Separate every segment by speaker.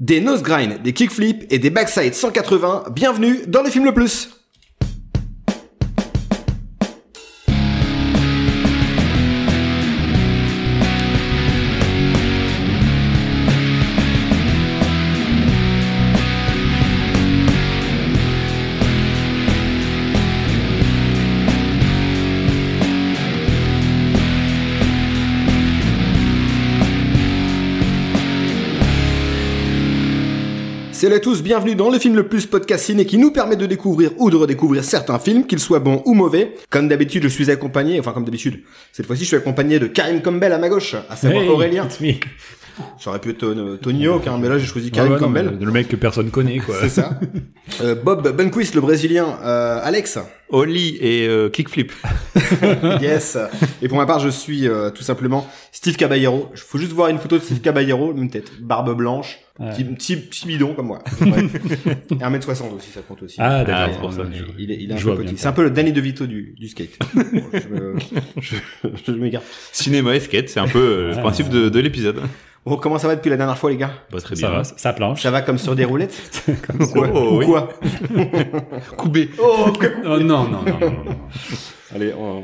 Speaker 1: Des nose grind, des kickflips et des backside 180, bienvenue dans le film le plus Salut à tous, bienvenue dans le film le plus podcast ciné qui nous permet de découvrir ou de redécouvrir certains films, qu'ils soient bons ou mauvais. Comme d'habitude, je suis accompagné, enfin comme d'habitude, cette fois-ci je suis accompagné de Karim Campbell à ma gauche, à savoir
Speaker 2: Hey,
Speaker 1: Aurélien.
Speaker 2: it's me.
Speaker 1: J'aurais pu être euh, Tony Hawk, hein, mais là j'ai choisi Karim
Speaker 2: Ouais, ouais, Ah bah non,
Speaker 1: Campbell.
Speaker 2: mais le mec que personne connaît, quoi.
Speaker 1: C'est ça. Euh, Bob Benquist, le Brésilien. Euh, Alex.
Speaker 3: Oli et euh, Kickflip.
Speaker 1: Yes. Et pour ma part, je suis euh, tout simplement Steve Caballero. Il faut juste voir une photo de Steve Caballero, même tête, barbe blanche, petit, petit, petit bidon comme moi. Ouais. 1m60 aussi, ça compte aussi.
Speaker 2: Ah,
Speaker 3: Ah,
Speaker 2: d'accord.
Speaker 3: c'est pour ça.
Speaker 1: Il est- il est, il est un
Speaker 2: Je
Speaker 1: peu
Speaker 2: vois bien.
Speaker 1: petit. C'est un peu le Danny DeVito du, du skate. Bon, je me- je je m'égare.
Speaker 3: Cinéma et skate, c'est un
Speaker 2: Ah,
Speaker 3: peu euh, le principe de, de l'épisode.
Speaker 1: Bon, comment ça va depuis la dernière fois, les gars
Speaker 3: Pas très
Speaker 2: Ça
Speaker 3: bien.
Speaker 2: va, ça planche.
Speaker 1: Ça va comme sur des roulettes
Speaker 3: Oh,
Speaker 1: Quoi
Speaker 3: oh,
Speaker 1: Ou
Speaker 3: oui.
Speaker 1: quoi
Speaker 3: Coubé.
Speaker 1: Oh,
Speaker 2: Oh, non, non, non, non, non.
Speaker 1: Allez, on-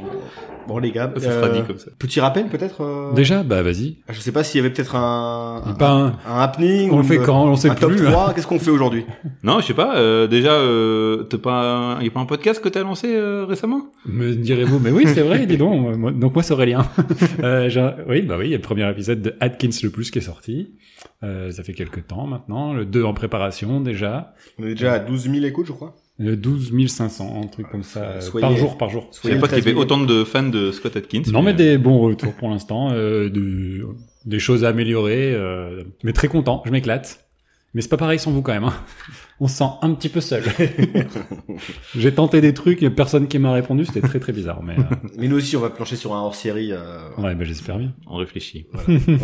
Speaker 1: bon les gars,
Speaker 3: Ça sera
Speaker 1: euh,
Speaker 3: dit comme ça.
Speaker 1: petit rappel peut-être. euh,
Speaker 2: Déjà, bah vas-y.
Speaker 1: Je sais pas s'il y avait peut-être un, un,
Speaker 2: Pas un-
Speaker 1: un happening. ou
Speaker 2: On le fait
Speaker 1: une-
Speaker 2: quand On sait
Speaker 1: un top
Speaker 2: plus. hein.
Speaker 1: 3, qu'est-ce qu'on fait aujourd'hui
Speaker 3: Non, je sais pas. euh, déjà, euh, t'as pas, un- y a pas un podcast que t'as lancé euh, récemment
Speaker 2: Me direz-vous, mais oui, c'est vrai, dis donc. Moi- donc moi, c'est Aurélien. Euh, j'ai- oui, bah oui, il y a le premier épisode de Atkins le plus qui est sorti. Euh, ça fait quelques temps maintenant. Le 2 en préparation déjà.
Speaker 1: On est déjà à 12 000 écoutes, je crois.
Speaker 2: Le 12 500, un truc comme ça. euh,
Speaker 1: Soyez-
Speaker 2: par jour, par jour.
Speaker 3: Je savais
Speaker 1: Soyez
Speaker 3: pas qu'il y
Speaker 1: 13
Speaker 3: avait
Speaker 1: 000.
Speaker 3: autant de fans de Scott Atkins.
Speaker 2: Non, mais des bons retours pour l'instant, euh, de- des choses à améliorer, euh, mais très content, je m'éclate. Mais c'est pas pareil sans vous quand même. hein. On se sent un petit peu seul. J'ai tenté des trucs, et personne qui m'a répondu, c'était très très bizarre. Mais euh,
Speaker 1: Mais nous aussi, on va plancher sur un hors-série. euh,
Speaker 2: ouais, bah, j'espère bien.
Speaker 3: On réfléchit.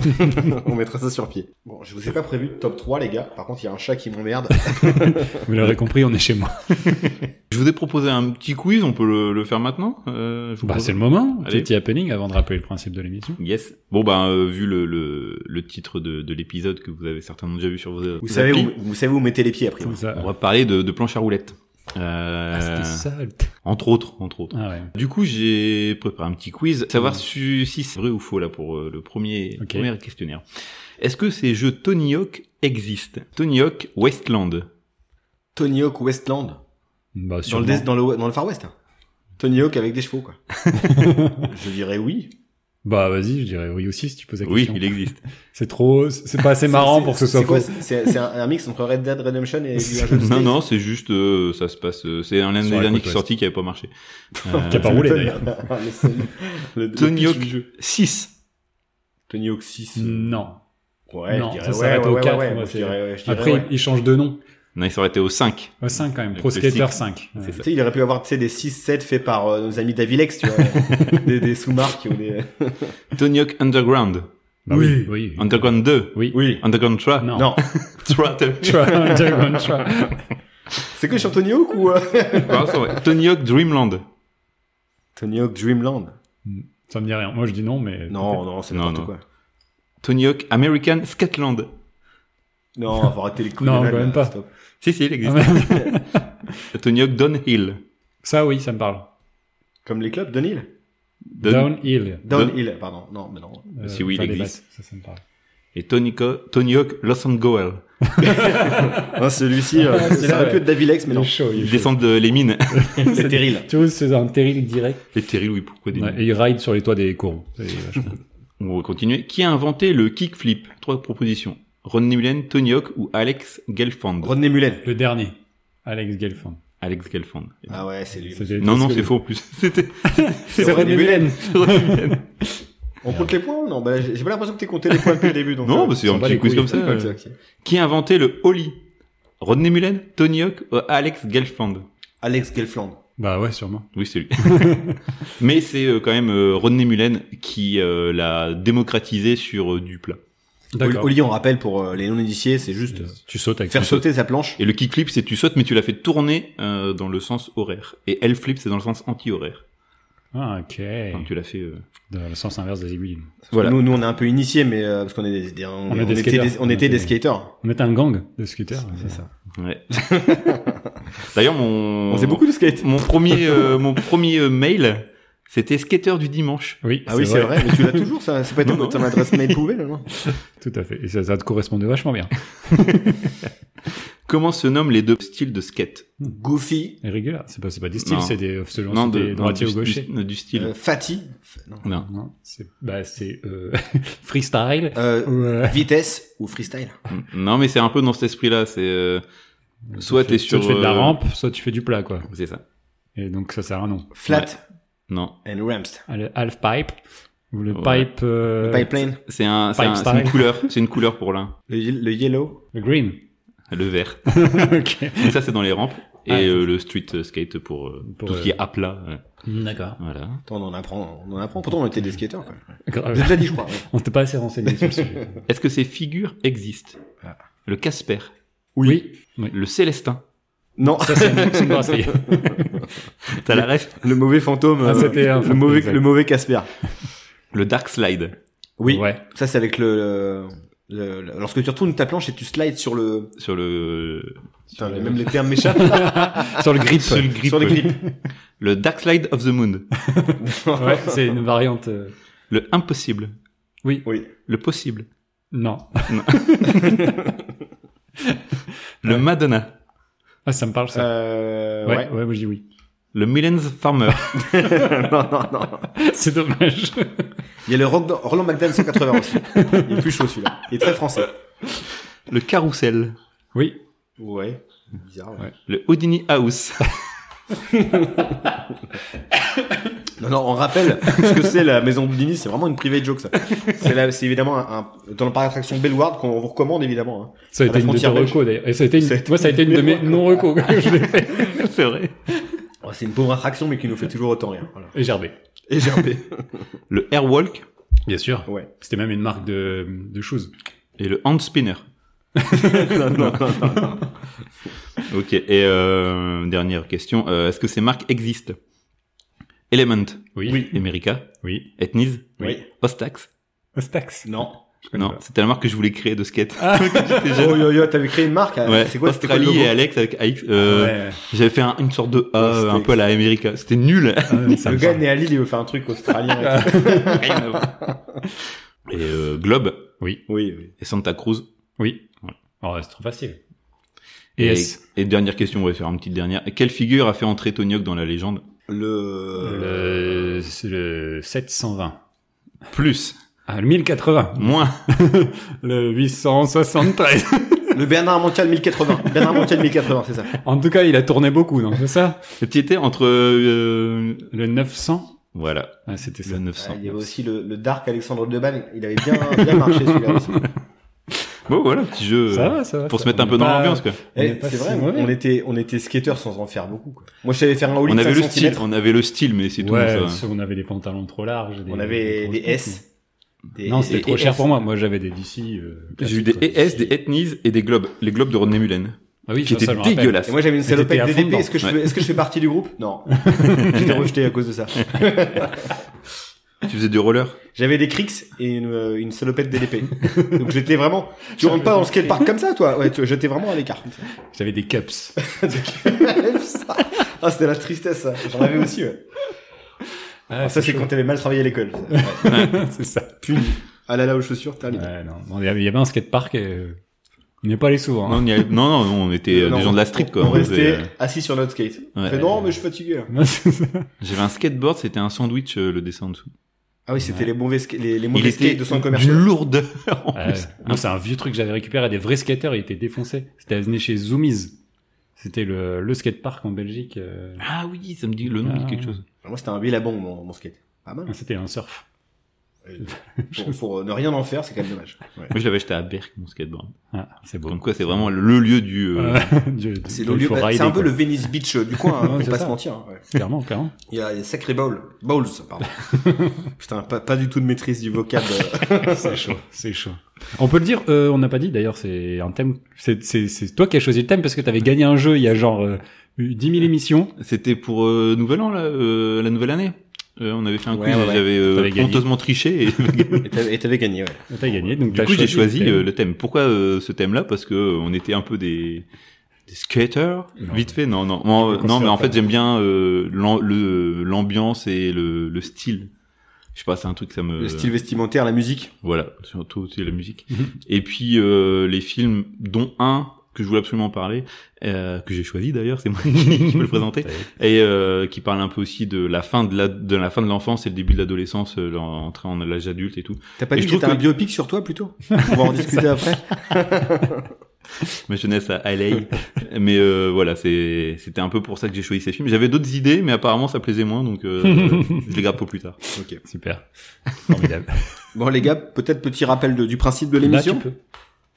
Speaker 1: on mettra ça sur pied. Bon, je vous ai pas prévu de top 3, les gars. Par contre, il y a un chat qui m'emmerde.
Speaker 2: Vous l'aurez compris, on est chez moi.
Speaker 3: Je vous ai proposé un petit quiz. On peut le, le faire maintenant. Euh, je vous
Speaker 2: Bah,
Speaker 3: propose-
Speaker 2: c'est le moment,
Speaker 3: Allez.
Speaker 2: petit happening avant de rappeler le principe de l'émission.
Speaker 3: Yes. Bon ben, euh, vu le, le, le titre de, de l'épisode que vous avez certainement déjà vu sur vos,
Speaker 1: Vous
Speaker 3: vos
Speaker 1: savez
Speaker 3: applis,
Speaker 1: où, vous savez où mettez les pieds, après.
Speaker 2: Comme ça.
Speaker 3: on va parler de, de planche à roulettes. Euh,
Speaker 2: Ah, c'était ça. le t-
Speaker 3: entre autres, entre autres.
Speaker 2: Ah ouais.
Speaker 3: Du coup, j'ai préparé un petit quiz, savoir su- si c'est vrai ou faux là pour euh, le premier,
Speaker 2: Mmh. Ok.
Speaker 3: premier questionnaire. Est-ce que ces jeux Tony Hawk existent Tony Hawk Westland.
Speaker 1: Tony Hawk Westland.
Speaker 2: Bah,
Speaker 1: Dans le,
Speaker 2: sûrement.
Speaker 1: dés- dans, le, dans le Far West. hein. Tony Hawk avec des chevaux, quoi. je dirais oui.
Speaker 2: Bah, vas-y, je dirais oui aussi si tu poses la
Speaker 3: Oui,
Speaker 2: question.
Speaker 3: il existe.
Speaker 2: C'est trop, c'est pas assez
Speaker 1: C'est-
Speaker 2: marrant
Speaker 1: c'est-
Speaker 2: pour que ce
Speaker 1: c'est
Speaker 2: soit
Speaker 1: quoi,
Speaker 2: faux.
Speaker 1: C'est c'est un, un mix entre Red Dead Redemption et du- un jeu de
Speaker 3: non,
Speaker 1: skate.
Speaker 3: non, c'est juste, euh, ça se passe. euh, c'est un l'un des
Speaker 2: Sur la
Speaker 3: derniers
Speaker 2: côte
Speaker 3: qui est
Speaker 2: ouest.
Speaker 3: sorti qui avait pas marché. Euh,
Speaker 2: Qui a pas
Speaker 1: Tu
Speaker 2: roulé,
Speaker 1: m'étonnes. Le seul- Ah, le- le
Speaker 3: Tony
Speaker 1: pitch
Speaker 3: Hawk
Speaker 1: du jeu.
Speaker 3: 6.
Speaker 1: Tony Hawk 6.
Speaker 2: Non.
Speaker 1: Ouais,
Speaker 2: Hmm. Non,
Speaker 1: je dirais,
Speaker 2: ça
Speaker 1: ouais,
Speaker 2: s'arrête
Speaker 1: ouais,
Speaker 2: au
Speaker 1: ouais,
Speaker 2: quatre,
Speaker 1: ouais,
Speaker 2: moi,
Speaker 1: moi, je
Speaker 2: c'est-
Speaker 1: dirais, ouais, je dirais,
Speaker 2: Après,
Speaker 1: ouais.
Speaker 2: il change de nom.
Speaker 3: Non, il s'aurait été au 5.
Speaker 2: 5 quand même.
Speaker 3: Le
Speaker 2: Pro Skater
Speaker 3: classique.
Speaker 2: 5.
Speaker 3: C'est
Speaker 1: Tu sais, il aurait pu avoir tu sais, des 6-7 faits par euh, nos amis d'Avilex, tu vois. des des sous-marques ou des...
Speaker 3: Tony Hawk Underground.
Speaker 2: Bah oui. Oui. Oui.
Speaker 3: Underground 2.
Speaker 2: oui.
Speaker 1: Oui.
Speaker 3: Underground 3.
Speaker 2: Non.
Speaker 1: Non.
Speaker 3: Trois, t'as vu
Speaker 2: Tu vois, Underground, tu vois.
Speaker 1: C'est que sur Tony Hawk ou... euh,
Speaker 3: Par contre, ouais. Tony Hawk Dreamland.
Speaker 1: Tony Hawk Dreamland.
Speaker 2: Ça me dit rien. Moi, je dis non, mais.
Speaker 1: Non, non, c'est
Speaker 3: Non,
Speaker 1: n'importe
Speaker 3: non.
Speaker 1: quoi.
Speaker 3: Tony Hawk American Scatland.
Speaker 1: Non, faut arrêter les coups
Speaker 2: Non,
Speaker 1: de dalle,
Speaker 2: quand même
Speaker 1: là,
Speaker 2: pas.
Speaker 1: stop.
Speaker 3: Si, si, il
Speaker 2: Ah,
Speaker 3: existe.
Speaker 2: mais-
Speaker 3: Tony Hawk Downhill.
Speaker 2: Ça, oui, ça me parle.
Speaker 1: Comme les clubs, Downhill
Speaker 3: Don-
Speaker 2: Downhill.
Speaker 1: Downhill, pardon. Non, mais non.
Speaker 2: Euh,
Speaker 3: Si oui,
Speaker 2: faire
Speaker 3: il
Speaker 2: des basses,
Speaker 3: existe.
Speaker 2: Ça, ça me parle.
Speaker 3: Et Tony, Co- Tony Hawk Los Angeles.
Speaker 1: Ah, Celui-ci, euh,
Speaker 2: Ah, c'est
Speaker 1: ça
Speaker 2: là,
Speaker 1: aurait pu
Speaker 2: ouais.
Speaker 1: être d'Avilex, mais non.
Speaker 2: chaud,
Speaker 3: Ils descendent de- les mines.
Speaker 1: C'est terrible.
Speaker 2: Tu vois, c'est un terril direct.
Speaker 3: les terrils, oui, pourquoi des
Speaker 2: Ouais,
Speaker 3: mines
Speaker 2: et il ride sur les toits des coraux. C'est euh, vachement-
Speaker 3: On va continuer. Qui a inventé le kickflip Trois propositions. Ron Mullen, Tony Hawk ou Alex Gelfand
Speaker 1: Rodney Mullen.
Speaker 2: Le dernier. Alex Gelfand.
Speaker 3: Alex Gelfand.
Speaker 1: Ah ouais, c'est lui.
Speaker 2: C'était-
Speaker 3: Non, non, c'est faux en plus. C'était
Speaker 2: C'est René Mullen.
Speaker 3: Ron Mullen.
Speaker 1: On compte les points ou non Bah là, J'ai j'ai pas l'impression que t'aies compté les points depuis le début. Donc,
Speaker 3: non,
Speaker 1: euh,
Speaker 3: bah, c'est
Speaker 2: s'en
Speaker 3: un
Speaker 2: bat
Speaker 3: petit
Speaker 2: les
Speaker 3: quiz
Speaker 2: couilles.
Speaker 3: comme ça.
Speaker 1: ok,
Speaker 3: euh.
Speaker 1: ok.
Speaker 3: Qui a inventé le Holly Rodney Mullen, Tony Hawk ou Alex Gelfand
Speaker 1: Alex Gelfland.
Speaker 2: Bah ouais, sûrement.
Speaker 3: Oui, c'est lui. Mais c'est euh, quand même euh, Rodney Mullen qui euh, l'a démocratisé sur euh, du plat.
Speaker 2: D'accord.
Speaker 1: Oli, on rappelle pour euh, les non-initiés, c'est juste
Speaker 2: Euh, Tu sautes avec
Speaker 1: faire
Speaker 2: ton-
Speaker 1: sauter sa planche.
Speaker 3: Et le kickflip, c'est tu sautes, mais tu la fais tourner euh, dans le sens horaire. Et L-flip, c'est dans le sens anti-horaire.
Speaker 2: Ah, ok.
Speaker 3: Enfin, tu l'as fait. euh,
Speaker 2: Dans le sens inverse des Ibulines.
Speaker 3: Voilà.
Speaker 1: Nous, nous, on est un peu initiés, mais euh, parce qu'on est des, des- on,
Speaker 2: est des
Speaker 1: était
Speaker 2: skateurs.
Speaker 1: des- on était des skateurs.
Speaker 2: On est un gang de scooters.
Speaker 1: C'est ça.
Speaker 3: Ouais. D'ailleurs, mon.
Speaker 1: On faisait beaucoup de skate.
Speaker 3: Mon premier, euh, mon premier euh, mail, c'était skater du dimanche.
Speaker 2: Oui,
Speaker 1: Ah oui, c'est vrai. Mais tu l'as toujours, ça. C'est pas
Speaker 3: Non,
Speaker 1: ton
Speaker 3: non.
Speaker 1: ton adresse mail poubelle, non
Speaker 2: Tout à fait. Et ça, ça te correspondait vachement bien.
Speaker 3: Comment se nomment les deux styles de skate
Speaker 1: Goofy,
Speaker 2: Et régulier. C'est pas, c'est pas des styles,
Speaker 3: Non.
Speaker 2: c'est des, selon
Speaker 3: Non,
Speaker 2: si
Speaker 3: de,
Speaker 2: t'es
Speaker 3: non,
Speaker 2: droitier
Speaker 3: du,
Speaker 2: ou gaucher.
Speaker 3: du- du style.
Speaker 1: euh, Fatty, non.
Speaker 3: Non.
Speaker 2: Non, c'est, bah, c'est, euh, freestyle.
Speaker 1: Euh,
Speaker 2: ou, euh,
Speaker 1: vitesse ou freestyle.
Speaker 3: Non, mais c'est un peu dans cet esprit-là. C'est euh, soit t'es sur.
Speaker 2: Soit tu fais de la
Speaker 3: euh,
Speaker 2: rampe, soit tu fais du plat, quoi.
Speaker 3: C'est ça.
Speaker 2: Et donc, ça sert à un nom.
Speaker 1: Flat
Speaker 3: Non.
Speaker 1: and ramped.
Speaker 2: Le half pipe, ou le
Speaker 3: Ouais.
Speaker 2: pipe, euh,
Speaker 1: Pipeline,
Speaker 3: C'est un, c'est
Speaker 2: Pipe
Speaker 3: un- c'est
Speaker 2: style.
Speaker 3: une couleur. C'est une couleur pour l'un.
Speaker 1: le, ye- le yellow.
Speaker 2: le green.
Speaker 3: Le vert.
Speaker 2: ok.
Speaker 3: Donc ça, c'est dans les rampes. Et
Speaker 2: Ah,
Speaker 3: euh, le street skate pour, euh,
Speaker 2: Pour,
Speaker 3: tout ce qui est à plat. euh,
Speaker 2: Hmm, D'accord.
Speaker 3: voilà.
Speaker 1: Attends, on en apprend, on en apprend. Pourtant, on était des skateurs. quoi. J'ai
Speaker 2: Grave.
Speaker 1: déjà dit, je crois. ouais.
Speaker 2: Euh, On s'était pas assez renseigné sur le sujet.
Speaker 3: Est-ce que ces figures existent
Speaker 1: Ah.
Speaker 3: Le Casper,
Speaker 2: Oui.
Speaker 3: le Célestin.
Speaker 1: Non,
Speaker 2: Ça, c'est une, c'est une brasserie.
Speaker 3: T'as la ref
Speaker 1: le mauvais fantôme,
Speaker 2: Ah,
Speaker 1: euh,
Speaker 2: c'était un
Speaker 1: le
Speaker 2: fantôme,
Speaker 1: mauvais,
Speaker 2: exact.
Speaker 1: le mauvais Casper.
Speaker 3: Le Dark Slide.
Speaker 1: Oui,
Speaker 2: Ouais.
Speaker 1: ça c'est avec le, le- le- lorsque tu retournes ta planche et tu slides sur le,
Speaker 3: Sur le.
Speaker 1: Putain,
Speaker 2: le-
Speaker 1: même les termes m'échappent.
Speaker 2: sur le grip.
Speaker 3: Sur le grip.
Speaker 1: sur le grip.
Speaker 3: Le Dark Slide of the Moon.
Speaker 2: Ouais, c'est une variante. euh,
Speaker 3: Le impossible.
Speaker 1: Oui.
Speaker 3: Le possible.
Speaker 2: Non.
Speaker 3: Le Madonna.
Speaker 2: Ah, ça me parle, ça.
Speaker 1: Euh,
Speaker 2: ouais,
Speaker 1: ouais.
Speaker 2: ouais, moi je dis oui.
Speaker 3: Le Millen's Farmer.
Speaker 1: non, non, non.
Speaker 2: C'est dommage.
Speaker 1: Il y a le Rock- Roland McDan 180 aussi. Il est plus chaud celui-là. Il est très français.
Speaker 3: Le Carousel.
Speaker 2: Oui.
Speaker 1: Ouais. Bizarre. ouais.
Speaker 2: Ouais.
Speaker 3: Le Houdini House.
Speaker 1: Non, non, on rappelle ce que c'est la maison Houdini, c'est vraiment une private joke ça. C'est là, c'est évidemment un, un- dans le parc d'attraction Bellward qu'on vous recommande évidemment. hein.
Speaker 2: Ça a
Speaker 1: À la
Speaker 2: été une de tes
Speaker 1: frontière belge.
Speaker 2: recos, d'ailleurs. Et ça a été une,
Speaker 1: C'est-
Speaker 2: moi, ça a été une de mes
Speaker 1: Mais-
Speaker 2: non-recos que je l'ai fait.
Speaker 3: C'est vrai.
Speaker 1: Oh, c'est une pauvre attraction mais qui nous fait toujours autant rire. Voilà.
Speaker 2: Et Gerbet.
Speaker 1: Et GRP.
Speaker 3: Le Airwalk.
Speaker 2: Bien sûr.
Speaker 1: Ouais.
Speaker 2: C'était même une marque de, de shoes.
Speaker 3: Et le Hand Spinner.
Speaker 1: non, non, non, non.
Speaker 3: Ok. Et euh, dernière question. Euh, Est-ce que ces marques existent Element.
Speaker 2: Oui.
Speaker 1: Oui.
Speaker 3: America.
Speaker 2: Oui.
Speaker 3: Ethnies.
Speaker 1: Oui.
Speaker 3: Ostax.
Speaker 2: Ostax.
Speaker 1: Non.
Speaker 3: Non, c'était la marque que je voulais créer de skate.
Speaker 2: Ah.
Speaker 3: Quand j'étais
Speaker 1: Oh
Speaker 3: jeune.
Speaker 1: yo yo, t'avais créé une marque. hein.
Speaker 3: Ouais,
Speaker 1: C'est quoi c'était quoi le
Speaker 3: Australie et
Speaker 1: logo
Speaker 3: Alex avec AX. euh,
Speaker 2: Ouais.
Speaker 3: J'avais fait un- une sorte de A euh, un
Speaker 1: Ostax.
Speaker 3: peu à la America. C'était nul.
Speaker 2: Ah, ça
Speaker 1: Le
Speaker 2: me
Speaker 1: gars
Speaker 2: parle.
Speaker 1: né à Lille, il veut faire un truc australien. et tout.
Speaker 3: Rien à voir. Et euh, Globe
Speaker 1: oui, oui.
Speaker 3: et Santa Cruz.
Speaker 2: Oui. Oh, c'est trop facile.
Speaker 3: Et,
Speaker 2: Yes.
Speaker 3: et dernière question, on va faire une petite dernière. Quelle figure a fait entrer Tony Hawk dans la légende
Speaker 1: Le...
Speaker 3: euh,
Speaker 2: Le, c'est le 720.
Speaker 3: Plus,
Speaker 2: Ah, le 1080.
Speaker 3: moins,
Speaker 2: Le 873.
Speaker 1: le Bernard Montiel 1080. Bernard Montiel 1080, c'est ça.
Speaker 2: en tout cas, il a tourné beaucoup, non C'est ça
Speaker 3: tu étais entre... euh,
Speaker 2: Le 900
Speaker 3: voilà,
Speaker 2: Ah, c'était ça.
Speaker 3: le 900.
Speaker 1: Ah, il y avait aussi le, le Dark Alexandre Deban. Il avait bien, bien marché celui-là aussi.
Speaker 3: Bon voilà, petit jeu
Speaker 2: Ça
Speaker 3: euh,
Speaker 2: va, ça va.
Speaker 3: pour
Speaker 2: ça
Speaker 3: se mettre
Speaker 2: va.
Speaker 3: un peu dans
Speaker 2: On est pas-
Speaker 3: l'ambiance. quoi.
Speaker 2: On
Speaker 1: Eh,
Speaker 2: est pas
Speaker 1: c'est
Speaker 2: si
Speaker 1: vrai,
Speaker 2: mauvais.
Speaker 1: on était, on était skateurs sans en faire beaucoup. quoi. Moi, je savais faire un ollie
Speaker 3: On
Speaker 1: de
Speaker 3: avait
Speaker 1: 5
Speaker 3: le style,
Speaker 1: centimètres.
Speaker 3: on avait le style, mais c'est tout.
Speaker 2: Ouais,
Speaker 3: ça.
Speaker 2: si on avait des pantalons trop larges.
Speaker 1: On avait des S. Des-
Speaker 2: Non, c'était
Speaker 1: des
Speaker 2: trop
Speaker 1: S.
Speaker 2: cher pour moi. Moi, j'avais des DC. euh,
Speaker 3: J'ai eu
Speaker 2: classiques,
Speaker 3: des
Speaker 2: quoi.
Speaker 3: ES, des Ethnies et des Globes. Les Globes de Rodney Mullen,
Speaker 2: Ah oui,
Speaker 3: qui
Speaker 2: ça, ça,
Speaker 3: étaient
Speaker 2: je me rappelle.
Speaker 1: Et
Speaker 3: dégueulasses.
Speaker 1: moi, j'avais une
Speaker 2: t'étais à
Speaker 1: salopette
Speaker 2: fond
Speaker 1: DDP.
Speaker 2: dedans.
Speaker 1: Est-ce que, je
Speaker 3: Ouais.
Speaker 1: fais- est-ce que je fais partie du groupe Non. J'étais rejeté à cause de ça.
Speaker 3: Tu faisais du roller
Speaker 1: J'avais des crics et une, euh, une salopette DDP. Donc j'étais vraiment. Tu rentres pas dans le skatepark comme ça, toi. Ouais, tu- j'étais vraiment à l'écart.
Speaker 2: J'avais des cups.
Speaker 1: ah, c'était la tristesse. ça. J'en avais aussi. Ouais.
Speaker 2: Ah,
Speaker 1: ça, c'est
Speaker 2: chaud.
Speaker 1: quand t'avais mal travaillé à l'école. ça. Ouais.
Speaker 2: C'est ça.
Speaker 1: Puni. Ah là là aux chaussures, t'as
Speaker 2: Ouais, non. Bon, Il y avait il y avait un skatepark. et, euh, On n'est pas allé souvent.
Speaker 3: non,
Speaker 2: hein.
Speaker 3: on y allait- non, non, non, on était euh, des gens de la street. Quoi.
Speaker 1: On,
Speaker 3: On
Speaker 1: restait
Speaker 3: faisait, euh,
Speaker 1: assis sur notre skate. On
Speaker 3: Ouais.
Speaker 1: fait, non, mais je suis fatigué. là.
Speaker 2: Non, c'est ça.
Speaker 3: J'avais un skateboard, c'était un sandwich, euh, le dessin en dessous.
Speaker 1: Ah oui, c'était
Speaker 2: Ouais.
Speaker 1: les mauvais, ska- les, les
Speaker 3: Il
Speaker 1: mauvais
Speaker 3: était
Speaker 1: skates de son commercial.
Speaker 3: d'une lourdeur en
Speaker 2: Ouais.
Speaker 3: plus.
Speaker 2: Non, c'est un vieux truc que j'avais récupéré à des vrais skateurs, il était défoncé. C'était venu chez Zoomies. C'était le, le skatepark en Belgique. euh,
Speaker 3: Ah oui, ça me dit le nom me dit
Speaker 2: Ah.
Speaker 3: quelque chose.
Speaker 1: Moi, c'était un billabong, mon, mon skate. Pas mal.
Speaker 2: C'était un surf.
Speaker 1: Pour, pour, euh, ne rien en faire, c'est quand même dommage. Ouais.
Speaker 3: Moi, je l'avais acheté à Berck, mon skateboard.
Speaker 2: Ah, c'est beau.
Speaker 3: Comme quoi, c'est vraiment le lieu du. euh,
Speaker 2: Euh, du-
Speaker 1: C'est
Speaker 2: du-
Speaker 1: le lieu-
Speaker 2: faut
Speaker 1: bah,
Speaker 2: rider,
Speaker 1: c'est un peu
Speaker 2: quoi.
Speaker 1: le Venice Beach euh, du coin, hein,
Speaker 2: Ouais,
Speaker 1: faut
Speaker 2: c'est
Speaker 1: pas
Speaker 2: ça.
Speaker 1: se mentir. hein, ouais.
Speaker 2: Clairement, clairement.
Speaker 1: Il y a, il y a Sacré Bowl. Bowls, pardon. Putain, pas, pas du tout de maîtrise du euh. vocable.
Speaker 2: c'est chaud, c'est chaud. On peut le dire, euh, on n'a pas dit d'ailleurs, c'est un thème. C'est c'est- c'est toi qui as choisi le thème parce que t'avais gagné un jeu il y a genre euh, eu 10 000 émissions.
Speaker 3: C'était pour euh, Nouvel An, là, euh, la nouvelle année. Euh, on avait fait un
Speaker 1: Ouais,
Speaker 3: quiz,
Speaker 1: ouais, ouais.
Speaker 3: j'avais euh,
Speaker 2: T'avais gagné.
Speaker 3: honteusement triché. Et...
Speaker 1: Et t'avais- et t'avais gagné, ouais.
Speaker 2: T'as gagné. Donc
Speaker 3: du
Speaker 2: t'as
Speaker 3: coup, j'ai choisi
Speaker 2: le
Speaker 3: euh,
Speaker 2: thème.
Speaker 3: le thème. Pourquoi euh, ce thème-là Parce que euh, on était un peu des, des skaters.
Speaker 2: Non.
Speaker 3: Vite fait, non, non, Moi,
Speaker 4: Des
Speaker 3: euh, non, mais en
Speaker 4: conservateurs.
Speaker 3: fait, j'aime bien euh, l'am- le- l'ambiance et le, le style. Je sais pas, c'est un truc ça me.
Speaker 1: Le style vestimentaire, la musique.
Speaker 3: Voilà, surtout aussi la musique.
Speaker 2: Mhm.
Speaker 3: Et puis euh, les films, dont un que je voulais absolument parler, euh, que j'ai choisi d'ailleurs, c'est moi qui peux le présenter,
Speaker 2: Ça y
Speaker 3: et euh, qui parle un peu aussi de la fin de la de la fin de l'enfance et le début de l'adolescence, euh, l'entrée en l'âge adulte et tout.
Speaker 1: T'as pas
Speaker 3: Et
Speaker 1: dit
Speaker 3: je
Speaker 1: que c'était un
Speaker 3: trouve
Speaker 1: biopic sur toi, plutôt On va en discuter après.
Speaker 3: ma jeunesse à LA. mais euh, voilà, c'est c'était un peu pour ça que j'ai choisi ces films. J'avais d'autres idées, mais apparemment ça plaisait moins, donc euh, je les garde pour plus tard.
Speaker 1: Ok.
Speaker 2: Super. Formidable.
Speaker 1: Bon, les gars, peut-être petit rappel de- du principe
Speaker 3: Bah,
Speaker 1: de
Speaker 2: Là, tu
Speaker 1: l'émission.
Speaker 2: peux.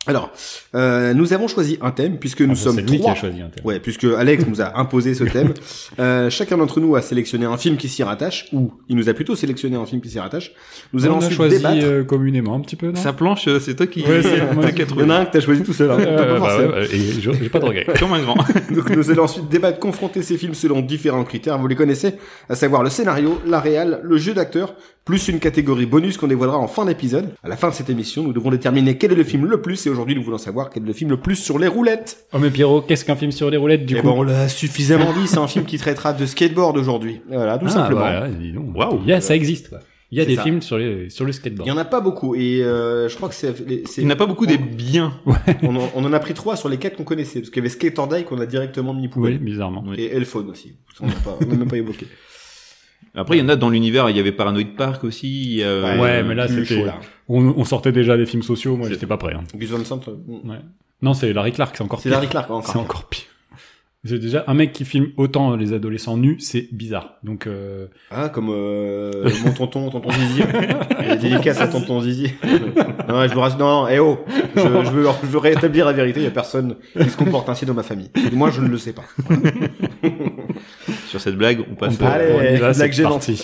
Speaker 1: Alors, euh, nous avons choisi un thème, puisque nous
Speaker 2: Enfin,
Speaker 1: sommes
Speaker 2: Ah, C'est lui qui
Speaker 1: trois.
Speaker 2: a choisi un thème.
Speaker 1: Ouais, puisque Alex nous a imposé ce thème. Euh, chacun d'entre nous a sélectionné un film qui s'y rattache, ou il nous a plutôt sélectionné un film qui s'y rattache. Nous allons
Speaker 2: on a
Speaker 1: ensuite
Speaker 2: choisi
Speaker 1: débattre.
Speaker 2: euh, communément un petit peu, non
Speaker 3: Sa planche, euh, c'est toi qui
Speaker 2: Ouais, c'est- moi,
Speaker 3: t'as qu'à
Speaker 1: Il y en
Speaker 3: trouver.
Speaker 1: a un que t'as choisi tout seul. hein.
Speaker 2: Euh,
Speaker 1: T'as pas
Speaker 2: bah
Speaker 1: forcé.
Speaker 2: ouais, et je- j'ai pas de regrets.
Speaker 3: Comme un grand.
Speaker 1: Donc nous allons ensuite débattre, confronter ces films selon différents critères, vous les connaissez, à savoir le scénario, la réal, le jeu d'acteur, plus une catégorie bonus qu'on dévoilera en fin d'épisode. À la fin de cette émission, nous devons déterminer quel est le film le plus, et aujourd'hui nous voulons savoir quel est le film le plus sur les roulettes.
Speaker 2: Oh mais Pierrot, qu'est-ce qu'un film sur les roulettes du
Speaker 1: Et
Speaker 2: coup
Speaker 1: bon, Eh ben, on l'a suffisamment dit, c'est un film qui traitera de skateboard aujourd'hui. Voilà, tout
Speaker 2: Ah,
Speaker 1: simplement.
Speaker 2: voilà, dis donc.
Speaker 3: Waouh.
Speaker 2: Il y a- ça existe. quoi. Il y
Speaker 1: bah,
Speaker 2: a
Speaker 1: C'est
Speaker 2: des
Speaker 1: ça.
Speaker 2: films sur, les, sur le
Speaker 1: Il
Speaker 2: skateboard.
Speaker 1: y en a pas beaucoup, et euh, je crois que c'est... c'est-
Speaker 3: Il n'a pas beaucoup des biens.
Speaker 1: on, en- on en a pris trois sur les quatre qu'on connaissait, parce qu'il y avait Skate or Die qu'on a directement mis
Speaker 2: Oui,
Speaker 1: poubelle.
Speaker 2: bizarrement.
Speaker 3: Oui.
Speaker 1: Et Elphone aussi, on n'a pas- on n'a même pas évoqué.
Speaker 3: Après, il y en a dans l'univers. Il y avait Paranoid Park aussi. euh,
Speaker 2: Ouais, mais là,
Speaker 1: plus
Speaker 2: c'était-
Speaker 1: chaud, là.
Speaker 2: On, on sortait déjà des films sociaux, moi j'étais pas prêt. hein.
Speaker 1: Gus Van Sant, euh,
Speaker 2: Ouais. Non, c'est Larry Clark, c'est encore
Speaker 1: C'est
Speaker 2: pire.
Speaker 1: Larry Clark hein, encore.
Speaker 2: C'est encore pire. C'est déjà un mec qui filme autant les adolescents nus, c'est bizarre. Donc euh,
Speaker 1: Ah, comme euh, mon tonton, tonton Zizi. Il est dédicace à tonton Zizi. non, je vous rassure. Non, non, eh oh. Je, je veux, je veux rétablir la vérité. Il y a personne qui se comporte ainsi dans ma famille. Et moi, je ne le sais pas.
Speaker 3: Sur cette blague, on
Speaker 2: on,
Speaker 3: passe. euh,
Speaker 2: peut-
Speaker 1: Allez,
Speaker 2: on y va,
Speaker 1: blague
Speaker 2: c'est
Speaker 1: gênante.
Speaker 2: parti.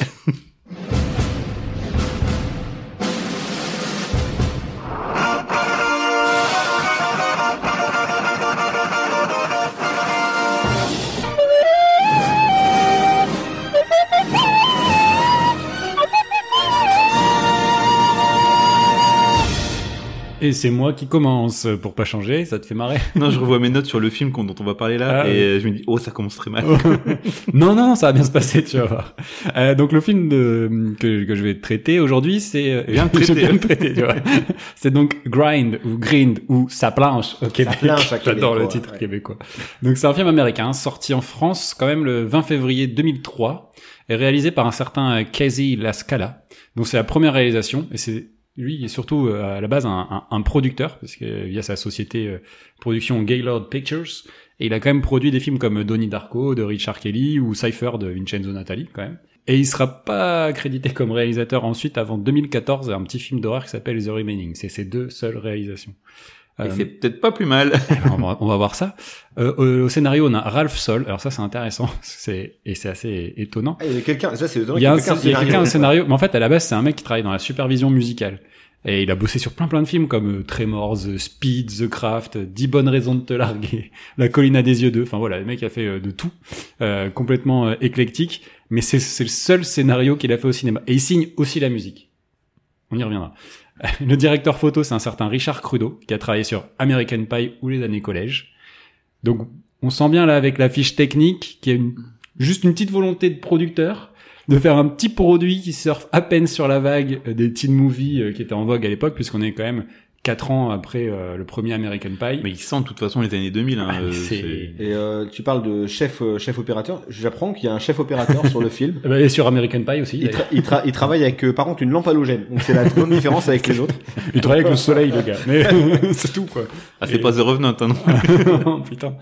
Speaker 2: Et c'est moi qui commence pour pas changer, ça te fait marrer.
Speaker 3: Non, je revois mes notes sur le film qu'on- dont on va parler là,
Speaker 2: Ah,
Speaker 3: et
Speaker 2: oui.
Speaker 3: euh, je me dis, oh, ça commence très mal.
Speaker 2: Non, non, ça va bien se passer, tu vas voir. Euh, donc le film de, que, que je vais traiter aujourd'hui, c'est euh,
Speaker 3: Bien
Speaker 2: je vais
Speaker 3: traité.
Speaker 2: bien traiter, tu vois. c'est donc Grind ou Grind ou Sa planche au Québec.
Speaker 1: planche à
Speaker 2: J'adore le
Speaker 1: Québécois,
Speaker 2: titre
Speaker 1: ouais.
Speaker 2: québécois. Donc c'est un film américain sorti en France quand même le 20 février 2003 et réalisé par un certain euh, Casey Lascala. Donc c'est la première réalisation et c'est lui il est surtout euh, à la base un, un- un producteur parce que euh, via sa société euh, production Gaylord Pictures et il a quand même produit des films comme Donnie Darko de Richard Kelly ou Cypher de Vincenzo Natali quand même. Et il sera pas crédité comme réalisateur ensuite avant 2014 à un petit film d'horreur qui s'appelle The Remaining. C'est ses deux seules réalisations.
Speaker 3: Et
Speaker 2: Euh,
Speaker 3: c'est peut-être pas plus mal.
Speaker 2: on, va, on va voir ça. Euh, au, au scénario, on a Ralph Sol. Alors ça, c'est intéressant. C'est et c'est assez étonnant.
Speaker 1: Ah, il y a quelqu'un. Ça, c'est étonnant
Speaker 2: Il y a un,
Speaker 1: qu'il y ait
Speaker 2: il y a quelqu'un au
Speaker 1: au scénario.
Speaker 2: scénario, mais en fait, à la base, c'est un mec qui travaille dans la supervision musicale. Et il a bossé sur plein plein de films comme euh, Tremors, euh, Speed, The Craft, euh, 10 bonnes raisons de te larguer, La colline à des yeux d'eux. Enfin voilà, le mec a fait euh, de tout, euh, complètement euh, éclectique. Mais c'est c'est le seul scénario qu'il a fait au cinéma. Et il signe aussi la musique. On y reviendra. Le directeur photo, c'est un certain Richard Crudo, qui a travaillé sur American Pie ou les années collège. Donc, on sent bien là avec la fiche technique, qui a une- juste une petite volonté de producteur, de faire un petit produit qui surfe à peine sur la vague euh, des teen movies euh, qui étaient en vogue à l'époque, puisqu'on est quand même quatre ans après euh, le premier American Pie.
Speaker 3: Mais il sent de toute façon les années 2000. Hein,
Speaker 2: Ah, mais
Speaker 3: euh,
Speaker 2: c'est-
Speaker 3: c'est-
Speaker 1: Et euh, tu parles de chef, euh, chef opérateur. J'apprends qu'il y a un chef opérateur sur le film.
Speaker 2: Euh, Et sur American Pie aussi.
Speaker 1: Il,
Speaker 2: d'ailleurs.
Speaker 1: tra- il, tra- il travaille avec, euh, par contre, une lampe halogène. Donc, c'est la grande différence avec les autres.
Speaker 2: Il travaille avec le soleil, le gars. Mais c'est tout, quoi.
Speaker 3: Ah, c'est
Speaker 2: Et-
Speaker 3: pas The Revenant, hein, non
Speaker 2: Non, Oh, putain.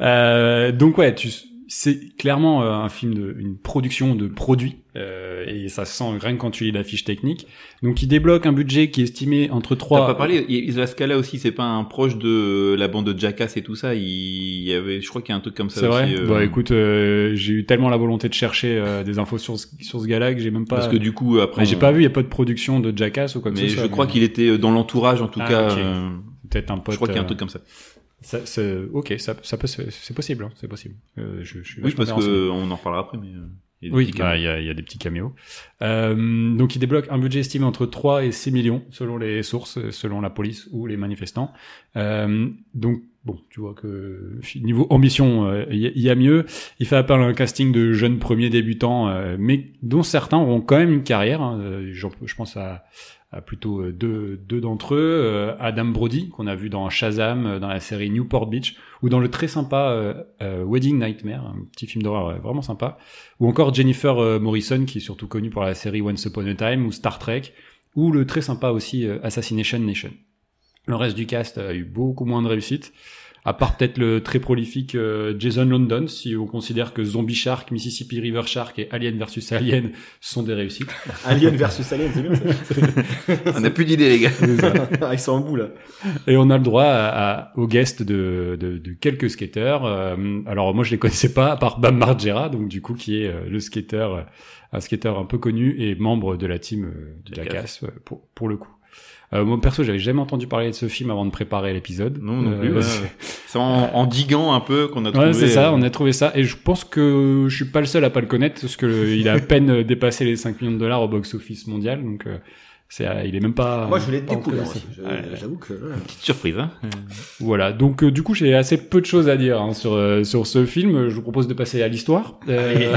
Speaker 2: Euh, donc ouais, tu, c'est clairement euh, un film de, une production de produits euh, et ça se sent rien que quand tu lis la fiche technique. Donc il débloque un budget qui est estimé entre 3
Speaker 3: T'as pas parlé, Isla là aussi, c'est pas un proche de la bande de Jackass et tout ça. Il y avait, je crois qu'il y a un truc comme ça
Speaker 2: C'est vrai.
Speaker 3: aussi. euh,
Speaker 2: Bah écoute, euh, j'ai eu tellement la volonté de chercher euh, des infos sur ce, sur ce gars-là que j'ai même pas.
Speaker 3: parce que du coup après,
Speaker 2: Mais j'ai
Speaker 3: on-
Speaker 2: pas vu, il y a pas de production de Jackass ou quoi que
Speaker 3: Mais
Speaker 2: ce soit.
Speaker 3: je crois qu'il était euh, dans l'entourage en tout
Speaker 2: Ah,
Speaker 3: cas.
Speaker 2: ok.
Speaker 3: euh,
Speaker 2: peut-être un pote.
Speaker 3: je crois qu'il y a un
Speaker 2: euh,
Speaker 3: truc comme ça.
Speaker 2: ça- ça- ok, ça, ça peut, se- c'est possible, hein, c'est possible. Euh, je, je suis
Speaker 3: Oui,
Speaker 2: vachement
Speaker 3: parce
Speaker 2: bien renseigné.
Speaker 3: que on en reparlera après. Mais euh, Il y a des
Speaker 2: Oui,
Speaker 3: petits
Speaker 2: bah, il y, a, il y a des petits caméos. Euh, donc, il débloque un budget estimé entre 3 et 6 millions, selon les sources, selon la police ou les manifestants. Euh, donc, bon, tu vois que niveau ambition, euh, il y, a- il y a mieux. Il fait appel à un casting de jeunes premiers débutants, euh, mais dont certains auront quand même une carrière. hein. Euh, j'en- je pense à, à plutôt euh, deux, deux d'entre eux. Euh, Adam Brody, qu'on a vu dans Shazam, euh, dans la série Newport Beach, ou dans le très sympa euh, euh, Wedding Nightmare, un petit film d'horreur euh, vraiment sympa ou encore Jennifer euh, Morrison, qui est surtout connue pour la série Once Upon a Time ou Star Trek, ou le très sympa aussi euh, Assassination Nation. Le reste du cast a eu beaucoup moins de réussite, à part peut-être le très prolifique euh, Jason London, si on considère que Zombie Shark, Mississippi River Shark et Alien vs Alien sont des réussites.
Speaker 1: Alien versus Alien, c'est bien
Speaker 3: On n'a plus d'idée, les gars.
Speaker 1: ça. Ils sont en bout là.
Speaker 2: Et on a le droit à, à- aux guests de, de, de quelques skateurs. Euh, alors moi je les connaissais pas, à part Bam Margera, donc du coup qui est euh, le skateur, euh, un skateur un peu connu et membre de la team euh, de Jackass euh, pour, pour le coup. Euh, moi perso j'avais jamais entendu parler de ce film avant de préparer l'épisode.
Speaker 3: Non, non plus.
Speaker 2: Euh,
Speaker 3: ouais.
Speaker 2: c'est-
Speaker 3: C'est en, en diguant un peu qu'on a trouvé.
Speaker 2: Ouais, c'est ça,
Speaker 3: euh,
Speaker 2: on a trouvé ça. Et je pense que je suis pas le seul à pas le connaître, parce que il a à peine euh, dépassé les 5 millions de dollars au box-office mondial, donc euh, c'est, euh, il est même pas...
Speaker 1: Moi, je voulais
Speaker 2: pas
Speaker 1: découvrir
Speaker 2: entré dans
Speaker 1: aussi. Je-
Speaker 3: Ouais.
Speaker 1: J'avoue que. ouais.
Speaker 3: Petite surprise, hein.
Speaker 2: Voilà, donc euh, du coup j'ai assez peu de choses à dire hein, sur, euh, sur ce film. Je vous propose de passer à l'histoire. Euh,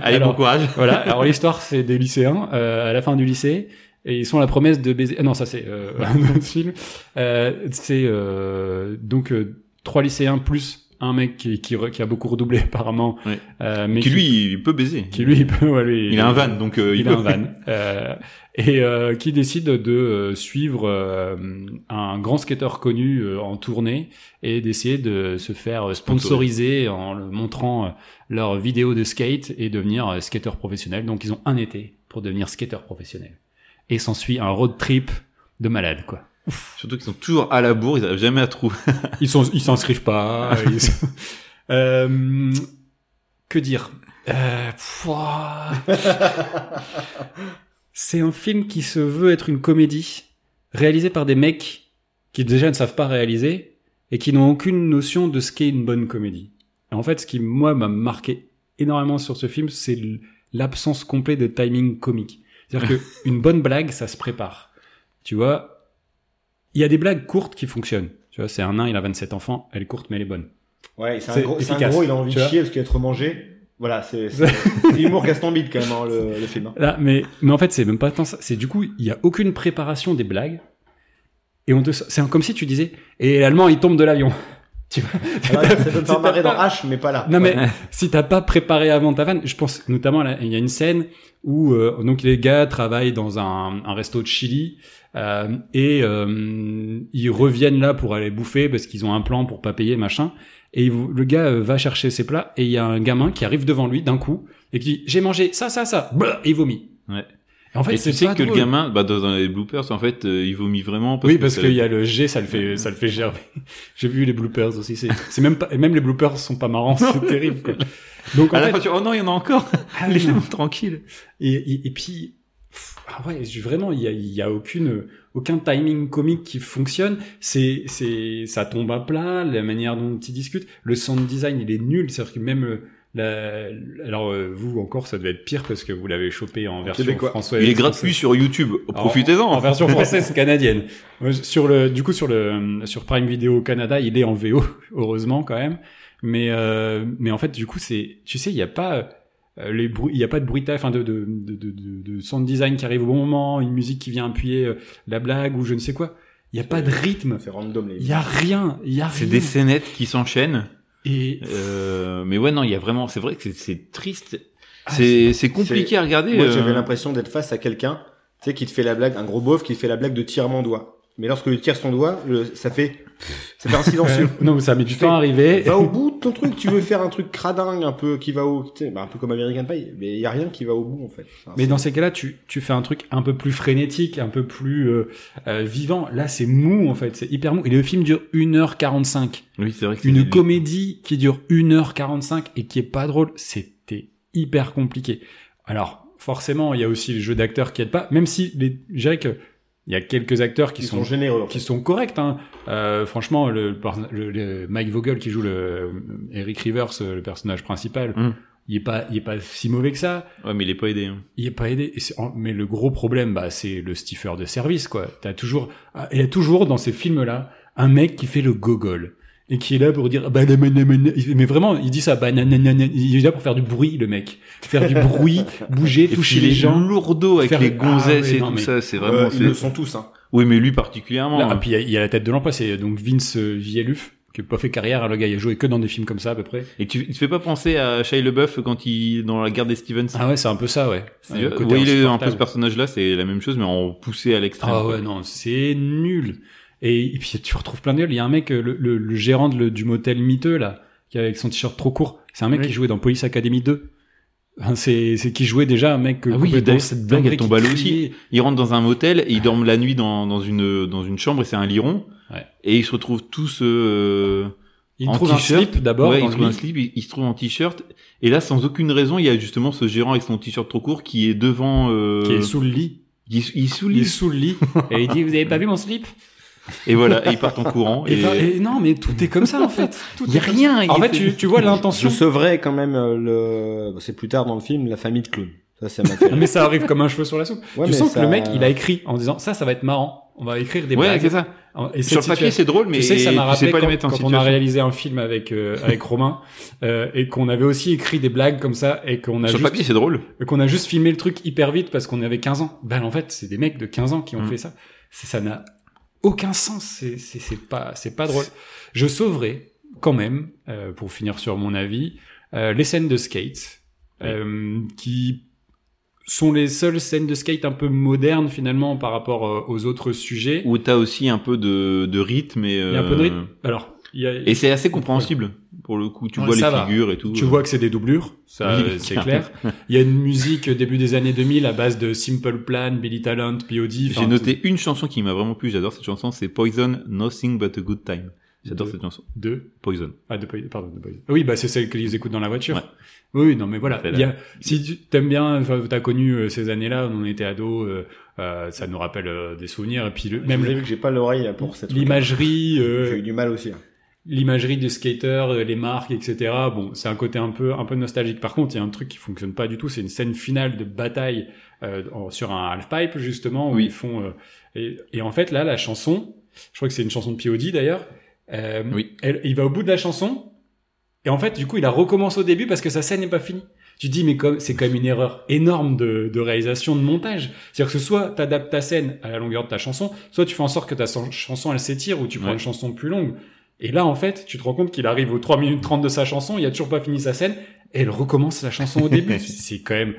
Speaker 3: Allez,
Speaker 2: Alors-
Speaker 3: bon courage.
Speaker 2: voilà, alors l'histoire c'est des lycéens euh, à la fin du lycée et ils sont à la promesse de baiser. Ah non, ça c'est euh, un autre film. Euh, c'est euh, donc euh, trois lycéens plus un mec qui, qui, re- qui a beaucoup redoublé apparemment.
Speaker 3: Ouais.
Speaker 2: euh, mais
Speaker 3: Qui lui, il peut baiser.
Speaker 2: qui lui, il peut, ouais, lui,
Speaker 3: Il a un van, donc euh,
Speaker 2: il,
Speaker 3: il
Speaker 2: a
Speaker 3: peut.
Speaker 2: un van euh, et euh, qui décide de euh, suivre euh, un grand skateur connu euh, en tournée et d'essayer de se faire sponsoriser en le montrant euh, leurs vidéos de skate et devenir euh, skateur professionnel. Donc ils ont un été pour devenir skateur professionnel et s'ensuit un road trip de malade quoi.
Speaker 3: Surtout qu'ils sont toujours à la bourre, ils n'arrivent jamais à trouver.
Speaker 2: Ils sont, ils s'inscrivent pas. ils sont- Euh, que dire Euh, pouah. C'est un film qui se veut être une comédie, réalisée par des mecs qui déjà ne savent pas réaliser et qui n'ont aucune notion de ce qu'est une bonne comédie. Et en fait, ce qui moi m'a marqué énormément sur ce film, c'est l- l'absence complète de timing comique. C'est-à-dire qu'une bonne blague, ça se prépare. Tu vois, il y a des blagues courtes qui fonctionnent. Tu vois, c'est un nain, il a 27 enfants, elle est courte mais elle est bonne.
Speaker 1: Ouais, c'est un,
Speaker 2: C'est
Speaker 1: gros, c'est un
Speaker 2: efficace,
Speaker 1: gros, il a envie
Speaker 2: tu
Speaker 1: de
Speaker 2: vois.
Speaker 1: chier parce qu'il va être mangé. Voilà, c'est c'est- c'est l'humour Gaston Bide quand même, hein, le, le film. hein.
Speaker 2: Là, mais, mais en fait, c'est même pas tant ça. C'est du coup, il y a aucune préparation des blagues. Et on te, c'est comme si tu disais, et l'allemand, il tombe de l'avion. Tu vois.
Speaker 1: Alors, Ah ça peut me
Speaker 2: t'as
Speaker 1: faire marrer dans
Speaker 2: pas-
Speaker 1: H, mais pas là.
Speaker 2: Non, mais si t'as pas préparé avant ta vanne, je pense notamment, à la- il y a une scène où euh, donc les gars travaillent dans un, un resto de Chili euh, et euh, ils reviennent là pour aller bouffer parce qu'ils ont un plan pour pas payer machin. Et il vou- le gars euh, va chercher ses plats et il y a un gamin qui arrive devant lui d'un coup et qui dit j'ai mangé ça ça ça Blah et il vomit.
Speaker 3: Ouais.
Speaker 2: Et en fait
Speaker 3: et
Speaker 2: c'est
Speaker 3: tu sais
Speaker 2: pas
Speaker 3: que le
Speaker 2: drôle.
Speaker 3: gamin, bah, dans les bloopers, en fait, euh, il vomit vraiment.
Speaker 2: oui, parce
Speaker 3: ça-
Speaker 2: qu'il y a le G, ça le fait, ça le fait gerber. J'ai vu les bloopers aussi. C'est c'est même pas, et même les bloopers sont pas marrants, c'est terrible. quoi. Donc en
Speaker 3: À la
Speaker 2: fait,
Speaker 3: fin, tu- oh non, il y en a encore.
Speaker 2: ah,
Speaker 3: Laissez-moi tranquille.
Speaker 2: Et, et, et puis, pff, ah ouais, je- vraiment, il y a, il y a aucune, aucun timing comique qui fonctionne. C'est, c'est, ça tombe à plat, la manière dont ils discutent. Le sound design, il est nul. C'est-à-dire que même, euh, la, alors euh, vous encore, ça devait être pire parce que vous l'avez chopé en version
Speaker 1: Québécois.
Speaker 2: française.
Speaker 3: Il est gratuit sur YouTube.
Speaker 2: En
Speaker 3: Oh, Profitez-en.
Speaker 2: version française canadienne. Moi, je- Sur le, du coup, sur le, sur Prime Video au Canada, il est en VO, heureusement quand même. Mais, euh, mais en fait, du coup, c'est, tu sais, il n'y a pas euh, les bruits, il n'y a pas de bruitage, enfin de, de, de, de, de- de sound design qui arrive au bon moment, une musique qui vient appuyer euh, la blague ou je ne sais quoi. Il n'y a pas de rythme.
Speaker 1: C'est random les.
Speaker 2: Il n'y a rien. Il y a
Speaker 3: C'est
Speaker 2: rien.
Speaker 3: des scénettes qui s'enchaînent.
Speaker 2: Et
Speaker 3: Euh, mais ouais, non, il y a vraiment, c'est vrai que c'est- c'est triste.
Speaker 2: Ah,
Speaker 3: C'est c'est compliqué à regarder.
Speaker 1: Moi,
Speaker 3: euh.
Speaker 1: j'avais l'impression d'être face à quelqu'un, tu sais, qui te fait la blague, un gros beauf qui te fait la blague de tire mon doigt. Mais lorsque il tire son doigt, le- ça fait, ça fait un silencieux.
Speaker 2: Euh, non, mais ça met du
Speaker 1: Je fais-
Speaker 2: temps à arriver.
Speaker 1: Va au bout de ton truc, tu veux faire un truc cradingue, un peu qui va au, tu sais, bah, un peu comme American Pie, mais il y a rien qui va au bout en fait. Enfin,
Speaker 2: Mais
Speaker 1: c'est-
Speaker 2: dans ces cas-là, tu, tu fais un truc un peu plus frénétique, un peu plus euh, euh, vivant. Là, c'est mou, en fait. C'est hyper mou. Et le film dure 1h45.
Speaker 3: Oui, c'est vrai que c'est
Speaker 2: Une comédie qui dure 1h45 et qui est pas drôle, c'était hyper compliqué. Alors, forcément, il y a aussi le jeu d'acteurs qui aide pas, même si, les, je dirais que il y a quelques acteurs qui
Speaker 1: ils
Speaker 2: sont
Speaker 1: sont généreux. en
Speaker 2: qui
Speaker 1: fait.
Speaker 2: sont corrects. Hein. Euh, franchement,
Speaker 1: Hum.
Speaker 2: le, par- le- le Mike Vogel qui joue le Eric Rivers, euh, le euh, personnage principal,
Speaker 3: Mm.
Speaker 2: il est pas, il est pas si mauvais que ça.
Speaker 3: Ouais, mais il est pas aidé. hein.
Speaker 2: Il est pas aidé. Et c'est- en- Mais le gros problème, bah, c'est le stiffer de service, quoi. T'as toujours, ah, il y a toujours dans ces films-là un mec qui fait le gogol et qui est là pour dire, bah, nan, nan, nan, nan. Il- mais vraiment, il dit ça, bah, nan, nan, nan, nan. il est là pour faire du bruit, le mec, faire du bruit, bouger,
Speaker 3: Et
Speaker 2: toucher
Speaker 3: puis
Speaker 2: les
Speaker 3: les
Speaker 2: gens.
Speaker 3: lourdeaux avec
Speaker 2: faire-
Speaker 3: les
Speaker 2: Ah,
Speaker 3: gonzesses
Speaker 2: ouais,
Speaker 3: et
Speaker 2: non,
Speaker 3: tout
Speaker 2: mais-
Speaker 3: ça, c'est
Speaker 1: Euh,
Speaker 3: vraiment.
Speaker 1: ils le
Speaker 3: c'est-
Speaker 1: sont tous, hein.
Speaker 3: oui, mais lui particulièrement.
Speaker 2: Là,
Speaker 3: hein.
Speaker 2: ah, puis il y a- il y, a la tête de l'emploi, c'est donc Vince euh, Villaluf qui a pas fait carrière, hein, le gars, il a joué que dans des films comme ça à peu près.
Speaker 3: Et tu, tu te fais pas penser à Shia LeBeouf quand il dans la guerre des Stevens
Speaker 2: Ah ouais, c'est un peu ça, ouais.
Speaker 3: C'est-
Speaker 2: Euh,
Speaker 3: Vous
Speaker 2: côté
Speaker 3: voyez un peu
Speaker 2: insupportable.
Speaker 3: ce personnage-là, c'est la même chose, mais en poussé à l'extrême.
Speaker 2: Ah
Speaker 3: quoi.
Speaker 2: ouais, non, c'est nul. Et, et puis tu retrouves plein de gueules. Il y a un mec, euh, le, le- le gérant de le- du motel miteux, là, qui avec son t-shirt trop court, c'est un mec
Speaker 3: Oui.
Speaker 2: qui jouait dans Police Academy 2. Hein, C'est c'est qui jouait déjà un mec. euh,
Speaker 3: Ah oui,
Speaker 2: complètement
Speaker 3: d'ailleurs, cette blague,
Speaker 2: timbré,
Speaker 3: elle tombe
Speaker 2: qui
Speaker 3: à l'eau
Speaker 2: criait.
Speaker 3: Ils rentrent dans un motel et ils dorment la nuit dans, dans une dans une chambre et c'est un lit rond.
Speaker 2: Ouais.
Speaker 3: Et ils se retrouvent tous. Euh...
Speaker 2: Il
Speaker 3: En
Speaker 2: trouve un
Speaker 3: t-shirt.
Speaker 2: slip d'abord.
Speaker 3: ouais,
Speaker 2: dans
Speaker 3: ils
Speaker 2: le
Speaker 3: trouvent un
Speaker 2: lit.
Speaker 3: slip, ils, ils se trouvent en t-shirt. Et là, sans aucune raison, il y a justement ce gérant avec son t-shirt trop court qui est devant. Euh...
Speaker 2: qui est sous le lit.
Speaker 3: il est- il est sous le
Speaker 2: Il est
Speaker 3: lit.
Speaker 2: sous le lit. et il dit Vous avez pas vu mon slip
Speaker 3: Et voilà, et ils partent en courant.
Speaker 2: et...
Speaker 3: Et,
Speaker 2: ben, et non, mais tout est comme ça en fait. Tout
Speaker 3: Il y a
Speaker 2: est comme
Speaker 3: rien,
Speaker 2: ça. En
Speaker 3: il
Speaker 2: fait,
Speaker 3: fait-
Speaker 2: tu, tu vois
Speaker 1: Je
Speaker 2: l'intention.
Speaker 1: sauverais quand même euh, le. bon, C'est plus tard dans le film, la famille de clowns. Ça, ça m'a fait.
Speaker 2: Mais ça arrive comme un cheveu sur la soupe.
Speaker 1: Ouais,
Speaker 2: tu
Speaker 1: mais
Speaker 2: sens
Speaker 1: ça-
Speaker 2: que le mec, il a écrit en disant Ça, ça va être marrant. On va écrire des
Speaker 3: ouais,
Speaker 2: blagues.
Speaker 3: c'est ça.
Speaker 2: Et
Speaker 3: Sur
Speaker 2: cette
Speaker 3: le papier,
Speaker 2: situation-
Speaker 3: c'est drôle, mais
Speaker 2: tu sais, ça m'a
Speaker 3: tu
Speaker 2: rappelé
Speaker 3: sais pas
Speaker 2: quand,
Speaker 3: les mettre en
Speaker 2: quand on a
Speaker 3: situation.
Speaker 2: réalisé un film avec euh, avec Romain euh, et qu'on avait aussi écrit des blagues comme ça et qu'on a
Speaker 3: Sur le
Speaker 2: juste
Speaker 3: papier, c'est drôle.
Speaker 2: qu'on a juste filmé le truc hyper vite parce qu'on avait 15 ans. Ben en fait, c'est des mecs de 15 ans qui ont
Speaker 3: Mm.
Speaker 2: fait ça. C'est ça n'a aucun sens. C'est c'est c'est pas c'est pas drôle. Je sauverai quand même euh, pour finir sur mon avis euh, les scènes de skate euh, qui sont les seules scènes de skate un peu modernes finalement par rapport euh, aux autres sujets.
Speaker 3: Où t'as aussi un peu de, de rythme et.
Speaker 2: Il y a un peu de
Speaker 3: euh,
Speaker 2: rythme. Alors, il y a,
Speaker 3: Et c'est assez compréhensible pour le coup. Tu
Speaker 2: Ouais,
Speaker 3: vois les
Speaker 2: ça va.
Speaker 3: figures et tout.
Speaker 2: Tu vois que c'est des doublures, ça
Speaker 3: Oui,
Speaker 2: euh, c'est
Speaker 3: carrément.
Speaker 2: clair. Il y a une musique euh, début des années 2000 à base de Simple Plan, Billy Talent, P.O.D. enfin,
Speaker 3: J'ai noté une chanson qui m'a vraiment plu. J'adore cette chanson. C'est Poison, Nothing But a Good Time. J'adore
Speaker 2: De-
Speaker 3: cette chanson.
Speaker 2: deux.
Speaker 3: Poison.
Speaker 2: Ah, de P.O.D., pardon, de P.O.D.. Ah Oui, bah c'est celle qu'ils écoutent dans la voiture.
Speaker 3: Ouais.
Speaker 2: Oui, non, mais voilà.
Speaker 3: C'est
Speaker 2: Il y a- si tu t'aimes bien, enfin, t'as connu euh, ces années-là, on était ados, euh, euh, ça nous rappelle euh, des souvenirs. Et puis le-
Speaker 1: Même
Speaker 2: même
Speaker 1: vous avez
Speaker 2: le-
Speaker 1: vu que j'ai pas l'oreille pour cette.
Speaker 2: l'imagerie, euh,
Speaker 1: J'ai eu du mal aussi. hein.
Speaker 2: l'imagerie du skater, euh, les marques, etc. Bon, c'est un côté un peu, un peu nostalgique. Par contre, il y a un truc qui fonctionne pas du tout. C'est une scène finale de bataille euh, en- sur un half-pipe, justement, où
Speaker 3: Oui.
Speaker 2: ils font... euh, et, et en fait, là, la chanson, je crois que c'est une chanson de P.O.D. d'ailleurs, euh,
Speaker 3: Oui.
Speaker 2: elle- il va au bout de la chanson, et en fait, du coup, il la recommence au début parce que sa scène n'est pas finie. Tu te dis, mais comme, c'est quand même une erreur énorme de, de réalisation, de montage. C'est-à-dire que soit t'adaptes ta scène à la longueur de ta chanson, soit tu fais en sorte que ta chan- chanson, elle s'étire, ou tu prends
Speaker 3: Ouais.
Speaker 2: une chanson plus longue. Et là, en fait, tu te rends compte qu'il arrive aux 3 minutes 30 de sa chanson, il a toujours pas fini sa scène, et elle recommence la chanson au début. c'est quand même,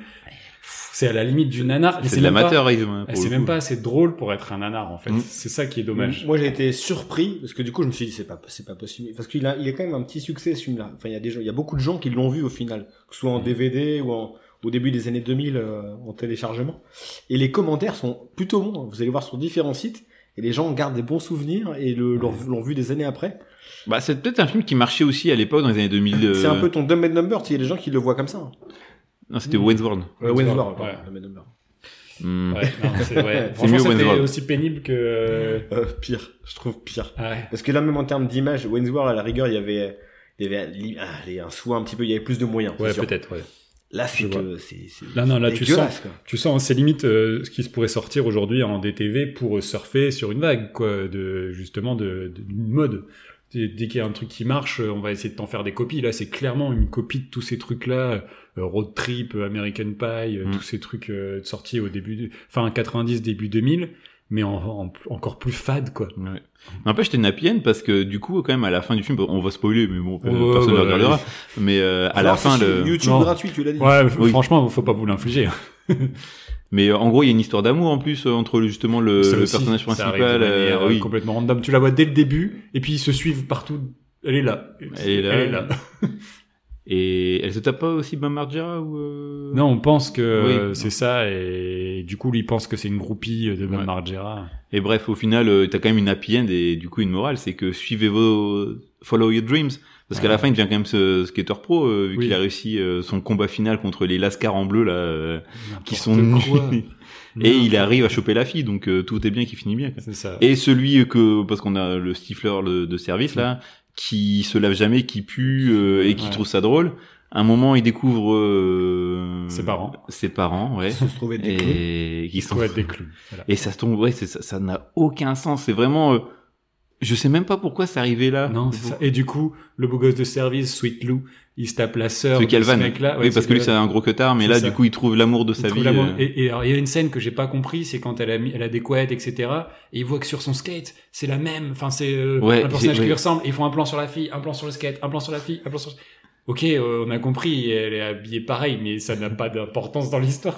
Speaker 2: pff, c'est à la limite du nanar. et
Speaker 3: C'est de
Speaker 2: même pas-
Speaker 3: l'amateurisme. hein,
Speaker 2: et
Speaker 3: pour
Speaker 2: Eh, C'est
Speaker 3: le
Speaker 2: même
Speaker 3: coup.
Speaker 2: pas assez drôle pour être un nanar, en fait.
Speaker 3: Mm.
Speaker 2: C'est ça qui est dommage.
Speaker 1: Moi, j'ai été surpris parce que du coup, je me suis dit c'est pas c'est pas possible parce qu'il a il y a quand même un petit succès ce film-là. Enfin, il y a des gens, il y a beaucoup de gens qui l'ont vu au final, que ce soit en DVD ou en au début des années 2000 euh, en téléchargement. Et les commentaires sont plutôt bons. hein. Vous allez voir sur différents sites et les gens gardent des bons souvenirs et le- l'ont l'ont vu des années après.
Speaker 3: Bah, c'est peut-être un film qui marchait aussi à l'époque dans les années 2000. euh,
Speaker 1: C'est un peu ton Dumb and Number. Il y a des gens qui le voient comme ça. hein.
Speaker 3: Non, c'était Wayne's World.
Speaker 1: Euh, Wayne's World,
Speaker 2: Ouais.
Speaker 1: pardon, Dumb and Number. Mm.
Speaker 3: Hmm.
Speaker 2: Ouais, non, c'est ouais.
Speaker 1: C'est
Speaker 2: Franchement,
Speaker 3: mieux Wayne's
Speaker 2: c'était
Speaker 3: World.
Speaker 2: aussi pénible que.
Speaker 1: Euh, pire, je trouve pire.
Speaker 2: Ah ouais.
Speaker 1: Parce que là, même en termes d'image, Wayne's World, à la rigueur, il y avait, il y avait li- ah, les- un soin un petit peu, il y avait plus de moyens. c'est
Speaker 2: Ouais,
Speaker 1: sûr.
Speaker 2: peut-être, ouais.
Speaker 1: Là, c'est
Speaker 2: Je
Speaker 1: que c'est c'est
Speaker 2: Là, non, là, tu
Speaker 1: dégueulasse, quoi.
Speaker 2: Tu sens, c'est limite euh, ce qui se pourrait sortir aujourd'hui en DTV pour surfer sur une vague, quoi, de, justement, de, de- d'une mode. Dès dès qu'il y a un truc qui marche, euh, on va essayer de t'en faire des copies. Là, c'est clairement une copie de tous ces trucs-là. euh, Road Trip, euh, American Pie, euh,
Speaker 3: Mm.
Speaker 2: tous ces trucs euh, sortis au début, de, fin 90, début 2000, mais en, en- encore plus fade, quoi.
Speaker 3: Ouais. N'empêche, j'étais une happy end parce que du coup, quand même, à la fin du film, on va spoiler, mais bon, euh,
Speaker 2: Ouais,
Speaker 3: personne ne
Speaker 2: ouais,
Speaker 3: regardera.
Speaker 2: ouais.
Speaker 3: Mais euh, à
Speaker 1: Alors,
Speaker 3: la fin,
Speaker 1: c'est
Speaker 3: le...
Speaker 1: sur YouTube
Speaker 2: Non.
Speaker 1: gratuit, tu l'as dit.
Speaker 2: Ouais,
Speaker 3: Oui. Euh,
Speaker 2: franchement, faut pas vous l'infliger.
Speaker 3: mais euh, en gros, il y a une histoire d'amour en plus euh, entre le- justement le,
Speaker 2: Ça
Speaker 3: le
Speaker 2: aussi,
Speaker 3: personnage
Speaker 2: ça
Speaker 3: principal.
Speaker 2: arrive de
Speaker 3: euh,
Speaker 2: manière, euh,
Speaker 3: oui.
Speaker 2: complètement random. Tu la vois dès le début, et puis ils se suivent partout. Elle est là.
Speaker 3: Elle est là. Et elle se tape pas aussi Ben Margera ou euh,
Speaker 2: Non, on pense que
Speaker 3: Oui.
Speaker 2: euh, c'est ça, et du coup, lui pense que c'est une groupie de Ben
Speaker 3: Ouais.
Speaker 2: Margera.
Speaker 3: Et bref, au final, euh, t'as quand même une happy end et du coup une morale, c'est que suivez vos, follow your dreams, parce qu'à
Speaker 2: Ouais.
Speaker 3: la fin il devient quand même ce skater pro euh, vu
Speaker 2: Oui.
Speaker 3: qu'il a réussi euh, son combat final contre les Lascar en bleu là, euh, qui sont
Speaker 2: N'importe quoi.
Speaker 3: nuls. et il arrive à choper la fille, donc euh, tout est bien qui finit bien. quoi.
Speaker 2: C'est ça.
Speaker 3: Et celui que parce qu'on a le stifleur de, de service là, qui se lave jamais, qui pue euh, et qui
Speaker 2: Ouais.
Speaker 3: trouve ça drôle. À un moment, il découvre euh,
Speaker 2: Ses parents.
Speaker 3: Ses parents, ouais.
Speaker 1: se trouver des clous.
Speaker 3: Et qui sont
Speaker 2: Faut être des clous. Voilà.
Speaker 3: et ça se tombe, ouais, c'est- ça ça n'a aucun sens. C'est vraiment, euh, je sais même pas pourquoi Ah, c'est arrivé là.
Speaker 2: Non, c'est ça. Et du coup, le beau gosse de service, Sweet Lou, il se tape la sœur.
Speaker 3: Ce
Speaker 2: de ce
Speaker 3: Calvan.
Speaker 2: mec-là.
Speaker 3: oui, parce que lui, c'est
Speaker 2: ça
Speaker 3: un gros cotard, mais
Speaker 2: C'est
Speaker 3: là,
Speaker 2: ça.
Speaker 3: du coup, il trouve l'amour de
Speaker 2: Il
Speaker 3: sa
Speaker 2: trouve
Speaker 3: vie.
Speaker 2: la mort-
Speaker 3: euh,
Speaker 2: Et, et alors, il y a une scène que j'ai pas compris, c'est quand elle a, mis, elle a des couettes, etc. Et il voit que sur son skate, c'est la même. Enfin, c'est euh,
Speaker 3: Ouais,
Speaker 2: un personnage
Speaker 3: c'est-
Speaker 2: qui lui
Speaker 3: ouais.
Speaker 2: ressemble. Ils font un plan sur la fille, un plan sur le skate, un plan sur la fille, un plan sur. Ok, euh, on a compris. Elle est habillée pareil, mais ça n'a pas d'importance dans l'histoire.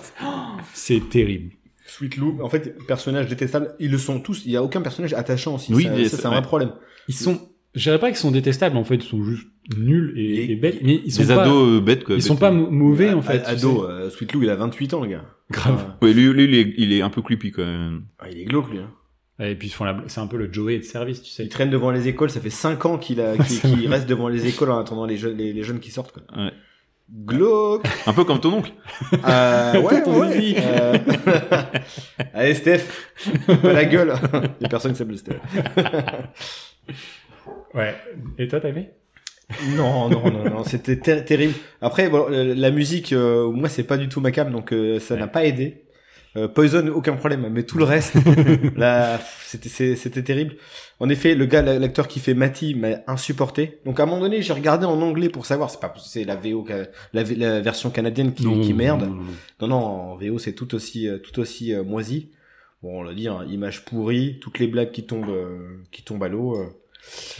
Speaker 2: C'est terrible.
Speaker 1: Sweet Lou, en fait, personnage détestable, ils le sont tous, il y a aucun personnage attachant aussi.
Speaker 3: Oui,
Speaker 1: ça,
Speaker 3: mais
Speaker 1: ça,
Speaker 3: c'est-
Speaker 1: c'est un vrai
Speaker 3: ouais.
Speaker 1: problème.
Speaker 2: Ils sont. Je dirais pas qu'ils sont détestables. En fait, ils sont juste nuls et,
Speaker 1: Et-
Speaker 2: et bêtes. Mais ils sont
Speaker 3: des
Speaker 2: pas.
Speaker 3: ados euh, bêtes, quoi.
Speaker 2: ils sont
Speaker 3: bêtes.
Speaker 2: pas mou- mauvais en
Speaker 1: A-
Speaker 2: fait. tu
Speaker 1: Ado, euh, Sweet Lou, il a 28 ans, le gars.
Speaker 3: euh,
Speaker 2: sais. Grave.
Speaker 1: Ah,
Speaker 3: Ouais, lui, lui, il est- il est un peu creepy, quand même.
Speaker 1: ah, il est glauque, lui. hein.
Speaker 2: Et puis ils font la- c'est un peu le Joey de service, tu sais.
Speaker 1: Il traîne devant les écoles, ça fait 5 ans qu'il a, qu'il, qu'il reste devant les écoles en attendant les, jeunes les, les jeunes qui sortent, quoi.
Speaker 3: Ouais.
Speaker 1: Glauque!
Speaker 3: Un peu comme ton oncle.
Speaker 1: Euh, ouais,
Speaker 2: Ton
Speaker 1: ouais.
Speaker 2: zizi.
Speaker 1: Euh, Allez, Steph, pas la gueule. Il y a personne qui s'appelle Steph.
Speaker 2: Ouais. Et toi, t'as aimé
Speaker 1: Non, non, non, non, c'était ter- terrible. Après, bon, euh, la musique, euh, moi, c'est pas du tout ma came, donc euh, ça n'a pas aidé. Euh, Poison, aucun problème, mais tout le reste, là, pff, c'était- c'est- c'était terrible. En effet, le gars, l'acteur qui fait Matty, m'a insupporté. Donc à un moment donné, j'ai regardé en anglais pour savoir. C'est pas, c'est la VO, ca- la, V- la version canadienne qui, qui merde.
Speaker 2: non, non, non.
Speaker 1: Non, non, en VO, c'est tout aussi, euh, tout aussi euh, moisi. Bon, on l'a dit, hein, image pourrie, toutes les blagues qui tombent, euh, qui tombent à l'eau. euh.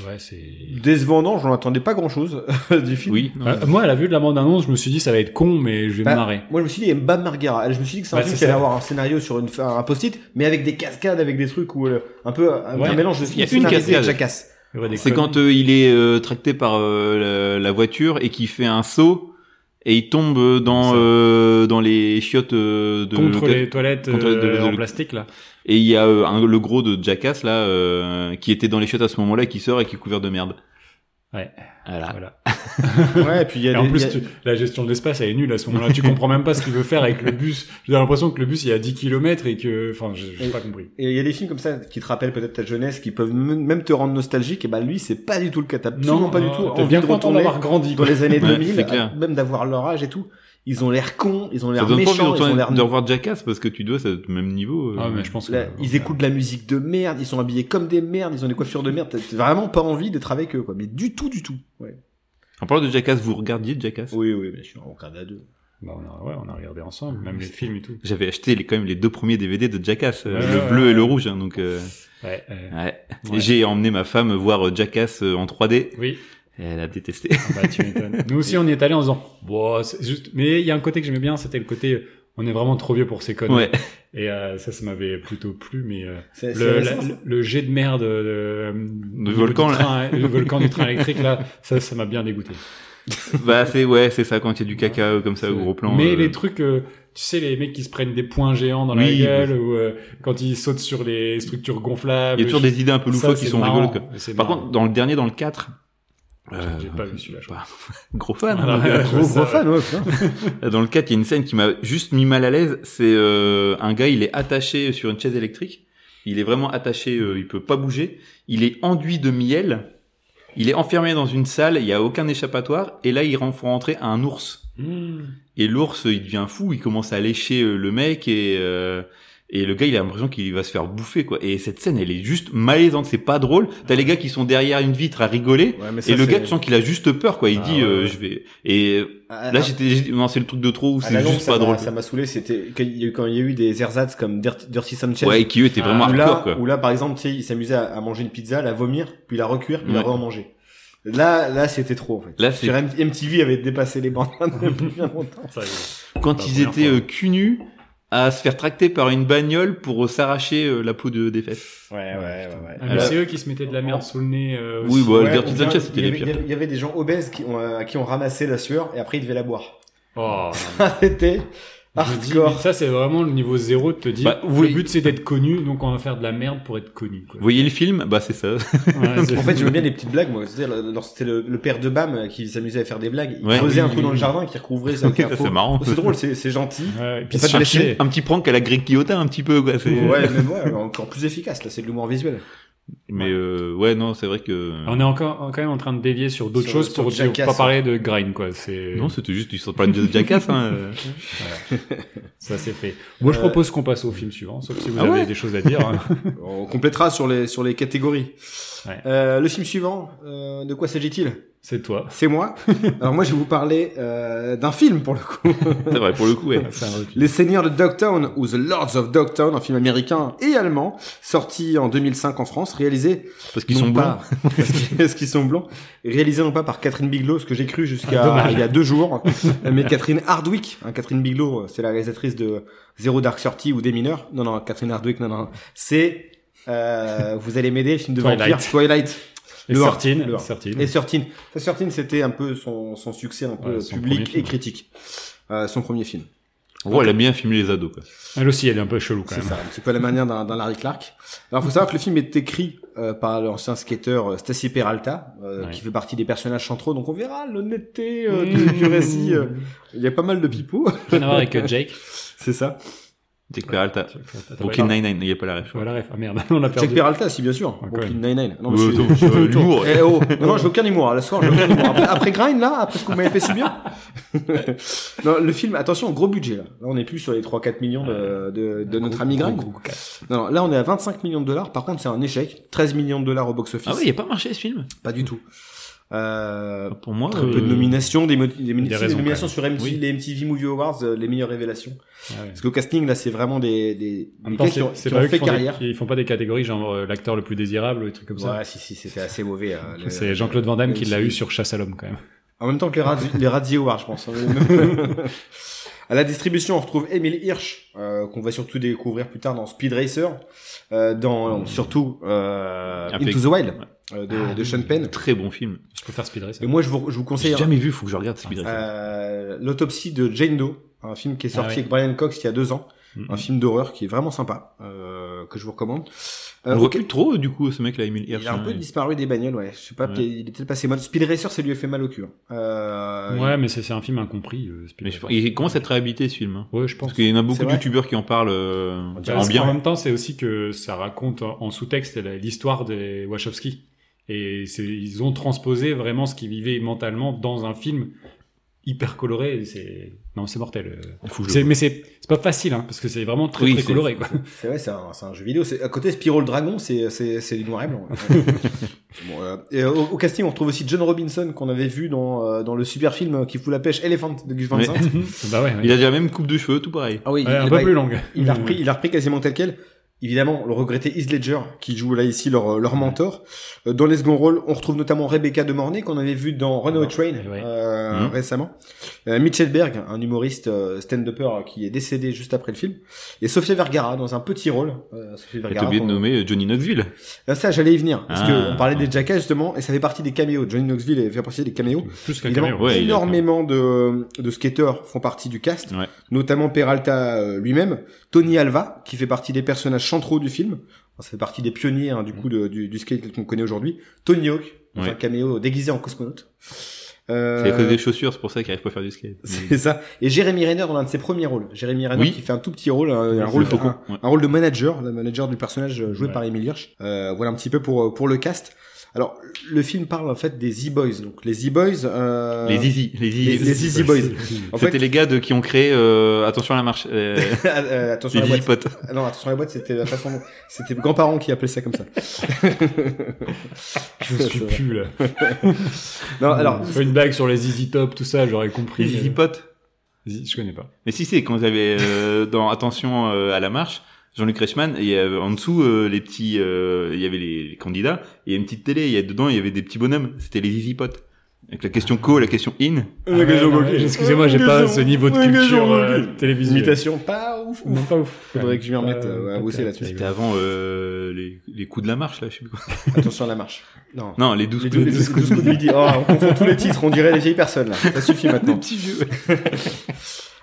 Speaker 2: Ouais, c'est.
Speaker 1: Décevant, non, j'en attendais pas grand-chose du film.
Speaker 3: Oui.
Speaker 2: Euh, moi, à la vue de la bande-annonce, je me suis dit, ça va être con, mais je vais
Speaker 1: Bah,
Speaker 2: me marrer.
Speaker 1: Moi, je me suis dit, Mba Margara. Elle, Je me suis dit que c'est un
Speaker 2: Bah,
Speaker 1: film
Speaker 2: c'est
Speaker 1: qui allait
Speaker 2: ça.
Speaker 1: avoir un scénario sur une, un post-it, mais avec des cascades, avec des trucs où, euh, un peu, un,
Speaker 2: Ouais.
Speaker 1: un mélange de
Speaker 3: y a
Speaker 1: film
Speaker 3: une
Speaker 1: scénarisé
Speaker 3: cascade.
Speaker 1: et jacasse.
Speaker 3: C'est quand euh, il est euh, tracté par euh, la, la voiture et qu'il fait un saut et il tombe euh, dans
Speaker 2: Ça.
Speaker 3: euh, dans les chiottes euh, de
Speaker 2: contre les toilettes
Speaker 3: contre
Speaker 2: euh,
Speaker 3: les- de-
Speaker 2: en
Speaker 3: de-
Speaker 2: plastique là.
Speaker 3: et il y a euh, un- le gros de Jackass là euh, qui était dans les chiottes à ce moment-là et qui sort et qui est couvert de merde.
Speaker 2: Ouais.
Speaker 3: Voilà.
Speaker 2: Voilà.
Speaker 1: Ouais, et puis il y
Speaker 2: Et
Speaker 1: a
Speaker 2: en
Speaker 1: des- il y
Speaker 2: plus,
Speaker 1: a-
Speaker 2: tu- la gestion de l'espace elle est nulle à ce moment-là. tu comprends même pas ce qu'il veut faire avec le bus. J'ai l'impression que le bus il est à 10 km et que, enfin, j'ai j'ai
Speaker 1: Et-
Speaker 2: pas compris.
Speaker 1: et il y a des films comme ça qui te rappellent peut-être ta jeunesse, qui peuvent m- même te rendre nostalgique, et bah lui, c'est pas du tout le cas. T'as absolument pas du tout
Speaker 2: T'es
Speaker 1: envie
Speaker 2: euh, bien
Speaker 1: de
Speaker 2: content
Speaker 1: retourner
Speaker 2: d'avoir grandi.
Speaker 1: dans
Speaker 2: quoi.
Speaker 1: les années
Speaker 3: Ouais,
Speaker 1: 2000,
Speaker 3: c'est clair.
Speaker 1: même d'avoir leur âge et tout. Ils ont l'air cons, ils ont
Speaker 3: Ça
Speaker 1: l'air
Speaker 3: donne pas envie de
Speaker 1: méchants, ils ont l'air
Speaker 3: retourner- de revoir Jackass parce que tu dois c'est au même niveau. euh.
Speaker 2: Ah, mais je pense que-
Speaker 1: Là, ils écoutent de la musique de merde, ils sont habillés comme des merdes, ils ont des coiffures de merde. T'as t'as vraiment pas envie d'être avec eux, quoi. Mais du tout, du tout. Ouais.
Speaker 3: En parlant de Jackass, vous regardiez Jackass
Speaker 1: Oui, oui, bien sûr. On regarde à deux.
Speaker 2: Bah, on a, ouais, on a regardé ensemble, même les films et tout.
Speaker 3: J'avais acheté les, quand même les deux premiers DVD de Jackass, euh,
Speaker 2: Ouais,
Speaker 3: le
Speaker 2: ouais,
Speaker 3: bleu
Speaker 2: ouais.
Speaker 3: et le rouge. hein, donc euh,
Speaker 2: Ouais. euh,
Speaker 3: ouais. Et
Speaker 2: Ouais.
Speaker 3: j'ai emmené ma femme voir euh, Jackass euh, en 3D.
Speaker 2: Oui.
Speaker 3: Elle a détesté.
Speaker 2: Ah bah, tu m'étonnes. Nous aussi, on y est allé en se disant, Bon, c'est juste. Mais il y a un côté que j'aimais bien, c'était le côté, euh, on est vraiment trop vieux pour ces connes.
Speaker 3: ouais.
Speaker 2: Et euh, ça, ça m'avait plutôt plu, mais euh,
Speaker 1: C'est- c'est
Speaker 2: le, la-
Speaker 1: récent, ça
Speaker 2: le jet de merde euh, du
Speaker 3: volcan,
Speaker 2: du
Speaker 3: là.
Speaker 2: train, le volcan du train électrique là, ça, ça m'a bien dégoûté.
Speaker 3: bah c'est ouais, c'est ça quand il y a du caca euh, comme ça au gros plan.
Speaker 2: Mais
Speaker 3: euh,
Speaker 2: les trucs, euh, tu sais, les mecs qui se prennent des points géants dans
Speaker 3: Oui,
Speaker 2: la gueule ou euh, quand ils sautent sur les structures gonflables.
Speaker 3: il y a toujours des idées un peu
Speaker 2: Ça,
Speaker 3: loufoques qui
Speaker 2: c'est
Speaker 3: sont
Speaker 2: marrant.
Speaker 3: rigolotes. quoi.
Speaker 2: C'est
Speaker 3: Par
Speaker 2: marrant.
Speaker 3: contre, dans le dernier, dans le euh, 4
Speaker 2: J'ai- j'ai pas vu celui-là, je
Speaker 3: pas- Gros fan. hein,
Speaker 2: Voilà.
Speaker 3: le gars.
Speaker 1: Bah, Gros,
Speaker 2: Ouais, ça,
Speaker 1: gros fan, ouais, putain.
Speaker 3: Dans le 4, il y a une scène qui m'a juste mis mal à l'aise. C'est euh, un gars, il est attaché sur une chaise électrique. Il est vraiment attaché, euh, il peut pas bouger. Il est enduit de miel. Il est enfermé dans une salle, il y a aucun échappatoire. Et là, il ren- faut rentrer à un ours.
Speaker 2: Mmh.
Speaker 1: Hmm.
Speaker 3: Et l'ours, il devient fou, il commence à lécher euh, le mec et euh, et le gars, il a l'impression qu'il va se faire bouffer quoi. Et cette scène, elle est juste malaisante, c'est pas drôle. T'as les gars qui sont derrière une vitre à rigoler.
Speaker 1: Ouais, mais ça,
Speaker 3: Et le
Speaker 1: c'est-
Speaker 3: gars, tu sens qu'il a juste peur, quoi. Il
Speaker 1: Ah,
Speaker 3: dit, euh,
Speaker 1: ouais.
Speaker 3: je vais. Et
Speaker 1: À-
Speaker 3: là,
Speaker 1: à-
Speaker 3: j'étais, j'ai dit, non, c'est le truc de trop ou
Speaker 1: à
Speaker 3: c'est
Speaker 1: la longue,
Speaker 3: juste
Speaker 1: ça
Speaker 3: pas
Speaker 1: m'a-
Speaker 3: drôle.
Speaker 1: Ça m'a saoulé, c'était quand il y a eu- quand il y a eu des ersatz comme Dirt- Dirty Sanchez.
Speaker 3: Ouais, et qui eux étaient vraiment
Speaker 1: Ou
Speaker 3: hardcore,
Speaker 1: là,
Speaker 3: quoi.
Speaker 1: ou là, par exemple, tu sais, il s'amusait à, à manger une pizza, la vomir, puis la recuire, puis la
Speaker 3: Ouais.
Speaker 1: remanger. Là, là, c'était trop, en fait.
Speaker 3: Là,
Speaker 1: Je
Speaker 3: c'est
Speaker 1: dirais, MTV avait dépassé les bandes depuis bien longtemps.
Speaker 2: Ça, oui.
Speaker 3: quand
Speaker 2: la
Speaker 3: ils
Speaker 2: première
Speaker 3: étaient
Speaker 2: fois.
Speaker 3: euh, cul nus à se faire tracter par une bagnole pour euh, s'arracher euh, la peau de, des fesses.
Speaker 1: Ouais, ouais, ouais, ouais.
Speaker 2: Ah, mais
Speaker 3: Alors-
Speaker 2: c'est eux qui se mettaient de la merde sous le nez. euh,
Speaker 3: Euh, Oui,
Speaker 2: aussi.
Speaker 3: bah, le
Speaker 1: Euh, Ouais,
Speaker 3: Dirty
Speaker 1: ou bien,
Speaker 3: Sanchez, c'était
Speaker 1: il y
Speaker 3: les
Speaker 1: avait-
Speaker 3: pires.
Speaker 1: Il y avait des gens obèses qui ont, euh, qui ont ramassé la sueur et après ils devaient la boire.
Speaker 2: Oh,
Speaker 1: C'était
Speaker 2: je me dis, mais
Speaker 1: hardcore.
Speaker 2: ça, c'est vraiment le niveau zéro de te dire.
Speaker 3: Bah, oui.
Speaker 2: Le but, c'est d'être connu, donc on va faire de la merde pour être connu. Quoi.
Speaker 3: Vous voyez le film? Bah, c'est ça.
Speaker 2: Ouais, c'est-
Speaker 1: En fait, j'aimais bien les petites blagues, moi. C'est-à-dire, lorsque c'était le, le père de Bam euh, qui s'amusait à faire des blagues, il
Speaker 3: Ouais.
Speaker 1: creusait un
Speaker 2: Oui,
Speaker 1: trou dans
Speaker 2: oui.
Speaker 1: le jardin et qui recouvrait ça avec un faux. Oh,
Speaker 3: c'est marrant.
Speaker 1: C'est drôle, c'est c'est gentil.
Speaker 2: Ouais, et puis
Speaker 1: Pas
Speaker 2: se
Speaker 1: de blessé.
Speaker 2: chercher.
Speaker 3: Un petit prank à la Greg Guillotin, un petit peu, quoi. c'est-
Speaker 1: Ouais, mais ouais, encore plus efficace, là, c'est de l'humour visuel.
Speaker 3: Mais euh, ouais, non, c'est vrai que.
Speaker 2: On est encore quand même en train de dévier sur d'autres
Speaker 1: Sur-
Speaker 2: choses
Speaker 1: sur
Speaker 2: pour dire-
Speaker 1: Jackass, hein.
Speaker 2: pas
Speaker 1: ouais.
Speaker 2: parler de grind quoi. C'est
Speaker 3: Non, c'était juste du problème de Jackass. Hein. euh.
Speaker 2: ça c'est fait. Moi je
Speaker 1: Euh,
Speaker 2: propose qu'on passe au film suivant, sauf si vous
Speaker 3: Ah
Speaker 2: avez
Speaker 3: ouais
Speaker 2: des choses à dire. hein.
Speaker 1: On complétera sur les, sur les catégories.
Speaker 2: Ouais.
Speaker 1: Euh, le film suivant, euh, de quoi s'agit-il
Speaker 2: c'est toi.
Speaker 1: C'est moi. Alors moi, je vais vous parler euh, d'un film pour le coup.
Speaker 3: C'est vrai, pour le coup, ouais.
Speaker 2: C'est un vrai film.
Speaker 1: Les Seigneurs de Dogtown ou The Lords of Dogtown, un film américain et allemand, sorti en 2005 en France, réalisé
Speaker 3: Parce qu'ils
Speaker 1: non
Speaker 3: sont blancs.
Speaker 1: pas- parce qu'ils- parce qu'ils sont blancs, réalisé non pas par Catherine Bigelow, ce que j'ai cru jusqu'à
Speaker 2: Ah, dommage.
Speaker 1: il y a deux jours, Euh, mais Catherine Hardwick. Hein, Catherine Bigelow, c'est la réalisatrice de Zéro Dark Thirty ou Des Mineurs. Non, non, Catherine Hardwick, non, non, c'est euh, vous allez m'aider, le film de
Speaker 2: Twilight.
Speaker 1: vampire Twilight.
Speaker 2: Et
Speaker 1: Le
Speaker 2: Sortine,
Speaker 1: Hard, le Hard.
Speaker 2: Sortine.
Speaker 1: Et Sortine. Ça, Sortine, c'était un peu son, son succès un peu
Speaker 2: Ouais, son premier
Speaker 1: public
Speaker 2: film.
Speaker 1: et critique. Euh, son premier film.
Speaker 3: En gros, elle a bien filmé les ados. Quoi.
Speaker 2: Elle aussi elle est un peu chelou quand
Speaker 1: C'est
Speaker 2: même.
Speaker 1: ça, un petit peu à la manière d'un d'un Larry Clark. Alors, faut savoir que le film est écrit euh, par l'ancien skateur euh, Stacy Peralta, euh,
Speaker 2: Ouais.
Speaker 1: qui fait partie des personnages centraux. Donc, on verra l'honnêteté euh,
Speaker 2: Mm.
Speaker 1: du, du récit. euh, Il y a pas mal de pipeaux,
Speaker 2: Rien à voir avec euh, Jake.
Speaker 1: c'est ça.
Speaker 3: Jack Peralta.
Speaker 2: Attends,
Speaker 3: Brooklyn
Speaker 2: voilà.
Speaker 3: Nine-Nine, il n'y a pas la ref.
Speaker 2: Voilà, bref. Ah merde, on a
Speaker 1: Jack
Speaker 2: perdu.
Speaker 1: Peralta, si bien sûr.
Speaker 2: Ah, quand
Speaker 1: Brooklyn
Speaker 2: même.
Speaker 1: Nine-Nine. Non, mais
Speaker 3: Ouais,
Speaker 1: je suis-
Speaker 3: attends, euh, l'humour.
Speaker 1: Eh oh, non, non, j'ai aucun humour. hein. Le soir, j'ai aucun humour. Après, après Grind, là, après ce qu'on m'avait fait si bien. non, le film, attention, gros budget, là. Là, on n'est plus sur les 3-4 millions de, de, de notre ami Grind. Non, là, on est à 25 millions de dollars. Par contre, c'est un échec. 13 millions de dollars au box-office.
Speaker 3: Ah ouais, il n'y a pas marché ce film
Speaker 1: Pas du tout. Euh,
Speaker 3: Pour moi,
Speaker 1: très peu de nominations, des, mo- des,
Speaker 2: des
Speaker 1: si, des
Speaker 2: raisons,
Speaker 1: nominations
Speaker 2: quand
Speaker 1: sur MTV,
Speaker 2: Oui.
Speaker 1: les MTV Movie Awards, euh, les meilleures révélations.
Speaker 2: Ah ouais.
Speaker 1: Parce qu'au casting, là, c'est vraiment des, des, des
Speaker 2: En même temps,
Speaker 1: gars qui
Speaker 2: c'est
Speaker 1: ont,
Speaker 2: c'est
Speaker 1: qui
Speaker 2: pas
Speaker 1: ont
Speaker 2: eux qui
Speaker 1: fait
Speaker 2: font des-
Speaker 1: carrière.
Speaker 2: ils font pas des catégories genre euh, l'acteur le plus désirable ou des trucs comme ça.
Speaker 1: Ouais, si, si, c'était assez mauvais. euh, le-
Speaker 2: C'est Jean-Claude Van Damme qui l'a
Speaker 1: MTV.
Speaker 2: eu sur Chasse à l'homme quand même.
Speaker 1: En même temps que les, radis, les Razzie Awards, je pense. hein. à la distribution, on retrouve Emile Hirsch, euh, qu'on va surtout découvrir plus tard dans Speed Racer, euh, dans surtout euh,
Speaker 3: Avec-
Speaker 1: Into the Wild
Speaker 3: Ouais.
Speaker 1: euh, de,
Speaker 2: Hmm. Ah,
Speaker 1: de
Speaker 2: oui.
Speaker 1: Sean Penn.
Speaker 3: Très bon film.
Speaker 2: Je préfère Speed Racer.
Speaker 1: Et moi, je vous, je vous
Speaker 3: J'ai
Speaker 1: conseille
Speaker 3: jamais vu, faut que je regarde Speed Racer.
Speaker 1: euh, l'autopsie de Jane Doe, un film qui est sorti
Speaker 2: Ah ouais.
Speaker 1: avec Brian Cox il y a deux ans,
Speaker 2: Mhm.
Speaker 1: un film d'horreur qui est vraiment sympa, euh, que je vous recommande. Euh,
Speaker 3: On le voit
Speaker 1: ok.
Speaker 3: plus trop, du coup, ce mec-là, Emile Hirsch.
Speaker 1: Il a un peu
Speaker 3: hein.
Speaker 1: disparu des bagnoles, ouais. Je sais pas,
Speaker 3: Ouais.
Speaker 1: peut-être- il est peut-être passé mode. Speed Racer, ça lui a fait mal au cul. hein. Euh,
Speaker 2: ouais, mais c'est c'est un film incompris. euh, Speed
Speaker 3: Mais je-
Speaker 2: Racer.
Speaker 3: il commence à être réhabilité, ce film. hein.
Speaker 2: Ouais, je pense.
Speaker 3: Parce qu'il y en a beaucoup
Speaker 1: C'est
Speaker 3: de
Speaker 1: vrai.
Speaker 3: youtubeurs qui en parlent euh,
Speaker 1: dirait
Speaker 3: en
Speaker 2: Parce qu'en
Speaker 3: bien.
Speaker 2: même temps, c'est aussi que ça raconte en en sous-texte la- l'histoire des Wachowski. Et c'est- ils ont transposé vraiment ce qu'ils vivaient mentalement dans un film hyper coloré. Et c'est- Non, c'est mortel. euh.
Speaker 3: Faut que je
Speaker 2: C'est-
Speaker 3: le
Speaker 2: Mais c'est c'est pas facile, hein, parce que c'est vraiment très,
Speaker 3: Oui,
Speaker 2: très
Speaker 3: c'est-
Speaker 2: coloré. Quoi.
Speaker 1: C'est vrai, c'est un, c'est un jeu vidéo. C'est- À côté, Spyro le Dragon, c'est c'est- c'est du noir et blanc. Bon, euh, et au, au casting, on retrouve aussi John Robinson, qu'on avait vu dans, euh, dans le super film qui fout la pêche Elephant de Gus Van
Speaker 3: Mais-
Speaker 1: Sant.
Speaker 2: bah ouais, ouais.
Speaker 3: vois. Il a déjà la même coupe de cheveux, tout pareil.
Speaker 1: Ah oui,
Speaker 2: Ouais, un
Speaker 1: il-
Speaker 2: peu
Speaker 1: bah,
Speaker 2: plus longue.
Speaker 1: il l'a repris, il l'a repris quasiment tel quel. Évidemment, le regretté Heath Ledger, qui joue là ici leur, leur mentor. Euh, Dans les seconds rôles, on retrouve notamment Rebecca De Mornay, qu'on avait vu dans Runaway
Speaker 3: Ah,
Speaker 1: Train
Speaker 2: Ouais.
Speaker 1: euh,
Speaker 3: Mhm.
Speaker 1: récemment. Euh, Mitchell Berg, un humoriste euh, stand-upper euh, qui est décédé juste après le film. Et Sofia Vergara, dans un petit rôle. Euh, Sofia
Speaker 3: Et T'as oublié de
Speaker 1: qu'on-
Speaker 3: nommer euh, Johnny Knoxville.
Speaker 1: Là, ça, j'allais y venir. Parce
Speaker 3: Ah.
Speaker 1: que on parlait des Jackass, justement, et ça fait partie des caméos. Johnny Knoxville fait partie des caméos.
Speaker 2: Plus qu'un
Speaker 1: Évidemment,
Speaker 2: caméo.
Speaker 3: ouais, il y a
Speaker 1: énormément de, de skateurs font partie du cast,
Speaker 3: Ouais.
Speaker 1: notamment Peralta euh, lui-même, Tony Alva, qui fait partie des personnages centraux du film, Enfin, ça fait partie des pionniers hein, du coup de- du, du skate qu'on connaît aujourd'hui, Tony Hawk, dans
Speaker 3: Ouais.
Speaker 1: un caméo déguisé en cosmonaute. Euh,
Speaker 3: C'est à cause des chaussures, c'est pour ça qu'il arrive pas à faire du skate.
Speaker 1: c'est ça. Et Jérémy Renner dans l'un de ses premiers rôles. Jérémy Renner
Speaker 3: Oui.
Speaker 1: qui fait un tout petit rôle, un, un
Speaker 2: Le
Speaker 1: rôle, de,
Speaker 3: faucon,
Speaker 1: un,
Speaker 3: ouais.
Speaker 1: un rôle de manager, le manager du personnage euh, joué
Speaker 2: Ouais.
Speaker 1: par Emile Hirsch. Euh, voilà un petit peu pour euh, pour le cast. Alors le film parle en fait des E-boys. Donc les E-boys. euh,
Speaker 3: Les Easy, les Easy.
Speaker 1: les- les Easy Boys. En
Speaker 3: C'était
Speaker 1: fait,
Speaker 3: les gars de, qui ont créé euh, Attention à la marche. euh,
Speaker 1: euh, attention
Speaker 3: les
Speaker 1: à la
Speaker 3: Easy
Speaker 1: boîte.
Speaker 3: Potes.
Speaker 1: Ah Non, attention à la boîte, c'était la façon. C'était mes grands-parents qui appelaient ça comme ça.
Speaker 2: Je suis plus là.
Speaker 1: Non, alors. euh,
Speaker 2: Fais une blague sur les Easy Top, tout ça, j'aurais compris.
Speaker 3: Les Easy Potes.
Speaker 2: Easy- Je connais pas.
Speaker 3: Mais si, c'est quand vous avez euh, dans Attention euh, à la marche, Jean-Luc Reichmann, et il y avait en dessous euh, les petits, euh, il y avait les, les candidats, et il y a une petite télé, il y a dedans, il y avait des petits bonhommes, c'était les Easy Potes. Avec la question co, la question in.
Speaker 2: Ah ouais, non, ouais, Excusez-moi, j'ai pas ce niveau de culture euh, télévisuelle.
Speaker 1: Imitation, pas ouf.
Speaker 2: Non,
Speaker 1: ouf.
Speaker 2: pas ouf.
Speaker 1: Faudrait que je m'y remette, euh, ouais, à bosser là-dessus.
Speaker 3: C'était avant euh, les, les coups de la marche, là, je sais plus quoi.
Speaker 1: Attention à la marche. Non.
Speaker 3: Non, les douze
Speaker 1: Les
Speaker 3: coups,
Speaker 1: dou- les douze coups de midi. Oh, on confond tous les titres, on dirait les vieilles personnes là. Ça suffit
Speaker 3: Des
Speaker 1: maintenant.
Speaker 3: petits vieux.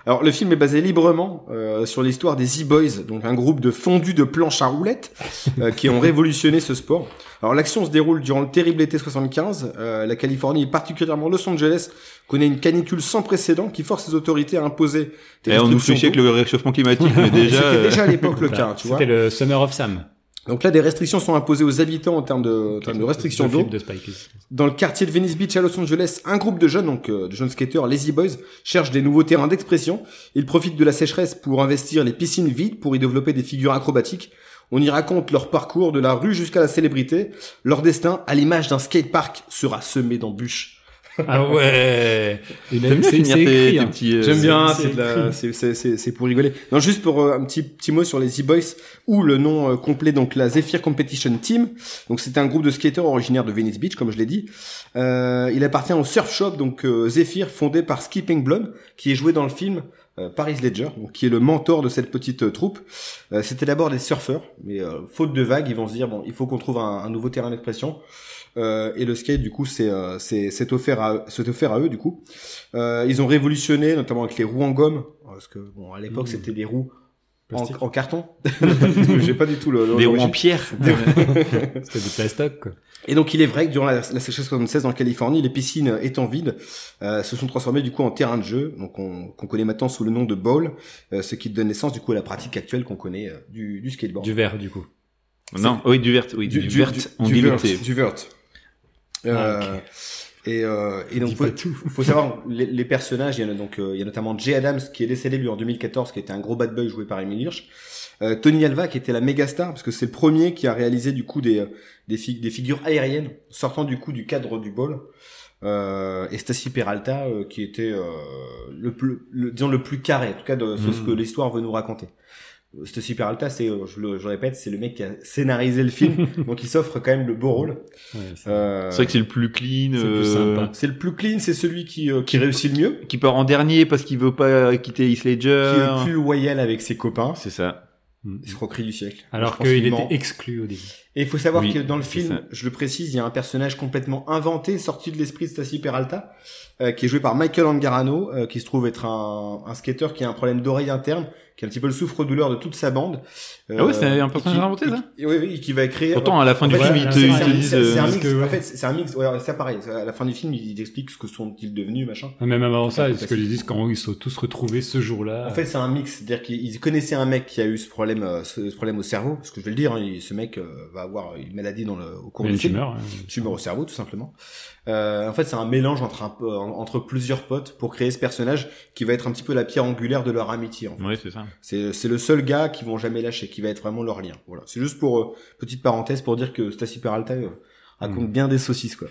Speaker 1: Alors le film est basé librement euh, sur l'histoire des E-Boys, donc un groupe de fondus de planches à roulettes euh, qui ont révolutionné ce sport. Alors l'action se déroule durant le terrible été 75. Euh, la Californie et particulièrement Los Angeles connaît une canicule sans précédent qui force les autorités à imposer des
Speaker 3: Eh, on nous
Speaker 1: restrictions
Speaker 3: fait chier avec
Speaker 1: d'eau.
Speaker 3: le réchauffement climatique, mais
Speaker 1: C'était
Speaker 3: déjà. euh,
Speaker 1: déjà à l'époque le cas, tu vois.
Speaker 2: C'était le Summer of Sam.
Speaker 1: Donc là, des restrictions sont imposées aux habitants en termes de, en termes de restrictions
Speaker 2: Le film
Speaker 1: d'eau.
Speaker 2: de Spike Lee.
Speaker 1: Dans le quartier de Venice Beach à Los Angeles, un groupe de jeunes, donc euh, de jeunes skateurs, Lazy Boys, cherchent des nouveaux terrains d'expression. Ils profitent de la sécheresse pour investir les piscines vides pour y développer des figures acrobatiques. On y raconte leur parcours de la rue jusqu'à la célébrité. Leur destin, à l'image d'un skatepark, sera semé d'embûches.
Speaker 2: Ah ouais. Il a-
Speaker 3: T'aimes bien
Speaker 2: c'est-
Speaker 3: finir
Speaker 2: c'est
Speaker 3: tes,
Speaker 2: écrit,
Speaker 3: tes
Speaker 2: hein.
Speaker 3: petits. euh,
Speaker 1: J'aime bien,
Speaker 2: c'est
Speaker 1: c'est de la- c'est- c'est- c'est- c'est pour rigoler. Non, juste pour euh, un petit petit mot sur les Z Boys ou le nom euh, complet donc la Zephyr Competition Team. Donc c'est un groupe de skateurs originaire de Venice Beach comme je l'ai dit. Euh, il appartient au surf shop donc euh, Zephyr fondé par Skipping Blum qui est joué dans le film euh, Paris Ledger donc qui est le mentor de cette petite euh, troupe. Euh, C'était d'abord des surfeurs mais euh, faute de vagues ils vont se dire bon il faut qu'on trouve un, un nouveau terrain d'expression. Euh, et le skate du coup c'est euh, c'est c'est offert à c'est offert à eux du coup. Euh, ils ont révolutionné, notamment avec les roues en gomme, Oh, parce que bon, à l'époque
Speaker 2: Mmh.
Speaker 1: c'était des roues en,
Speaker 2: Plastique.
Speaker 1: en carton. J'ai pas du tout le. le-
Speaker 3: Des roues
Speaker 1: l'origine.
Speaker 3: en pierre.
Speaker 2: C'était du plastoc, quoi.
Speaker 1: Et donc il est vrai que durant la, la sécheresse 76 en Californie, les piscines étant vides, euh, se sont transformées du coup en terrain de jeu, donc on- qu'on connaît maintenant sous le nom de bowl, euh, ce qui donne naissance du coup à la pratique actuelle qu'on connaît euh, du, du skateboard.
Speaker 2: Du verre, du coup.
Speaker 3: non, oh, oui, du vert, oui, du, vert en Ah,
Speaker 1: du vert,
Speaker 3: diluté.
Speaker 1: du vert. Euh, Et, euh, et donc,
Speaker 2: Dis
Speaker 1: faut,
Speaker 2: pas tout.
Speaker 1: faut savoir les, les personnages. Il y en a donc, euh, il y a notamment Jay Adams qui est décédé lui en 2014, qui était un gros bad boy joué par Emile Hirsch. Euh, Tony Alva qui était la méga star parce que c'est le premier qui a réalisé du coup des euh, des, fi- des figures aériennes sortant du coup du cadre du bol. Euh, et Stacy Peralta euh, qui était euh, le plus, le, disons le plus carré en tout cas de sur ce
Speaker 3: Hmm.
Speaker 2: Mhm.
Speaker 1: que l'histoire veut nous raconter. Euh, Stacy Peralta, c'est, euh, je le je le répète, c'est le mec qui a scénarisé le film, donc il s'offre quand même le beau rôle.
Speaker 2: Ouais, c'est-
Speaker 1: Euh,
Speaker 3: C'est vrai que c'est le plus clean.
Speaker 2: C'est le plus
Speaker 3: euh,
Speaker 2: sympa.
Speaker 1: c'est le plus clean, c'est celui qui, euh, qui réussit le mieux,
Speaker 3: Qui part en dernier parce qu'il veut pas quitter Heath
Speaker 1: qui est le
Speaker 3: Ledger.
Speaker 1: plus loyal avec ses copains.
Speaker 3: C'est ça.
Speaker 2: Mm.
Speaker 1: Escroquerie du siècle.
Speaker 2: Alors
Speaker 1: Je pense
Speaker 2: qu'il
Speaker 1: qu'il ment.
Speaker 2: était exclu au début.
Speaker 1: Et il faut savoir
Speaker 3: Oui,
Speaker 1: que dans le
Speaker 3: c'est
Speaker 1: film,
Speaker 3: ça.
Speaker 1: je le précise, il y a un personnage complètement inventé, sorti de l'esprit de Stacy Peralta, euh, qui est joué par Michael Angarano, euh, qui se trouve être un, un skateur qui a un problème d'oreille interne, qui est un petit peu le souffre-douleur de toute sa bande. Euh,
Speaker 3: Ah ouais, c'est un
Speaker 1: et
Speaker 3: personnage
Speaker 1: qui-
Speaker 3: inventé,
Speaker 1: et
Speaker 3: ça
Speaker 1: qui- Oui, oui, et qui va créer...
Speaker 3: Pourtant, à la fin
Speaker 1: En
Speaker 3: du
Speaker 1: fait,
Speaker 3: film,
Speaker 2: ouais,
Speaker 3: ils
Speaker 1: c'est-
Speaker 3: te,
Speaker 1: c'est
Speaker 3: ils
Speaker 1: un
Speaker 3: te
Speaker 2: ils
Speaker 1: mix-
Speaker 3: disent.
Speaker 1: c'est
Speaker 3: euh,
Speaker 1: un
Speaker 2: parce
Speaker 1: mix.
Speaker 2: que,
Speaker 1: En
Speaker 2: ouais.
Speaker 1: fait, c'est un mix. Ouais, c'est pareil. À la fin du film, ils expliquent ce que sont-ils devenus, machin.
Speaker 2: Ah, Même avant ça,
Speaker 1: Parce
Speaker 2: est-ce
Speaker 1: que
Speaker 2: que ils disent quand ils se sont tous retrouvés ce jour-là
Speaker 1: En fait, c'est un mix. C'est-à-dire qu'ils connaissaient un mec qui a eu ce problème, euh, ce, ce problème au cerveau. Parce que je vais le dire, hein, il- ce mec euh, va avoir une maladie dans le, au cours
Speaker 2: il y a
Speaker 1: du
Speaker 2: une
Speaker 1: film.
Speaker 2: tumeur. hein.
Speaker 1: Tumeur au cerveau, tout simplement. Euh, en fait, c'est un mélange entre, un, peu- entre plusieurs potes pour créer ce personnage qui va être un petit peu la pierre angulaire de leur amitié. En fait.
Speaker 3: Ouais, c'est ça.
Speaker 1: C'est c'est le seul gars qui vont jamais lâcher, qui va être vraiment leur lien. Voilà. C'est juste pour euh, petite parenthèse pour dire que Stacy Peralta euh,
Speaker 3: Mm.
Speaker 1: raconte bien des saucisses quoi.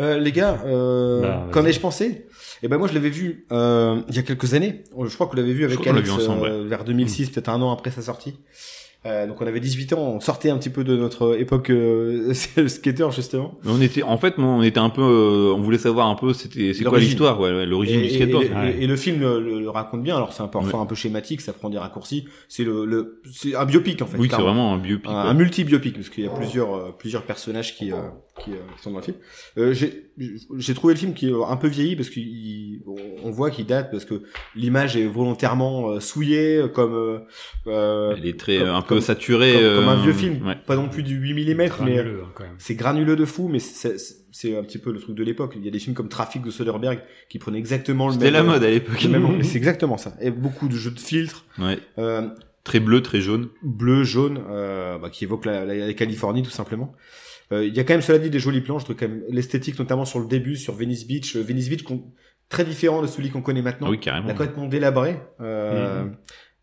Speaker 1: Euh, les gars, euh,
Speaker 2: Bah, vas-y.
Speaker 1: qu'en ai-je pensé Eh ben moi je l'avais vu euh, il y a quelques années. Je crois que l'avait vu avec
Speaker 3: crois qu'on l'a
Speaker 1: Alex
Speaker 3: vu ensemble, Mm.
Speaker 1: euh, vers 2006, peut-être un an après sa sortie. Euh, donc on avait 18 ans, on sortait un petit peu de notre époque euh, skater justement.
Speaker 3: Mais on était, en fait, moi, on était un peu, euh, on voulait savoir un peu, c'était, c'est quoi
Speaker 1: L'origine.
Speaker 3: l'histoire, ouais, ouais, l'origine du
Speaker 1: Et-
Speaker 3: skateboard.
Speaker 1: Et, et-
Speaker 2: ouais.
Speaker 1: et le film le, le- le raconte bien. Alors c'est un parfois un peu schématique, ça prend des raccourcis. C'est le, le- c'est un biopic en fait.
Speaker 3: oui, c'est
Speaker 1: clairement.
Speaker 3: vraiment un biopic.
Speaker 1: Un,
Speaker 3: quoi.
Speaker 1: un multi-biopic parce qu'il y a plusieurs euh, plusieurs personnages qui euh, qui, euh, qui sont dans le film. Euh, j'ai j'ai trouvé le film qui est un peu vieilli parce qu'il on on voit qu'il date parce que l'image est volontairement euh, souillée comme euh, euh,
Speaker 3: Elle est très,
Speaker 1: comme-
Speaker 3: euh, un peu
Speaker 1: comme-
Speaker 3: saturée.
Speaker 1: comme- comme un
Speaker 3: euh,
Speaker 1: vieux film.
Speaker 3: ouais.
Speaker 1: Pas non plus du 8 mm mais
Speaker 2: Granuleux, hein, quand même.
Speaker 1: c'est granuleux de fou, mais c'est c'est- c'est un petit peu le truc de l'époque. Il y a des films comme Trafic de Soderbergh qui prenaient exactement le même.
Speaker 3: C'était la mode à l'époque.
Speaker 1: Mais bon, c'est exactement ça. Et beaucoup de jeux de filtres,
Speaker 3: Ouais.
Speaker 1: euh,
Speaker 3: Très bleu, très jaune.
Speaker 1: bleu, jaune, euh, bah, qui évoquent la, la- la Californie tout simplement. Euh, Il y a quand même, cela dit, des jolis plans. Je trouve quand même l'esthétique, notamment sur le début, sur Venice Beach. Euh, Venice Beach, qu'on- très différent de celui qu'on connaît maintenant.
Speaker 3: Ah oui, carrément. Mm-hmm.
Speaker 1: La complètement délabrée. Euh,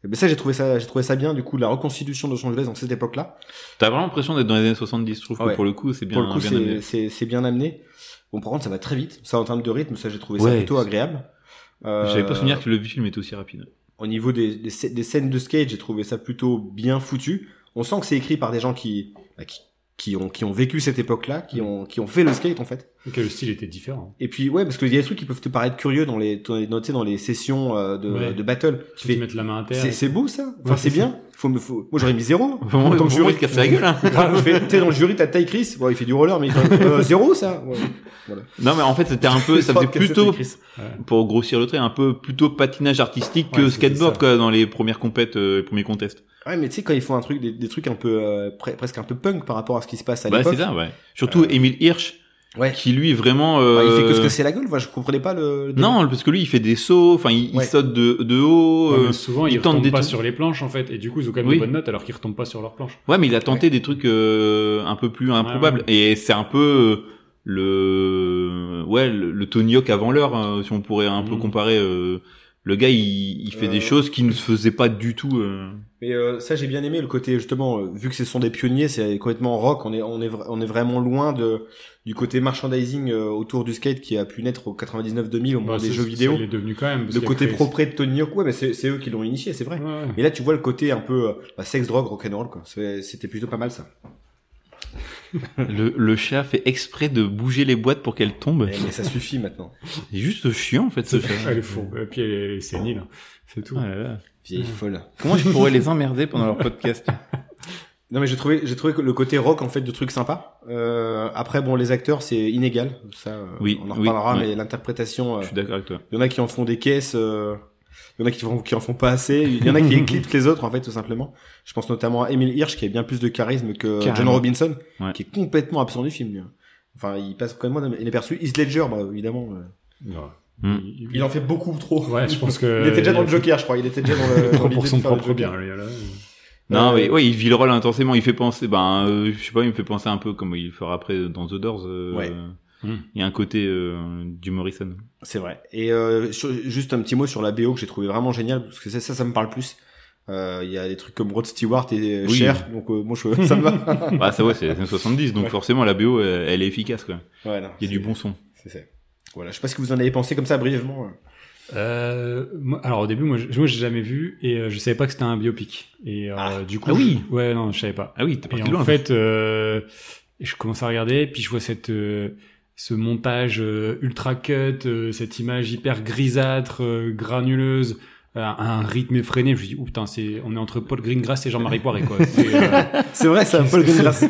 Speaker 1: Mais ça, j'ai trouvé ça, j'ai trouvé ça bien. Du coup, la reconstitution de Los Angeles dans cette époque-là.
Speaker 3: T'as vraiment l'impression d'être dans les années 70, je trouve
Speaker 1: Ouais.
Speaker 3: que pour le coup, c'est bien,
Speaker 1: pour le coup,
Speaker 3: bien
Speaker 1: c'est-
Speaker 3: amené.
Speaker 1: c'est c'est bien amené. Bon, par contre, ça va très vite. Ça, en termes de rythme, ça, j'ai trouvé ça
Speaker 3: Ouais,
Speaker 1: plutôt
Speaker 3: c'est-
Speaker 1: agréable. Euh,
Speaker 3: J'avais pas souvenir que le film était aussi rapide.
Speaker 1: Au niveau des, des, sc- des scènes de skate, j'ai trouvé ça plutôt bien foutu. On sent que c'est écrit par des gens qui, bah, qui, qui ont, qui ont vécu cette époque-là, qui
Speaker 3: Mm.
Speaker 1: ont, qui ont fait le skate, en fait.
Speaker 2: Ok, le style était différent.
Speaker 1: Et puis, ouais, parce qu'il y a des trucs qui peuvent te paraître curieux dans les, dans les, dans, tu sais, dans les sessions euh, de,
Speaker 2: Ouais.
Speaker 1: de battle. Tu
Speaker 2: Faut se
Speaker 1: fais,
Speaker 2: mettre la main à terre.
Speaker 1: c'est c'est beau, ça? Enfin,
Speaker 2: Ouais,
Speaker 1: c'est
Speaker 2: c'est
Speaker 1: bien. Faut me, faut, moi, j'aurais mis zéro.
Speaker 3: Au moment
Speaker 1: En
Speaker 3: où
Speaker 1: tant que
Speaker 3: le jury se casse la gueule, hein.
Speaker 1: Grave, je fais- tu sais, dans le jury, t'as Ty Chris. Bon, il fait du roller, mais il fait, euh, zéro, ça. Ouais.
Speaker 3: Non, mais en fait, c'était un peu, ça faisait
Speaker 1: Podcast de
Speaker 3: plutôt,
Speaker 1: Chris.
Speaker 3: pour grossir le trait, un peu plutôt patinage artistique que
Speaker 2: Ouais, c'était
Speaker 3: skateboard,
Speaker 2: ça.
Speaker 3: quoi, dans les premières compètes, euh, les premiers contests.
Speaker 1: Ouais, mais tu sais, quand ils font un truc, des, des trucs un peu, euh, pre- presque un peu punk par rapport à ce qui se passe à
Speaker 3: Bah, c'est
Speaker 1: l'époque.
Speaker 3: ça, ouais. Surtout Emile Hirsch,
Speaker 1: Ouais.
Speaker 3: qui lui est vraiment.
Speaker 1: Bah,
Speaker 3: euh,
Speaker 1: il fait que ce que c'est la gueule, moi je comprenais pas le. le délire.
Speaker 3: Non, parce que lui, il fait des sauts, enfin, il, il
Speaker 1: Ouais.
Speaker 3: saute de, de haut.
Speaker 2: Ouais,
Speaker 3: euh,
Speaker 2: mais souvent,
Speaker 3: ils
Speaker 2: ils,
Speaker 3: tentent
Speaker 2: retombent
Speaker 3: des
Speaker 2: pas
Speaker 3: trucs.
Speaker 2: sur les planches, en fait. Et du coup, ils ont quand même
Speaker 3: Oui.
Speaker 2: des bonnes notes alors qu'ils retombent pas sur leurs planches.
Speaker 3: Ouais, mais il a tenté des trucs euh, un peu plus improbables. Et c'est un peu euh, le ouais le, le Tony Hawk avant l'heure, euh, si on pourrait un peu
Speaker 2: Mhm.
Speaker 3: comparer. euh, le gars, il, il fait
Speaker 1: Euh.
Speaker 3: des choses qui ne se faisaient pas du tout. euh.
Speaker 1: Mais euh, ça j'ai bien aimé le côté justement euh, vu que ce sont des pionniers, c'est complètement rock. On est on est vra- on est vraiment loin de du côté merchandising euh, autour du skate qui a pu naître au 99 2000 au moment
Speaker 2: Bah,
Speaker 1: des
Speaker 2: c'est-
Speaker 1: jeux
Speaker 2: c'est-
Speaker 1: vidéo.
Speaker 2: Il est devenu quand même. parce
Speaker 1: Le
Speaker 2: qu'il a
Speaker 1: côté
Speaker 2: créé-
Speaker 1: propre de Tony Hawk, ouais, mais c'est c'est eux qui l'ont initié, c'est vrai.
Speaker 2: Ouais, ouais.
Speaker 1: Mais là, tu vois le côté un peu euh, bah, sexe, drogue, rock'n'roll, quoi. C'est- C'était plutôt pas mal, ça.
Speaker 3: le, le chat fait exprès de bouger les boîtes pour qu'elles tombent.
Speaker 1: Mais, mais ça suffit maintenant.
Speaker 3: C'est juste chiant en fait ce chat.
Speaker 2: Elle est fou. Et puis, elle est, elle est sénile. hein. C'est tout.
Speaker 3: Oh là là.
Speaker 1: Vieille
Speaker 2: Mm.
Speaker 1: folle.
Speaker 3: Comment je pourrais les emmerder pendant leur podcast
Speaker 1: Non, mais j'ai trouvé, j'ai trouvé que le côté rock, en fait, de trucs sympas. Euh, après, bon, les acteurs, c'est inégal. Ça, euh,
Speaker 3: Oui,
Speaker 1: on en
Speaker 3: oui,
Speaker 1: reparlera,
Speaker 3: ouais.
Speaker 1: mais l'interprétation, euh,
Speaker 3: Je suis d'accord avec toi.
Speaker 1: il y en a qui en font des caisses, euh, il y en a qui, font- qui en font pas assez, il y en a qui éclipsent les autres, en fait, tout simplement. Je pense notamment à Emile Hirsch, qui a bien plus de charisme que John
Speaker 3: Carrément.
Speaker 1: Robinson,
Speaker 3: Ouais.
Speaker 1: qui est complètement absent du film, lui. hein. Enfin, il passe quand même inaperçu. Heath Ledger, bah, évidemment. euh,
Speaker 2: Ouais.
Speaker 3: Mm.
Speaker 1: Il en fait beaucoup trop.
Speaker 2: Ouais, je pense que.
Speaker 1: Il était déjà
Speaker 3: Euh,
Speaker 1: dans le Joker, je crois. Il était déjà dans le. dans l'idée
Speaker 2: pour son
Speaker 1: de faire le
Speaker 2: propre bien.
Speaker 1: Joker.
Speaker 2: lui, là.
Speaker 3: Non,
Speaker 1: Euh,
Speaker 3: mais ouais, il vit le rôle intensément. Il fait penser, ben, euh, je sais pas, il me fait penser un peu comme il fera après dans The Doors. euh,
Speaker 1: Ouais.
Speaker 2: Hmm.
Speaker 3: Il y a un côté euh, du Morrison.
Speaker 1: C'est vrai. Et euh, sur- juste un petit mot sur la BO que j'ai trouvé vraiment génial parce que c'est ça, ça me parle plus. Euh, Il y a des trucs comme Rod Stewart et euh,
Speaker 3: Oui.
Speaker 1: Cher, donc euh, moi je, ça me va.
Speaker 3: bah, ça, ouais, c'est les années 70, donc
Speaker 1: Ouais.
Speaker 3: forcément, la BO, elle, elle est efficace, quoi.
Speaker 1: ouais, non,
Speaker 3: Il y a du
Speaker 1: c'est-
Speaker 3: bon son.
Speaker 1: C'est ça. Voilà, je sais pas ce que vous en avez pensé comme ça brièvement.
Speaker 2: Euh, moi- alors au début, moi, je- moi, j'ai jamais vu et euh, je savais pas que c'était un biopic. Et euh,
Speaker 1: Ah.
Speaker 2: du coup,
Speaker 3: Ah oui.
Speaker 2: je- ouais, non, je savais pas.
Speaker 3: Ah oui, t'es
Speaker 2: Et
Speaker 3: parti
Speaker 2: en
Speaker 3: loin.
Speaker 2: fait, euh, je commence à regarder, puis je vois cette euh, ce montage euh, ultra cut, euh, cette image hyper grisâtre, euh, granuleuse, euh, à un rythme effréné. Je me dis, oh putain, c'est on est entre Paul Greengrass et Jean-Marie Poiré quoi. C'est, euh,
Speaker 1: C'est vrai, ça Paul Greengrass.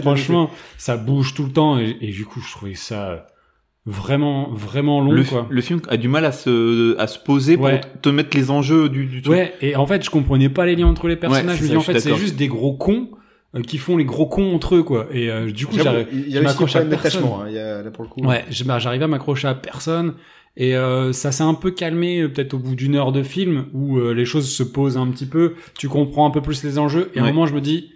Speaker 2: Franchement, ça bouge tout le temps et, et du coup, je trouvais ça vraiment vraiment long
Speaker 3: le,
Speaker 2: quoi.
Speaker 3: le film a du mal à se, à se poser pour
Speaker 2: Ouais.
Speaker 3: te mettre les enjeux du, du truc.
Speaker 2: Ouais, et en fait, je comprenais pas les liens entre les
Speaker 3: Ouais,
Speaker 2: personnages. je me
Speaker 3: c'est
Speaker 2: dis, en
Speaker 3: ça, je suis
Speaker 2: fait, c'est
Speaker 3: d'accord.
Speaker 2: juste des gros cons euh, qui font les gros cons entre eux, quoi. Et euh, du coup,
Speaker 1: J'avoue,
Speaker 2: j'arrive-
Speaker 1: il y
Speaker 2: je
Speaker 1: a aussi un
Speaker 2: m'accroche à
Speaker 1: problème
Speaker 2: personne.
Speaker 1: d'attachement. hein, il y a- là pour le coup.
Speaker 2: ouais, je- bah, j'arrivais à m'accrocher à personne. Et euh, ça s'est un peu calmé, euh, peut-être au bout d'une heure de film, où euh, les choses se posent un petit peu. Tu comprends un peu plus les enjeux. Et à un
Speaker 3: Ouais.
Speaker 2: moment, je me dis.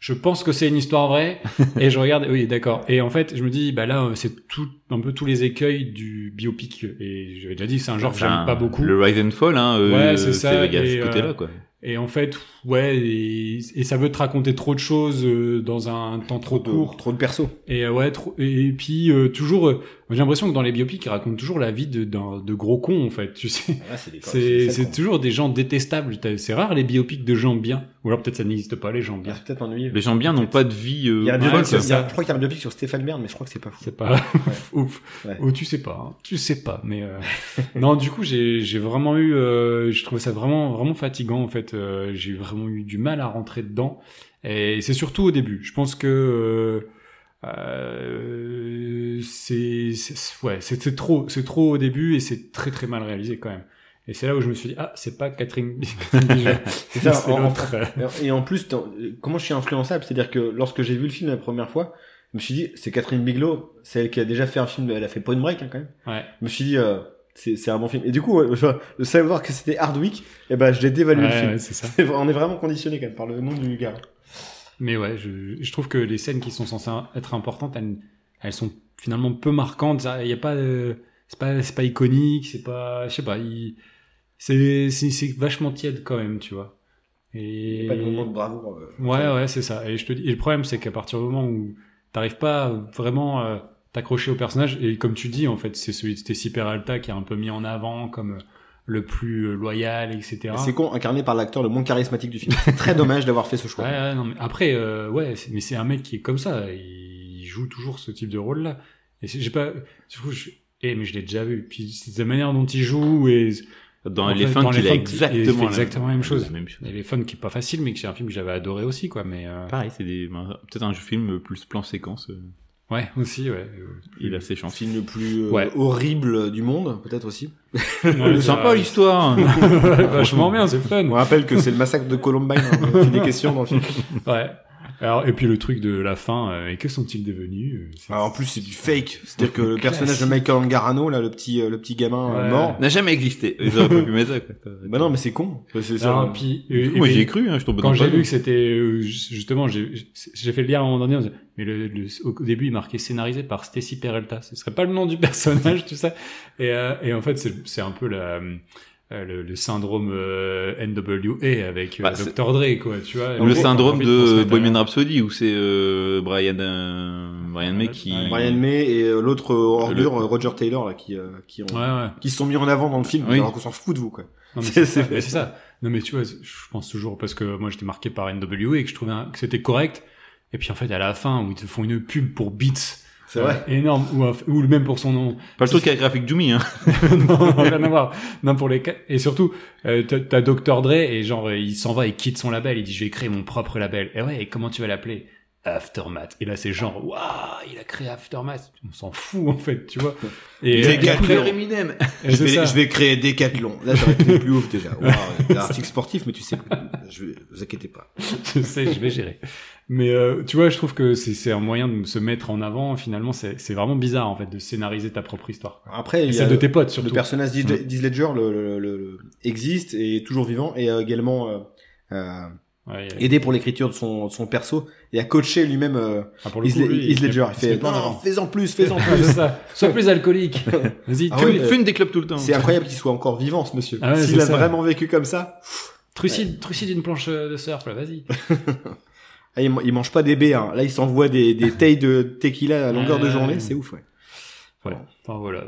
Speaker 2: Je pense que c'est une histoire vraie et je regarde. Oui, d'accord. Et en fait, je me dis, bah là, euh, c'est tout un peu tous les écueils du biopic. Et j'avais déjà dit, c'est un genre que j'aime
Speaker 3: Enfin,
Speaker 2: pas beaucoup.
Speaker 3: Le Rise and Fall, hein, euh,
Speaker 2: Ouais, c'est ça,
Speaker 3: Il y a
Speaker 2: et,
Speaker 3: ce
Speaker 2: euh,
Speaker 3: côté-là, quoi.
Speaker 2: Et en fait, ouais, et, et ça veut te raconter trop de choses euh, dans un temps trop
Speaker 1: De-
Speaker 2: court.
Speaker 1: trop de perso.
Speaker 2: Et euh, ouais, trop- et puis euh, toujours, euh, j'ai l'impression que dans les biopics, ils racontent toujours la vie de, d'un- de gros cons en fait. Tu sais, c'est c'est toujours des gens détestables. T'as- C'est rare les biopics de gens bien. Ou alors peut-être ça n'existe pas les gens bien.
Speaker 1: peut-être ennuyeux.
Speaker 3: Les gens bien n'ont pas de vie. euh,
Speaker 1: Il y a un
Speaker 2: Ouais,
Speaker 1: biopic,
Speaker 2: c'est
Speaker 1: sur- il y a-
Speaker 2: ça.
Speaker 1: je crois qu'il y a un biopic sur Stéphane Bern, mais je crois que c'est pas fou.
Speaker 2: C'est pas ouf.
Speaker 1: Ouais.
Speaker 2: Ou tu sais pas, hein. tu sais pas. Mais euh, non, du coup, j'ai j'ai vraiment eu, euh, je trouvais ça vraiment vraiment fatigant en fait. Euh, j'ai vraiment eu du mal à rentrer dedans. Et c'est surtout au début. Je pense que euh, euh, c'est c'est- c'est- ouais, c'est c'est trop, c'est trop au début et c'est très très mal réalisé quand même. Et c'est là où je me suis dit ah c'est pas Catherine, Catherine Bigelow.
Speaker 1: C'est ça,
Speaker 2: c'est
Speaker 1: en- en-
Speaker 2: l'autre.
Speaker 1: Et en plus, dans- euh, comment je suis influençable C'est-à-dire que lorsque j'ai vu le film la première fois, je me suis dit, c'est Catherine Bigelow, c'est elle qui a déjà fait un film, elle a fait Point Break hein, quand même.
Speaker 2: Ouais.
Speaker 1: Je me suis dit, euh, c'est c'est un bon film. Et du coup, ouais, je- le savoir que c'était Hardwick, eh ben, je l'ai dévalué
Speaker 2: Ouais,
Speaker 1: le
Speaker 2: ouais,
Speaker 1: film.
Speaker 2: c'est ça.
Speaker 1: C'est vrai, On est vraiment conditionné quand même par le nom du gars.
Speaker 2: Mais ouais, je, je trouve que les scènes qui sont censées être importantes, elles, elles sont finalement peu marquantes. Ça, Il y a pas, euh, c'est pas, c'est pas iconique, c'est pas, je sais pas, il- c'est, c'est, c'est vachement tiède quand même, tu vois. Et
Speaker 1: Pas de moment de bravoure. euh.
Speaker 2: ouais, ouais, c'est ça. Et je te dis, et le problème, c'est qu'à partir du moment où t'arrives pas à vraiment euh, t'accrocher au personnage, et comme tu dis, en fait, c'est celui de Stacy Peralta qui est un peu mis en avant comme le plus euh, loyal, etc.
Speaker 1: Et C'est con, incarné par l'acteur le moins charismatique du film. C'est très dommage d'avoir fait ce
Speaker 2: Ouais,
Speaker 1: choix.
Speaker 2: ouais, non, mais après, euh, ouais, c'est- mais c'est un mec qui est comme ça. Il joue toujours ce type de rôle-là. Et c'est- j'ai pas. du coup, je- eh, mais je l'ai déjà vu. Puis c'est la manière dont il joue et,
Speaker 3: Dans
Speaker 2: en fait,
Speaker 3: les
Speaker 2: dans
Speaker 3: fans, il
Speaker 2: Elephant,
Speaker 3: a
Speaker 2: il- il fait
Speaker 3: exactement, la-
Speaker 2: exactement la même chose.
Speaker 3: La même chose.
Speaker 2: et les fun qui est pas facile, mais que c'est un film que j'avais adoré aussi, quoi. Mais euh,
Speaker 3: Pareil, c'est des, ben, peut-être un film plus plan séquence. euh,
Speaker 2: ouais, aussi, ouais. euh,
Speaker 3: Il a ses
Speaker 1: Un
Speaker 3: chances.
Speaker 1: film le plus euh,
Speaker 2: Ouais.
Speaker 1: horrible du monde, peut-être aussi.
Speaker 2: ouais,
Speaker 3: Oh, sympa
Speaker 2: ça-
Speaker 3: l'histoire.
Speaker 2: Vachement bien, c'est fun.
Speaker 1: On rappelle que c'est le massacre de Columbine, hein, dont il est question dans le film.
Speaker 2: Ouais. Alors, et puis le truc de la fin, euh, et que sont-ils devenus euh, c'est-
Speaker 1: Alors, Ah, en plus, c'est du fake. C'est-à-dire que le personnage de Michael Angarano, là, le petit, euh, le petit gamin euh,
Speaker 2: Ouais.
Speaker 1: mort.
Speaker 3: N'a jamais existé. Ils auraient pas pu mettre ça, quoi.
Speaker 1: Bah non, mais c'est con. Bah, C'est
Speaker 2: Alors,
Speaker 1: ça.
Speaker 2: puis,
Speaker 3: Du
Speaker 2: euh,
Speaker 3: coup,
Speaker 2: et
Speaker 3: moi,
Speaker 2: puis,
Speaker 3: j'y ai cru, hein, je tombe dans
Speaker 2: Quand
Speaker 3: le
Speaker 2: j'ai
Speaker 3: panneau.
Speaker 2: vu que c'était euh, ju- justement, j'ai j'ai fait le lien à un moment donné. on se dit, Mais le, le- au début, il marquait scénarisé par Stacy Peralta. Ce serait pas le nom du personnage, tout ça. Et, euh, et en fait, c'est c'est un peu la, euh, le, le syndrome euh, NWA avec euh,
Speaker 3: Bah, c'est-
Speaker 2: Dr Dre, quoi. Tu vois.
Speaker 3: Ou le syndrome de Bohemian
Speaker 2: Rhapsody
Speaker 3: Rhapsody où c'est euh, Brian euh, Brian May qui
Speaker 2: Ouais,
Speaker 1: Brian May et euh, l'autre euh, ordure,
Speaker 3: Le-
Speaker 1: euh, Roger Taylor, là, qui, euh, qui ont,
Speaker 2: Ouais, ouais.
Speaker 1: qui se sont mis en avant dans le film,
Speaker 3: Oui.
Speaker 1: alors qu'on s'en fout de vous, quoi.
Speaker 2: Non, mais
Speaker 1: C'est-
Speaker 2: c'est ça,
Speaker 1: c'est-
Speaker 2: mais c'est ça. Non, mais tu vois, je pense toujours parce que moi j'étais marqué par NWA et que je trouvais un- que c'était correct. Et puis en fait, à la fin, où ils te font une pub pour Beats.
Speaker 1: C'est
Speaker 2: euh,
Speaker 1: vrai.
Speaker 2: énorme ou, un- ou le même pour son nom
Speaker 3: Pas le truc avec Graphic Jumi, hein.
Speaker 2: non, rien à voir. Non, pour les ca- et surtout, euh, t'as- t'as Dr Dre et genre euh, il s'en va, il quitte son label, il dit je vais créer mon propre label. Et ouais, et comment tu vas l'appeler Aftermath. Et là c'est genre waouh, il a créé Aftermath. On s'en fout en fait, tu vois. Et,
Speaker 1: J'ai
Speaker 2: et
Speaker 1: gagné.
Speaker 2: après-
Speaker 1: Couleur
Speaker 3: Eminem.
Speaker 2: et
Speaker 1: Je
Speaker 2: c'est ça.
Speaker 1: vais, je vais créer Decathlon. Là, j'aurais été plus ouf, déjà. Waouh, t'es article sportif, mais tu sais, je vais- vous inquiétez pas.
Speaker 2: je sais, je vais gérer. Mais euh, tu vois, je trouve que c'est c'est un moyen de se mettre en avant. Finalement, c'est c'est vraiment bizarre en fait de scénariser ta propre histoire.
Speaker 1: Après,
Speaker 2: Et
Speaker 1: il y a
Speaker 2: celle de tes potes
Speaker 1: le
Speaker 2: surtout.
Speaker 1: personnage d'Heath
Speaker 2: Mm.
Speaker 1: Heath Ledger le, le- le- le- existe et est toujours vivant et euh, également euh, euh,
Speaker 2: Ouais, et-
Speaker 1: aidé pour l'écriture de son, de son perso et a coaché lui-même euh,
Speaker 2: ah, pour le
Speaker 1: Heath
Speaker 2: coup, lui,
Speaker 1: Heath Ledger. Il
Speaker 2: se met
Speaker 1: fait
Speaker 2: pas en
Speaker 1: non, non,
Speaker 2: avant.
Speaker 1: fais-en plus, fais-en
Speaker 2: C'est
Speaker 1: plus.
Speaker 2: ça. Sois plus alcoolique. Vas-y,
Speaker 1: Ah
Speaker 2: tu-
Speaker 1: ouais, euh,
Speaker 3: Fume des clubs tout le temps.
Speaker 1: C'est incroyable qu'il soit encore vivant, ce monsieur.
Speaker 2: Ah ouais,
Speaker 1: S'il
Speaker 2: c'est
Speaker 1: a
Speaker 2: ça.
Speaker 1: vraiment vécu comme ça,
Speaker 2: Trucide, trucide une planche euh, de surf, là, vas-y.
Speaker 1: ah, il, man- il mange pas des baies. hein. Là, il s'envoie des, des tailles de tequila à longueur de
Speaker 2: Ouais.
Speaker 1: journée. C'est ouf, ouais.
Speaker 2: Enfin, voilà.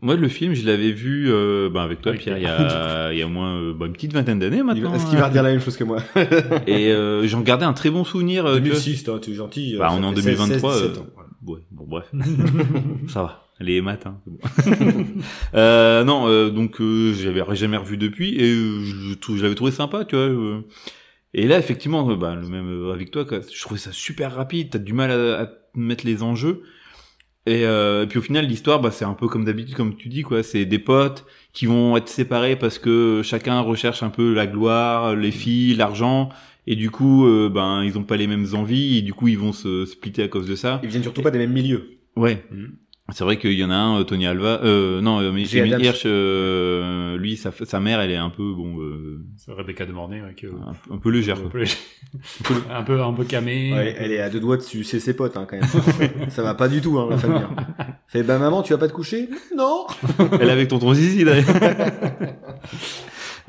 Speaker 3: Moi, le film, je l'avais vu euh, ben, avec toi,
Speaker 2: Avec
Speaker 3: Pierre, il y
Speaker 2: Pierre.
Speaker 3: a, il y a au moins euh, ben, une petite vingtaine d'années
Speaker 1: Il va-
Speaker 3: maintenant.
Speaker 1: Est-ce qu'il va dire la même chose que moi
Speaker 3: hein. Et euh, j'en gardais un très bon souvenir. euh, tu vois.
Speaker 1: toi, tu es gentil. euh,
Speaker 3: Bah, on est en 2023,
Speaker 1: ans, voilà.
Speaker 3: Ouais, bon, bref. Ça va. Les maths, hein, c'est bon. euh, non, euh, donc euh, je l'avais jamais revu depuis et euh, je, le trou- je l'avais trouvé sympa, tu vois. euh. Et là, effectivement, euh, bah, le même euh, avec toi, quoi, je trouvais ça super rapide. T'as du mal à, à mettre les enjeux. Et, euh, et puis au final, l'histoire, bah, c'est un peu comme d'habitude, comme tu dis, quoi. C'est des potes qui vont être séparés parce que chacun recherche un peu la gloire, les filles, l'argent. Et du coup, euh, ben, ils ont pas les mêmes envies. Et du coup, ils vont se splitter à cause de ça.
Speaker 1: Ils viennent surtout pas des mêmes milieux.
Speaker 3: Ouais.
Speaker 2: Mhm.
Speaker 3: C'est vrai qu'il y en a un, euh, Tony Alva, euh, non, euh, mais
Speaker 1: Jay
Speaker 3: Jimmy
Speaker 1: Adams.
Speaker 3: Hirsch, euh, lui, sa, sa mère, elle est un peu, bon, euh,
Speaker 2: C'est Rebecca de Mornay, ouais, qui est-
Speaker 3: un, un peu légère.
Speaker 2: un
Speaker 3: quoi.
Speaker 2: peu, un peu, un peu camé.
Speaker 1: Ouais, elle est à deux doigts de sucer ses potes, hein, quand même. ça va pas du tout, hein, la famille. hein. Fait, bah, maman, tu vas pas te coucher? Non!
Speaker 3: elle est avec tonton Zizi, d'ailleurs. Et,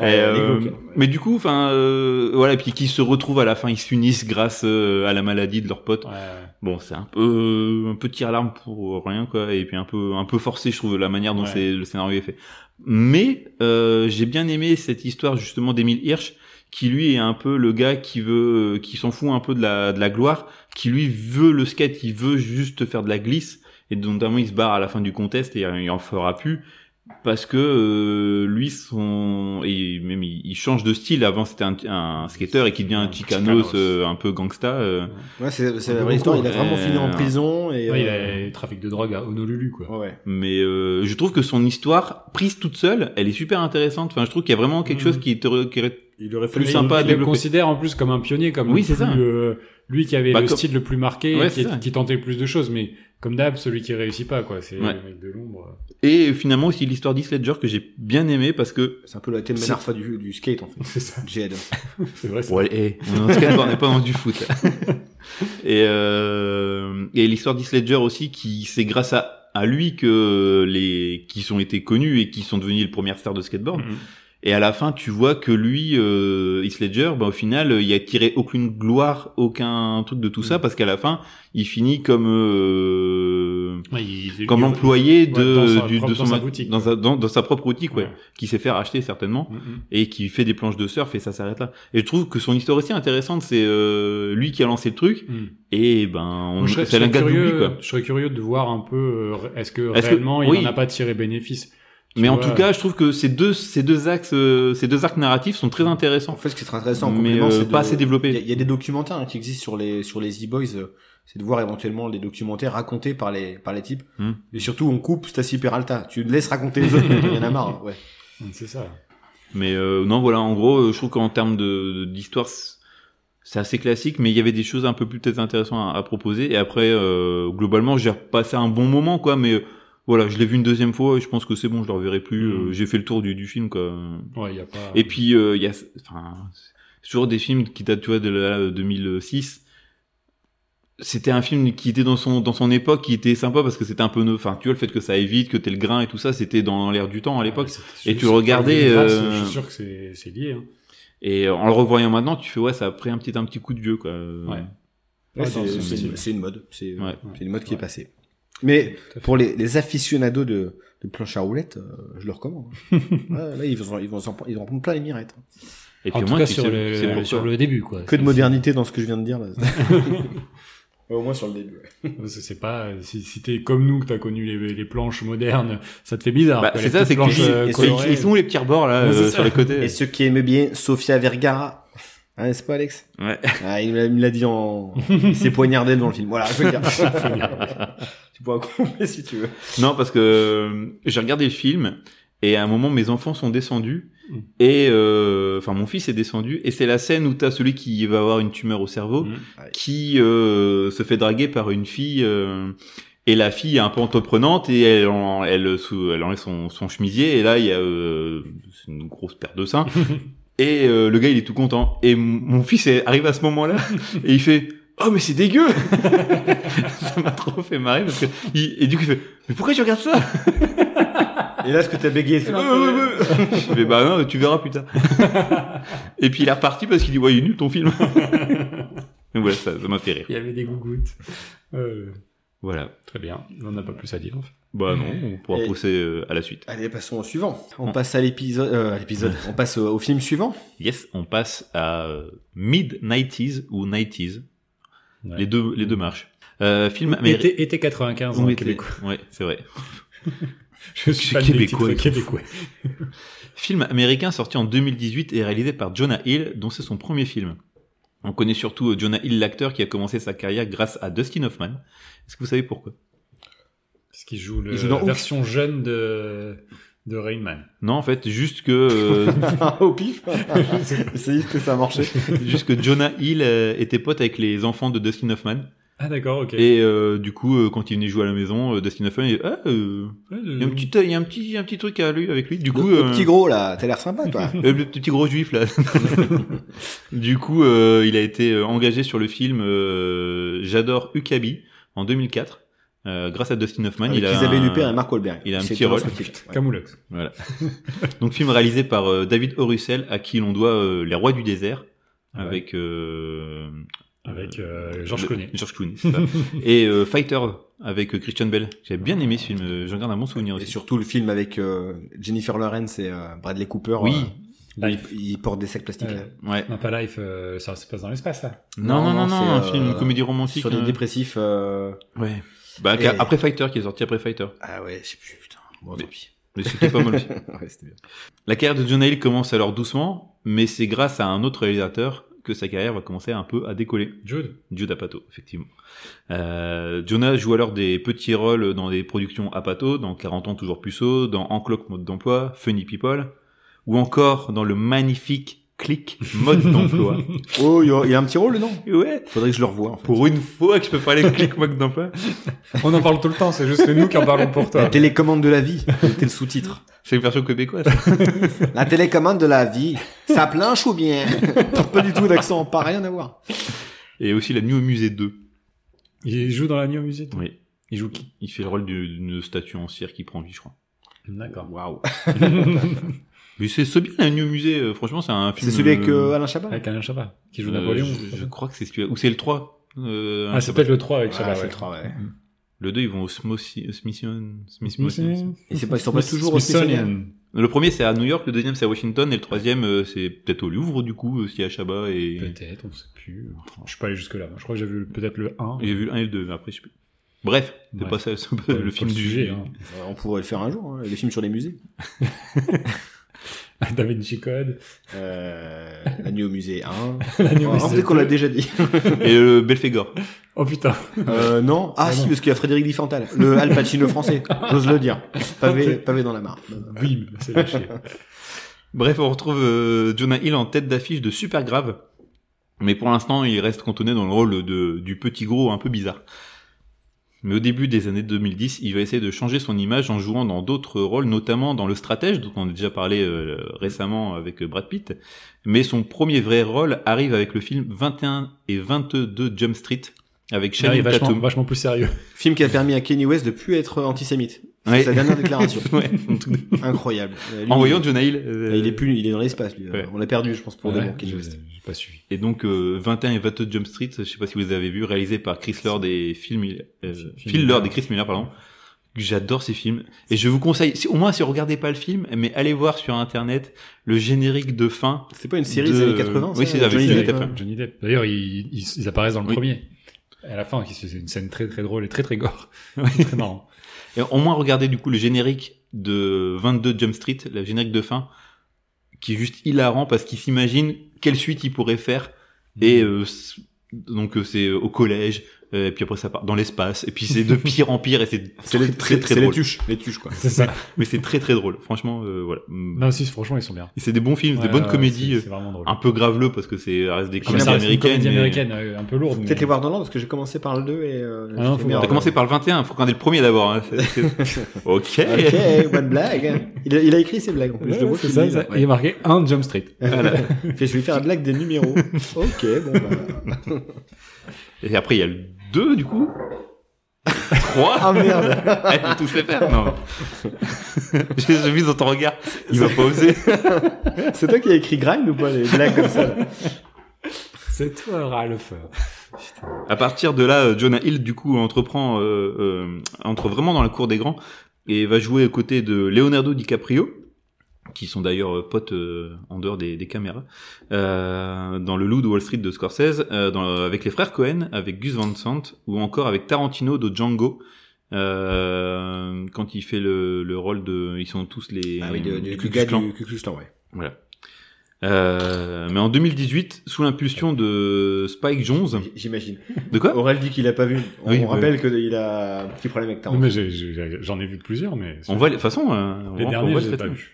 Speaker 1: Ouais,
Speaker 3: euh,
Speaker 1: les glauques, hein.
Speaker 3: mais du coup, enfin, euh, voilà, puis qui se retrouvent à la fin, ils s'unissent grâce euh, à la maladie de leur pote.
Speaker 2: Ouais, ouais.
Speaker 3: Bon, c'est un peu euh, un peu tir à l'arme pour rien quoi, et puis un peu un peu forcé je trouve la manière dont
Speaker 2: Ouais.
Speaker 3: c'est le scénario est fait. Mais euh, j'ai bien aimé cette histoire justement d'Emile Hirsch qui lui est un peu le gars qui veut qui s'en fout un peu de la de la gloire, qui lui veut le skate, il veut juste faire de la glisse et donc, notamment il se barre à la fin du contest et euh, il en fera plus parce que euh, lui son et même il, il change de style avant c'était un, un skater et qui devient un
Speaker 2: Un
Speaker 3: chicanos
Speaker 2: chicanos.
Speaker 3: euh, un peu gangsta euh,
Speaker 1: Ouais, c'est, c'est
Speaker 2: Un
Speaker 1: la
Speaker 2: peu
Speaker 1: vraie histoire. Il
Speaker 2: beaucoup,
Speaker 1: a vraiment
Speaker 3: ouais.
Speaker 1: fini en prison et,
Speaker 2: Ouais, il
Speaker 1: euh,
Speaker 2: a trafic de drogue à Honolulu, quoi.
Speaker 1: ouais.
Speaker 3: mais euh, je trouve que son histoire prise toute seule elle est super intéressante enfin je trouve qu'il y a vraiment quelque
Speaker 2: Mhm.
Speaker 3: chose qui est heureux- qui est-
Speaker 1: Il aurait
Speaker 3: fallu-
Speaker 2: Il-
Speaker 3: sympa à
Speaker 2: il le
Speaker 3: développer.
Speaker 2: considère en plus comme un pionnier, comme
Speaker 3: Oui,
Speaker 2: le
Speaker 3: c'est
Speaker 2: plus,
Speaker 3: ça.
Speaker 2: euh, lui qui avait
Speaker 3: Bah,
Speaker 2: le
Speaker 3: comme-
Speaker 2: style le plus marqué,
Speaker 3: Ouais,
Speaker 2: et qui,
Speaker 3: c'est ça.
Speaker 2: qui tentait le plus de choses, mais comme d'hab, celui qui réussit pas, quoi. C'est
Speaker 3: Ouais.
Speaker 2: le mec de l'ombre.
Speaker 3: et finalement aussi l'histoire d'Heath Ledger que j'ai bien aimé parce que
Speaker 1: c'est un peu la thème
Speaker 3: C'est-
Speaker 1: Manarfa du, du skate, en fait.
Speaker 2: C'est ça.
Speaker 1: Jay Adams.
Speaker 2: C'est vrai. c'est-
Speaker 3: ouais eh, on est en skate, on n'est pas dans du foot là. et euh, et l'histoire d'Heath Ledger aussi qui c'est grâce à à lui que les qui sont été connus et qui sont devenus les premières stars de skateboard
Speaker 2: Mhm.
Speaker 3: Et à la fin, tu vois que lui, euh, Heath Ledger, bah, au final, euh, il a tiré aucune gloire, aucun truc de tout ça,
Speaker 2: Mm.
Speaker 3: parce qu'à la fin, il finit comme euh,
Speaker 2: Ouais, il-
Speaker 3: comme
Speaker 2: il-
Speaker 3: employé
Speaker 2: ouais,
Speaker 3: de
Speaker 2: dans sa
Speaker 3: du- de
Speaker 2: propre-
Speaker 3: son
Speaker 2: dans sa
Speaker 3: ma-
Speaker 2: boutique,
Speaker 3: dans
Speaker 2: quoi.
Speaker 3: sa, dans, dans sa propre boutique, ouais,
Speaker 2: Ouais.
Speaker 3: qui s'est fait racheter certainement
Speaker 2: Mhm.
Speaker 3: et qui fait des planches de surf et ça s'arrête là. Et je trouve que son histoire aussi est intéressante, c'est euh, lui qui a lancé le truc
Speaker 2: Mhm.
Speaker 3: et ben on,
Speaker 2: je serais, je
Speaker 3: c'est un
Speaker 2: serais
Speaker 3: gars de l'oubli,
Speaker 2: curieux,
Speaker 3: quoi.
Speaker 2: je serais curieux de voir un peu euh, est-ce que
Speaker 3: Est-ce que-
Speaker 2: réellement il
Speaker 3: oui.
Speaker 2: n'en a pas tiré bénéfice. Tu
Speaker 3: Mais en
Speaker 2: vois,
Speaker 3: tout cas, je trouve que ces deux ces deux axes euh, ces deux arcs narratifs sont très
Speaker 1: En
Speaker 3: intéressants,
Speaker 1: fait, ce qui serait intéressant, en
Speaker 3: mais
Speaker 1: complément,
Speaker 3: euh,
Speaker 1: c'est de-
Speaker 3: pas assez
Speaker 1: Il y, a-
Speaker 3: développés.
Speaker 1: il y a des documentaires hein, qui existent sur les sur les e-boys. euh, c'est de voir éventuellement les documentaires racontés par les par les types.
Speaker 3: Hmm.
Speaker 1: Et surtout, on coupe Stacy Peralta. Tu laisses raconter les autres. Il y en a marre. hein, Ouais.
Speaker 2: c'est ça.
Speaker 3: Mais euh, non, voilà, en gros, euh, je trouve qu'en termes de de- d'histoire, c- c'est assez classique, mais il y avait des choses un peu plus peut-être intéressantes à, à proposer. Et après, euh, globalement, j'ai passé un bon moment, quoi. Mais euh, voilà, je l'ai vu une deuxième fois. Et je pense que c'est bon, je le reverrai plus.
Speaker 2: Mhm.
Speaker 3: Euh, j'ai fait le tour du, du film, quoi.
Speaker 2: Ouais, y a pas.
Speaker 3: Et puis euh, il y a, enfin, c'est toujours des films qui datent, tu vois, de la- euh, 2006. C'était un film qui était dans son dans son époque, qui était sympa parce que c'était un peu, neuf. enfin, tu vois, le fait que ça aille vite, que t'es le grain et tout ça, c'était dans l'air du temps à l'époque.
Speaker 2: Ouais,
Speaker 3: et
Speaker 2: Ah, c'est-
Speaker 3: tu
Speaker 2: c'est-
Speaker 3: regardais,
Speaker 2: c'est-
Speaker 3: euh,
Speaker 2: Je suis sûr que c'est c'est lié. Hein.
Speaker 3: Et euh, en le revoyant maintenant, tu fais ouais, ça a pris un petit un petit coup de vieux, quoi. Euh,
Speaker 2: Ouais.
Speaker 1: Ouais,
Speaker 2: Ouais,
Speaker 1: c'est-
Speaker 2: dans ce
Speaker 1: c'est
Speaker 2: style.
Speaker 1: une- c'est une mode. C'est euh,
Speaker 3: Ouais.
Speaker 1: c'est une mode qui
Speaker 2: Ouais.
Speaker 1: est passée. Mais
Speaker 2: Tout à fait.
Speaker 1: pour les, les aficionados de, de planche à roulettes, euh, je le recommande. Ouais, là, ils vont, ils vont, s'en prendre- ils vont prendre plein les mirettes.
Speaker 3: Et
Speaker 2: En
Speaker 3: au
Speaker 2: tout
Speaker 3: moins,
Speaker 2: cas,
Speaker 3: tu
Speaker 2: sur
Speaker 3: sais-
Speaker 2: le,
Speaker 3: tu sais pourquoi.
Speaker 2: sur le début, quoi.
Speaker 1: Que
Speaker 2: C'est-
Speaker 1: de modernité dans ce que je viens de dire là. Au moins sur le début.
Speaker 2: c'est- C'est pas si, si t'es comme nous que t'as connu les, les planches modernes, ça te fait bizarre.
Speaker 3: Bah,
Speaker 2: quoi,
Speaker 3: c'est
Speaker 2: les
Speaker 3: ça,
Speaker 2: petites
Speaker 3: c'est que
Speaker 2: planches,
Speaker 3: tu dis,
Speaker 2: euh,
Speaker 1: et c'est-
Speaker 2: colorées.
Speaker 3: ils sont où les petits rebords là
Speaker 2: Ouais, c'est
Speaker 3: euh,
Speaker 2: ça.
Speaker 3: sur les côtés
Speaker 1: Et ceux qui aimaient bien Sofia Vergara, hein, n'est-ce pas Alex
Speaker 3: Ouais.
Speaker 1: Ah, Il me l'a- il me l'a dit en... Il s'est poignardé devant le film. Voilà, je veux dire. tu pourras couper si tu veux.
Speaker 3: Non, parce que euh, j'ai regardé le film et à un moment mes enfants sont descendus
Speaker 2: Mm.
Speaker 3: et euh, enfin mon fils est descendu et c'est la scène où t'as celui qui va avoir une tumeur au cerveau
Speaker 2: Mhm.
Speaker 3: qui euh, se fait draguer par une fille euh, et la fille est un peu entreprenante et elle en- elle sous- elle enlève son, son chemisier et là il y a euh, c'est une grosse paire de seins et euh, le gars il est tout content et m- mon fils est- arrive à ce moment-là et il fait oh mais c'est dégueu ça m'a trop fait marrer parce que il- et du coup il fait mais pourquoi tu regardes ça
Speaker 1: Et là, ce que t'as bégayé, c'est...
Speaker 3: Euh, euh, euh. je fais bah non tu verras plus tard et puis il est reparti parce qu'il dit ouais il est nul ton film donc voilà ça ça m'a fait rire
Speaker 2: Il y avait des gougouttes. Euh,
Speaker 3: voilà
Speaker 2: très bien. On n'a pas plus à dire. en fait.
Speaker 3: Bah non, on pourra
Speaker 1: Et-
Speaker 3: pousser euh, à la suite.
Speaker 1: Allez, passons au suivant. On passe à l'épisode... euh, à l'épisode. On passe au, au film suivant.
Speaker 3: Yes, on passe à euh, mid-90s ou 90s.
Speaker 2: Ouais.
Speaker 3: Les, deux, les deux marches. Euh, film américain.
Speaker 2: Été, été 95
Speaker 3: Oui,
Speaker 2: en Québécois.
Speaker 3: ouais, c'est vrai.
Speaker 2: Je
Speaker 3: suis
Speaker 2: suis pas québécois.
Speaker 3: Québécois,
Speaker 2: québécois.
Speaker 3: Film américain sorti en 2018 et réalisé par Jonah Hill, dont c'est son premier film. On connaît surtout euh, Jonah Hill, l'acteur qui a commencé sa carrière grâce à Dustin Hoffman. Est-ce que vous savez pourquoi
Speaker 2: Parce qu'il joue le-
Speaker 1: Il joue dans
Speaker 2: la
Speaker 1: Hook.
Speaker 2: version jeune de, de Rain Man.
Speaker 3: Non, en fait, juste que euh,
Speaker 1: au pif. c'est juste que ça a marché.
Speaker 3: juste que Jonah Hill euh, était pote avec les enfants de Dustin Hoffman.
Speaker 2: Ah d'accord, ok.
Speaker 3: Et euh, du coup, euh, quand il venait jouer à la maison, euh, Dustin Hoffman, il dit, ah, euh,
Speaker 2: Ouais,
Speaker 3: Il y a un petit, il y a un petit, il y a un petit truc à lui, avec lui. Du coup,
Speaker 1: Mm. le, le
Speaker 3: euh,
Speaker 1: petit gros, là, t'as l'air sympa, toi.
Speaker 3: euh, le petit gros juif là. du coup, euh, il a été euh, engagé sur le film euh, J'adore Ukabi en 2004. Euh, grâce à Dustin Hoffman,
Speaker 1: Avec
Speaker 3: il a
Speaker 1: Isabelle
Speaker 3: un-
Speaker 1: Huppert et Marc Wahlberg.
Speaker 3: il a un
Speaker 1: C'est
Speaker 3: petit
Speaker 1: Thomas
Speaker 3: rôle.
Speaker 1: Swift, ouais.
Speaker 2: Camoulox.
Speaker 3: donc film réalisé par euh, David Orussel, à qui l'on doit euh, Les Rois du désert,
Speaker 1: Ah
Speaker 2: Ouais.
Speaker 3: avec euh,
Speaker 2: Avec euh, Georges
Speaker 3: le-
Speaker 2: Clooney.
Speaker 3: George Clooney, c'est ça. et euh, Fighter avec euh, Christian Bell. J'ai bien aimé ce film. euh, J'en garde un bon souvenir
Speaker 1: Et
Speaker 3: aussi.
Speaker 1: surtout le film avec euh, Jennifer Lawrence et euh, Bradley Cooper.
Speaker 3: Oui.
Speaker 1: euh, où ils, ils portent des sacs plastiques. là.
Speaker 2: Euh,
Speaker 3: Ouais.
Speaker 2: non, pas Life, euh, ça se passe dans l'espace, là.
Speaker 3: Non, non, non, non,
Speaker 1: c'est,
Speaker 3: un
Speaker 1: euh,
Speaker 3: film, une comédie romantique.
Speaker 1: Sur les
Speaker 3: euh,
Speaker 1: dépressifs. euh,
Speaker 3: Ouais. Bah,
Speaker 1: Et-
Speaker 3: après Fighter, qui est sorti après Fighter.
Speaker 1: Ah ouais, je sais plus, putain. Bon,
Speaker 3: Mais-
Speaker 1: tant pis.
Speaker 3: Mais c'était pas mal aussi.
Speaker 1: ouais, c'était bien.
Speaker 3: La carrière de John Hill commence alors doucement, mais c'est grâce à un autre réalisateur que sa carrière va commencer un peu à décoller.
Speaker 2: Jude.
Speaker 3: Jude Apatow, effectivement. Euh, Jonah joue alors des petits rôles dans des productions Apatow, dans 40 ans toujours puceau, dans Encloque mode d'emploi, Funny People, ou encore dans le magnifique Click mode d'emploi.
Speaker 1: Oh, il y a- il y a un petit rôle, non
Speaker 3: Ouais.
Speaker 1: Faudrait que je le revoie. En fait.
Speaker 3: Pour une fois que je peux parler de Click mode d'emploi.
Speaker 2: On en parle tout le temps, c'est juste nous qui en parlons pour
Speaker 1: La
Speaker 2: toi.
Speaker 1: télécommande de la vie, c'était le sous-titre.
Speaker 3: C'est une version québécoise.
Speaker 1: La télécommande de la vie, ça planche ou bien Pas du tout d'accent, pas rien à voir.
Speaker 3: Et aussi la nuit au musée 2.
Speaker 2: Il joue dans la New Music.
Speaker 3: Oui.
Speaker 2: Il joue qui
Speaker 3: Il fait le rôle du- d'une statue en cire qui prend vie, je crois.
Speaker 2: D'accord.
Speaker 1: Waouh.
Speaker 3: Mais c'est c'est bien la nuit au musée, euh, franchement, c'est un film.
Speaker 1: C'est celui avec
Speaker 3: euh,
Speaker 1: euh, Alain Chabat
Speaker 2: Avec Alain Chabat, qui joue
Speaker 3: euh,
Speaker 2: Napoléon.
Speaker 3: je, je crois que c'est celui Ou c'est le 3. euh,
Speaker 2: Ah,
Speaker 3: je sais
Speaker 2: c'est
Speaker 3: pas.
Speaker 2: peut-être le 3 avec
Speaker 1: Ah,
Speaker 2: Chabat,
Speaker 1: c'est
Speaker 2: ouais.
Speaker 1: le travail. ouais.
Speaker 3: Le 2, ils vont au Smithsonian. Smithsonian. Smithsonian.
Speaker 2: Smithsonian.
Speaker 1: Et c'est pas, ils sont pas toujours au Smithsonian.
Speaker 3: Le premier, c'est à New York, le deuxième, c'est à Washington, et le troisième, euh, c'est peut-être au Louvre, du coup, euh, s'il y a Chabat. Et...
Speaker 2: Peut-être, on sait plus. Je suis pas allé jusque-là. moi. Je crois que j'ai vu peut-être le 1.
Speaker 3: J'ai vu le 1 et le 2, mais après, je sais plus. Bref, c'est
Speaker 2: Bref.
Speaker 3: pas ça, c'est
Speaker 2: Pas
Speaker 3: pas le film du
Speaker 2: sujet.
Speaker 3: jeu.
Speaker 2: hein.
Speaker 1: Euh, On pourrait le faire un jour, hein, les films sur les musées.
Speaker 2: Da Vinci Code.
Speaker 1: Euh, la nuit au musée Oh, 1.
Speaker 2: La New
Speaker 1: En
Speaker 2: Music
Speaker 1: fait, qu'on l'a
Speaker 2: 2.
Speaker 1: déjà dit.
Speaker 3: Et euh, le Belphégor.
Speaker 2: Oh putain.
Speaker 1: Euh, non. Ah,
Speaker 2: Ah
Speaker 1: si,
Speaker 2: non.
Speaker 1: parce qu'il y a Frédéric Diffental, le Al Pacino français. J'ose le dire. Pavé, pavé dans la mare.
Speaker 2: Bim, c'est lâché.
Speaker 3: Bref, on retrouve euh, Jonah Hill en tête d'affiche de Supergrave, Mais pour l'instant, il reste cantonné dans le rôle de, du petit gros un peu bizarre. Mais au début des années 2010, il va essayer de changer son image en jouant dans d'autres rôles, notamment dans Le Stratège, dont on a déjà parlé euh, récemment avec Brad Pitt. Mais son premier vrai rôle arrive avec le film 21 et 22 Jump Street, avec
Speaker 2: Ah oui,
Speaker 3: Channing
Speaker 2: vachement,
Speaker 3: Tatum.
Speaker 2: vachement plus sérieux.
Speaker 1: Film qui a permis à Kenny West de plus être antisémite. C'est
Speaker 3: Ouais.
Speaker 1: sa dernière déclaration.
Speaker 3: Ouais, un truc de-
Speaker 1: Incroyable. Euh, lui,
Speaker 3: en voyant
Speaker 1: il-
Speaker 3: Jonah Hill. euh,
Speaker 1: Ah, il est plus, il est dans l'espace, lui.
Speaker 3: Ouais.
Speaker 1: On l'a perdu, je pense, pour de
Speaker 2: Ouais,
Speaker 1: bon, Kenny
Speaker 2: j'ai
Speaker 1: West.
Speaker 2: j'ai pas suivi.
Speaker 3: Et donc euh, 21 et 22 Jump Street, je sais pas si vous les avez vus, réalisé par Chris Lord et Phil, Mil- euh,
Speaker 2: Phil
Speaker 3: Phil
Speaker 2: Miller.
Speaker 3: Lord et Chris Miller, pardon. J'adore ces films et je vous conseille, si, au moins si vous regardez pas le film, mais allez voir sur internet le générique de fin.
Speaker 1: C'est pas une série
Speaker 3: de-
Speaker 1: des années 80,
Speaker 3: Oui,
Speaker 1: ça,
Speaker 3: c'est la
Speaker 1: Johnny
Speaker 3: série
Speaker 1: Depp
Speaker 3: des
Speaker 1: Ouais.
Speaker 3: années
Speaker 2: Johnny Depp. D'ailleurs, ils, ils, ils apparaissent dans le
Speaker 3: Oui.
Speaker 2: premier. À la fin, c'est une scène très très drôle et très très gore.
Speaker 3: Ouais.
Speaker 2: très marrant.
Speaker 3: Et au moins regardez du coup le générique de 22 Jump Street, le générique de fin, qui est juste hilarant parce qu'il s'imagine quelle suite il pourrait faire. Et euh, c- donc euh, c'est euh, au collège, euh, et puis après ça part dans l'espace, et puis c'est de pire en pire, et c'est
Speaker 1: C'est les,
Speaker 3: très très,
Speaker 1: c'est-
Speaker 3: très
Speaker 1: c'est les
Speaker 3: drôle.
Speaker 1: tuches, les tuches, quoi.
Speaker 2: C'est ça.
Speaker 3: Mais c'est très très drôle, franchement, euh, voilà. Mm.
Speaker 2: non, si, franchement, ils sont bien.
Speaker 3: Et c'est des bons films,
Speaker 2: Ouais,
Speaker 3: des bonnes
Speaker 2: ouais,
Speaker 3: comédies,
Speaker 2: c'est-
Speaker 3: euh,
Speaker 2: C'est vraiment drôle.
Speaker 3: un peu graveleux parce que c'est ça reste des
Speaker 2: Ah, mais
Speaker 3: comédies
Speaker 2: ça reste une
Speaker 3: américaines.
Speaker 2: comédie
Speaker 3: mais-
Speaker 2: américaine, euh, un peu lourde.
Speaker 1: Peut-être
Speaker 2: mais-
Speaker 1: les voir dans l'ordre, parce que j'ai commencé par le 2 et, euh,
Speaker 2: Ah non,
Speaker 1: j'étais
Speaker 2: faut
Speaker 1: merde.
Speaker 3: T'as commencé par le 21, faut regarder le premier d'abord. hein. C'est- c'est- ok.
Speaker 1: Ok, bonne blague. Il a, il a écrit ses blagues, en plus.
Speaker 2: Ouais,
Speaker 1: je le vois
Speaker 2: c'est
Speaker 1: qu'il
Speaker 2: ça,
Speaker 1: lit,
Speaker 2: ça.
Speaker 1: là.
Speaker 2: Il est marqué un Jump Street.
Speaker 1: Fait, je vais faire la blague des numéros. ok, bon, bah.
Speaker 3: Et après il y a le 2 du coup. 3
Speaker 1: Ah merde.
Speaker 3: Elle peut tous les faire, non. J'ai j'ai vu dans ton regard, il va pas oser.
Speaker 1: C'est toi qui as écrit Grime ou pas, les blagues comme ça? là
Speaker 2: C'est toi, Ralph.
Speaker 3: À partir de là, euh, Jonah Hill, du coup, entreprend, euh, euh, entre vraiment dans la cour des grands et va jouer aux côtés de Leonardo DiCaprio, qui sont d'ailleurs euh, potes euh, en dehors des, des caméras, euh, dans Le Loup de Wall Street de Scorsese, euh, dans- avec les frères Cohen, avec Gus Van Sant, ou encore avec Tarantino de Django. euh, quand il fait le, le rôle de, ils sont tous les
Speaker 1: Ah
Speaker 3: Ku Klux Klan.
Speaker 1: Ku Klux Klan, ouais.
Speaker 3: Voilà. Euh, mais en 2018, sous l'impulsion de Spike Jonze,
Speaker 1: J- J'imagine.
Speaker 3: de
Speaker 2: Ah.
Speaker 3: quoi
Speaker 1: Aurel dit qu'il a pas vu. On,
Speaker 3: Oui,
Speaker 1: on
Speaker 3: ouais.
Speaker 1: rappelle qu'il a un petit problème avec
Speaker 2: Non,
Speaker 1: Tarantino.
Speaker 2: mais j'ai- j'ai- j'en ai vu plusieurs, mais.
Speaker 3: On va, de toute façon, euh, on
Speaker 2: les
Speaker 3: va- on
Speaker 2: derniers,
Speaker 3: va le
Speaker 2: j'ai
Speaker 3: traiter.
Speaker 2: pas vu.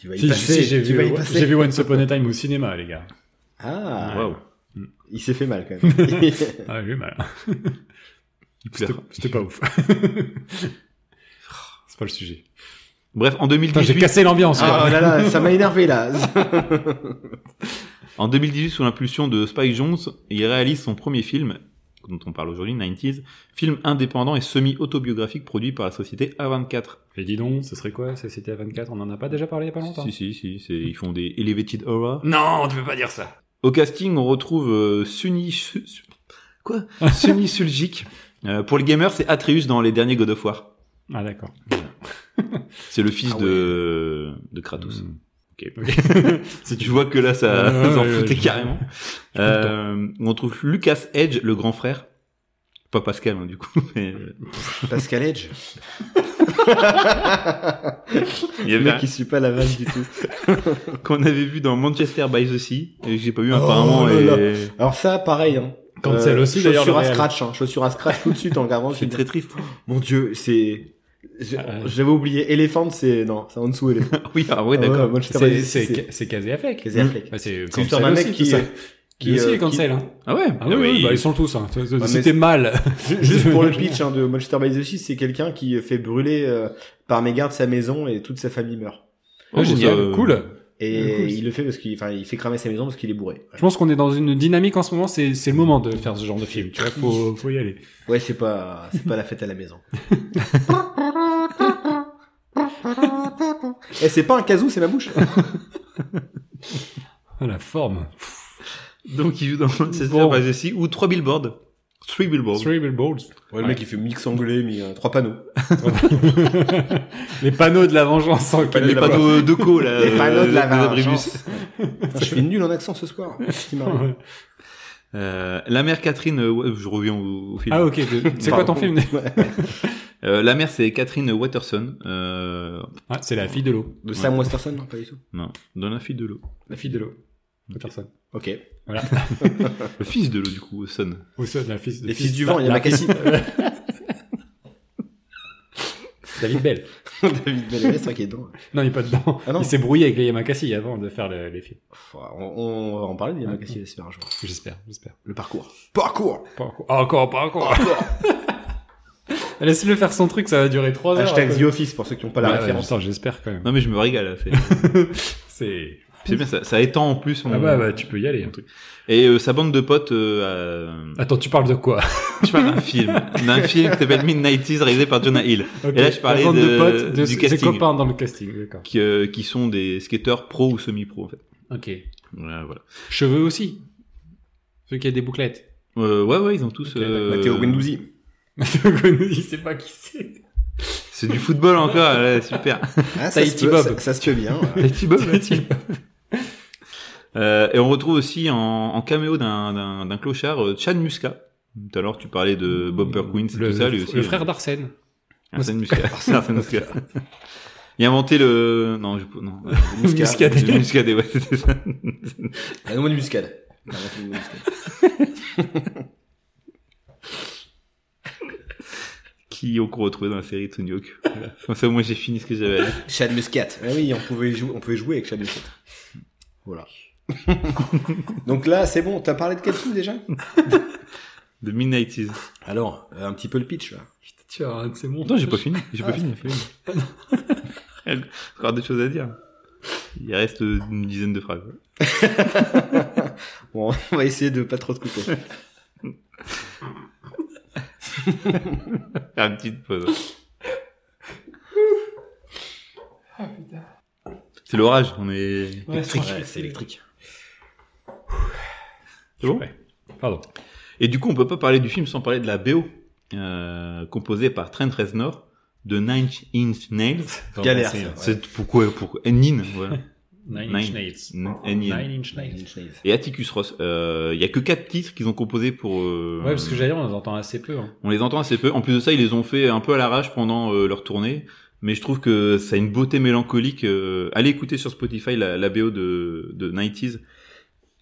Speaker 1: Tu vas y
Speaker 2: Si, je
Speaker 1: passer,
Speaker 2: sais, j'ai
Speaker 1: tu vas
Speaker 2: vu,
Speaker 1: y
Speaker 2: j'ai
Speaker 1: passer.
Speaker 2: vu Once Upon a Time au cinéma, les gars.
Speaker 1: Ah.
Speaker 3: Waouh.
Speaker 1: Il s'est fait mal, quand même.
Speaker 2: Ah, j'ai eu mal.
Speaker 3: Il pleure.
Speaker 2: C'était c'était pas ouf. C'est pas le sujet.
Speaker 3: Bref, en
Speaker 2: Putain, j'ai
Speaker 3: 2018,
Speaker 2: cassé l'ambiance,
Speaker 1: Ah
Speaker 2: quoi.
Speaker 1: oh là là, ça m'a énervé là.
Speaker 3: en 2018, sous l'impulsion de Spike Jonze, il réalise son premier film, dont on parle aujourd'hui, 90s, film indépendant et semi-autobiographique produit par la société A24.
Speaker 2: Et dis donc, ce serait quoi, CCT à 24? On en a pas déjà parlé il y a pas longtemps?
Speaker 3: Si, si, si, c'est- ils font des Elevated Horror.
Speaker 2: Non, tu peux pas dire ça.
Speaker 3: Au casting, on retrouve euh, Sunny... Su- Su- Quoi Sunny Suljic. Euh, pour les gamers, c'est Atreus dans les derniers God of War.
Speaker 2: Ah, d'accord.
Speaker 3: C'est le fils
Speaker 1: Ah
Speaker 3: de, de Kratos.
Speaker 2: Mm.
Speaker 3: Ok.
Speaker 2: Ok.
Speaker 3: Si tu vois que là, ça
Speaker 2: Ouais, ouais,
Speaker 3: s'en
Speaker 2: ouais,
Speaker 3: foutait
Speaker 2: je-
Speaker 3: carrément.
Speaker 2: je prends le
Speaker 3: Euh, on trouve Lucas Edge, le grand frère. Pas Pascal, hein, du coup. mais, euh,
Speaker 1: Pascal Edge.
Speaker 3: il y
Speaker 1: Le
Speaker 3: avait
Speaker 1: mec
Speaker 3: un-
Speaker 1: qui suit pas la vanne du tout.
Speaker 3: qu'on avait vu dans Manchester by the Sea, et que j'ai pas vu
Speaker 1: Oh
Speaker 3: apparemment.
Speaker 1: là
Speaker 3: et...
Speaker 1: Alors ça, pareil. Hein.
Speaker 2: Quand c'est aussi, d'ailleurs.
Speaker 1: Chaussure
Speaker 2: le
Speaker 1: à
Speaker 2: réel.
Speaker 1: scratch. Hein. Chaussure à scratch tout de suite en regardant. le
Speaker 3: C'est
Speaker 1: film.
Speaker 3: très triste.
Speaker 1: Mon dieu, c'est... j'ai-
Speaker 2: Ah, ouais.
Speaker 1: J'avais oublié. Elephant, c'est... Non, c'est en dessous. Elephant.
Speaker 3: oui, ah ouais,
Speaker 1: Ah ouais,
Speaker 3: d'accord.
Speaker 1: moi, je sais pas,
Speaker 2: C'est, c'est,
Speaker 1: c'est-
Speaker 2: c'est, c'est Casey Affleck.
Speaker 1: Casey Affleck.
Speaker 2: Bah, c'est,
Speaker 1: C'est l'histoire d'un
Speaker 2: Cancel
Speaker 1: mec
Speaker 2: aussi,
Speaker 1: qui-
Speaker 2: tout ça.
Speaker 1: qui,
Speaker 2: Lui aussi,
Speaker 1: euh,
Speaker 2: il cancel, hein.
Speaker 3: Ah ouais,
Speaker 2: Ah oui, oui,
Speaker 3: il-
Speaker 2: bah, ils sont tous, hein.
Speaker 1: mais
Speaker 2: Si
Speaker 1: c'est-
Speaker 2: t'es mal.
Speaker 1: Juste pour le pitch hein, de Manchester by the Sea, c'est quelqu'un qui fait brûler euh, par mégarde sa maison et toute sa famille meurt.
Speaker 3: Oh,
Speaker 2: Ah, génial,
Speaker 3: ça-
Speaker 2: cool.
Speaker 1: Et
Speaker 2: Ah, Cool.
Speaker 1: il le fait parce qu'il enfin, il fait cramer sa maison parce qu'il est bourré.
Speaker 2: Je pense qu'on est dans une dynamique en ce moment, c'est, c'est le moment de faire ce genre de film. Tu vois, faut, faut y aller.
Speaker 1: Ouais, c'est pas c'est pas la fête à la maison. Et Eh, c'est pas un casou, c'est ma bouche.
Speaker 2: Ah, la forme.
Speaker 3: Donc, il joue dans Manchester
Speaker 2: Bon.
Speaker 3: by the Sea, ou trois billboards. Three billboards.
Speaker 2: Three Billboards.
Speaker 1: Ouais, le mec il fait mix anglais, mais euh, trois panneaux.
Speaker 2: Les panneaux de la vengeance. en
Speaker 3: Les
Speaker 2: Canada.
Speaker 3: panneaux de co, là.
Speaker 1: Les panneaux de
Speaker 3: euh,
Speaker 1: la
Speaker 3: des abribus.
Speaker 1: vengeance. Putain, Je suis nul en accent ce soir. C'est marrant.
Speaker 2: Ouais.
Speaker 3: Euh, la mère Catherine, euh, ouais, je reviens au, au film.
Speaker 2: Ah ok, de- c'est quoi ton film
Speaker 3: Euh, la mère, c'est Catherine Watterson. Euh,
Speaker 2: Ah, C'est la fille de l'eau.
Speaker 1: De Sam Westerson, non, pas du tout.
Speaker 3: non, dans la fille de l'eau.
Speaker 2: La fille de l'eau. Personne.
Speaker 1: Ok.
Speaker 3: Le fils de l'eau, du coup, Son.
Speaker 2: Ou ça, la Oh, fille de
Speaker 1: Les fils du vent, il y a
Speaker 2: la-
Speaker 1: Macassi.
Speaker 2: David Bell.
Speaker 1: David Bellamy, c'est vrai qu'il est dedans.
Speaker 2: Non, il est pas dedans.
Speaker 1: Ah non.
Speaker 2: Il s'est brouillé avec les Yamakasi avant de faire le- les films.
Speaker 1: Pff, On, on va en parler, il y en a qui se faire un jour.
Speaker 2: J'espère, j'espère.
Speaker 1: Ah, Le parcours. Parcours
Speaker 2: Pas encore. Ah, encore, pas encore. Laisse-le faire son truc, ça va durer 3 heures.
Speaker 1: Hashtag The Office pour ceux qui n'ont pas la
Speaker 2: Ouais,
Speaker 1: référence.
Speaker 2: ouais, j'espère quand même.
Speaker 3: Non mais je me régale. C'est
Speaker 2: C'est.
Speaker 3: c'est bien, ça, ça étend en
Speaker 1: Mmh.
Speaker 3: plus. mon-
Speaker 2: Ah bah, bah, tu peux y aller. hein.
Speaker 3: Et euh, sa bande de potes, euh,
Speaker 2: Attends, tu parles de quoi
Speaker 3: euh, je parle d'un film, d'un film qui s'appelle Mid-90s réalisé par Jonah Hill,
Speaker 2: Ok,
Speaker 3: là, je parlais
Speaker 2: la bande
Speaker 3: de-
Speaker 2: potes, de
Speaker 3: du
Speaker 2: ses
Speaker 3: casting.
Speaker 2: copains dans le casting, d'accord.
Speaker 3: qui, euh, qui sont des skateurs pro ou semi-pro en fait.
Speaker 2: Ok.
Speaker 3: Voilà, voilà.
Speaker 2: Cheveux aussi. Ceux qui a des bouclettes.
Speaker 3: Euh, ouais, ouais, ils ont tous.
Speaker 2: Ok, d'accord.
Speaker 3: euh,
Speaker 1: Matteo Guendouzi.
Speaker 2: Il sait pas qui c'est.
Speaker 3: C'est du football encore, ouais, super.
Speaker 1: Ah, ça, se
Speaker 2: Tahiti
Speaker 1: peut,
Speaker 2: Bob.
Speaker 1: ça, ça se peut bien. ouais.
Speaker 3: Euh, et on retrouve aussi en, en caméo d'un- d'un d'un clochard euh, Chan Musca. Tout à l'heure, tu parlais de Bumper Queens et
Speaker 2: le,
Speaker 3: tout ça, lui aussi. euh.
Speaker 2: le frère d'Arsène.
Speaker 3: Arsène Musca. Arsène Musca. Il a inventé le. Non, je... non.
Speaker 1: Muscat.
Speaker 2: Muscadet.
Speaker 3: Le Muscadet, ouais, c'était ça.
Speaker 1: La noix Ah, de muscade. La noix de muscade.
Speaker 3: Qui on qu'on retrouve dans la série Tsunyok. Voilà. Comme ça, au moins, j'ai fini ce que j'avais à dire.
Speaker 1: Chad Muscat. Ah oui, on pouvait, jouer, on pouvait jouer avec Chad Muscat. Voilà. Donc là, c'est bon, t'as parlé de quel film déjà
Speaker 3: The Mid-90s.
Speaker 1: Alors, euh, un petit peu le pitch là.
Speaker 2: Tu vas arrêter, c'est mon.
Speaker 3: Non, j'ai pas fini. J'ai pas fini. Il y a Encore des choses à dire. Il reste une dizaine de phrases.
Speaker 1: Bon, on va essayer de pas trop te couper.
Speaker 3: Faire une petite pause. C'est l'orage, on est.
Speaker 2: Électrique.
Speaker 1: Ouais, c'est électrique.
Speaker 3: C'est bon
Speaker 2: Ouais. Pardon.
Speaker 3: Et du coup, on peut pas parler du film sans parler de la BO, euh, composée par Trent Reznor de Nine Inch Nails.
Speaker 1: Galère,
Speaker 2: C'est-
Speaker 1: ça.
Speaker 3: C'est pourquoi, pourquoi, Nine, voilà.
Speaker 2: Nine Inch Nails.
Speaker 3: N- Nine.
Speaker 2: Nine Inch Nails.
Speaker 3: Et Atticus Ross, euh, il y a que quatre titres qu'ils ont composés pour. euh,
Speaker 2: Ouais, parce que j'allais dire, on les entend assez peu. hein.
Speaker 3: On les entend assez peu. En plus de ça, ils les ont fait un peu à l'arrache pendant euh, leur tournée. Mais je trouve que ça a une beauté mélancolique. euh, allez écouter sur Spotify la, la BO de, de 90s.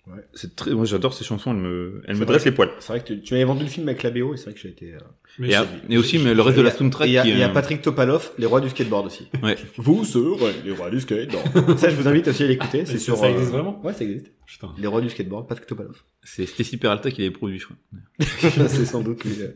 Speaker 1: Ouais.
Speaker 3: C'est très, moi j'adore ces chansons, elles me, elles
Speaker 1: C'est
Speaker 3: me
Speaker 1: vrai
Speaker 3: dressent les poils.
Speaker 1: C'est vrai que tu, tu m'avais vendu le film avec la BO et c'est vrai que j'ai été. euh,
Speaker 2: Mais
Speaker 3: Et, à-
Speaker 2: c'est-
Speaker 3: et aussi mais le reste de la soundtrack.
Speaker 1: Et il y, a-
Speaker 3: qui,
Speaker 1: il y a
Speaker 3: euh,
Speaker 1: Patrick Topalov, les rois du skateboard aussi.
Speaker 3: Ouais.
Speaker 1: Vous serez les rois du skateboard. ça, je vous invite aussi à l'écouter.
Speaker 2: mais
Speaker 1: C'est sur.
Speaker 2: ça
Speaker 1: euh,
Speaker 2: existe vraiment
Speaker 1: Ouais, ça existe.
Speaker 2: Putain.
Speaker 1: Les rois du skateboard, Patrick Topalov.
Speaker 3: C'est Stacy Peralta qui les produit, je crois.
Speaker 1: c'est sans doute. lui, euh.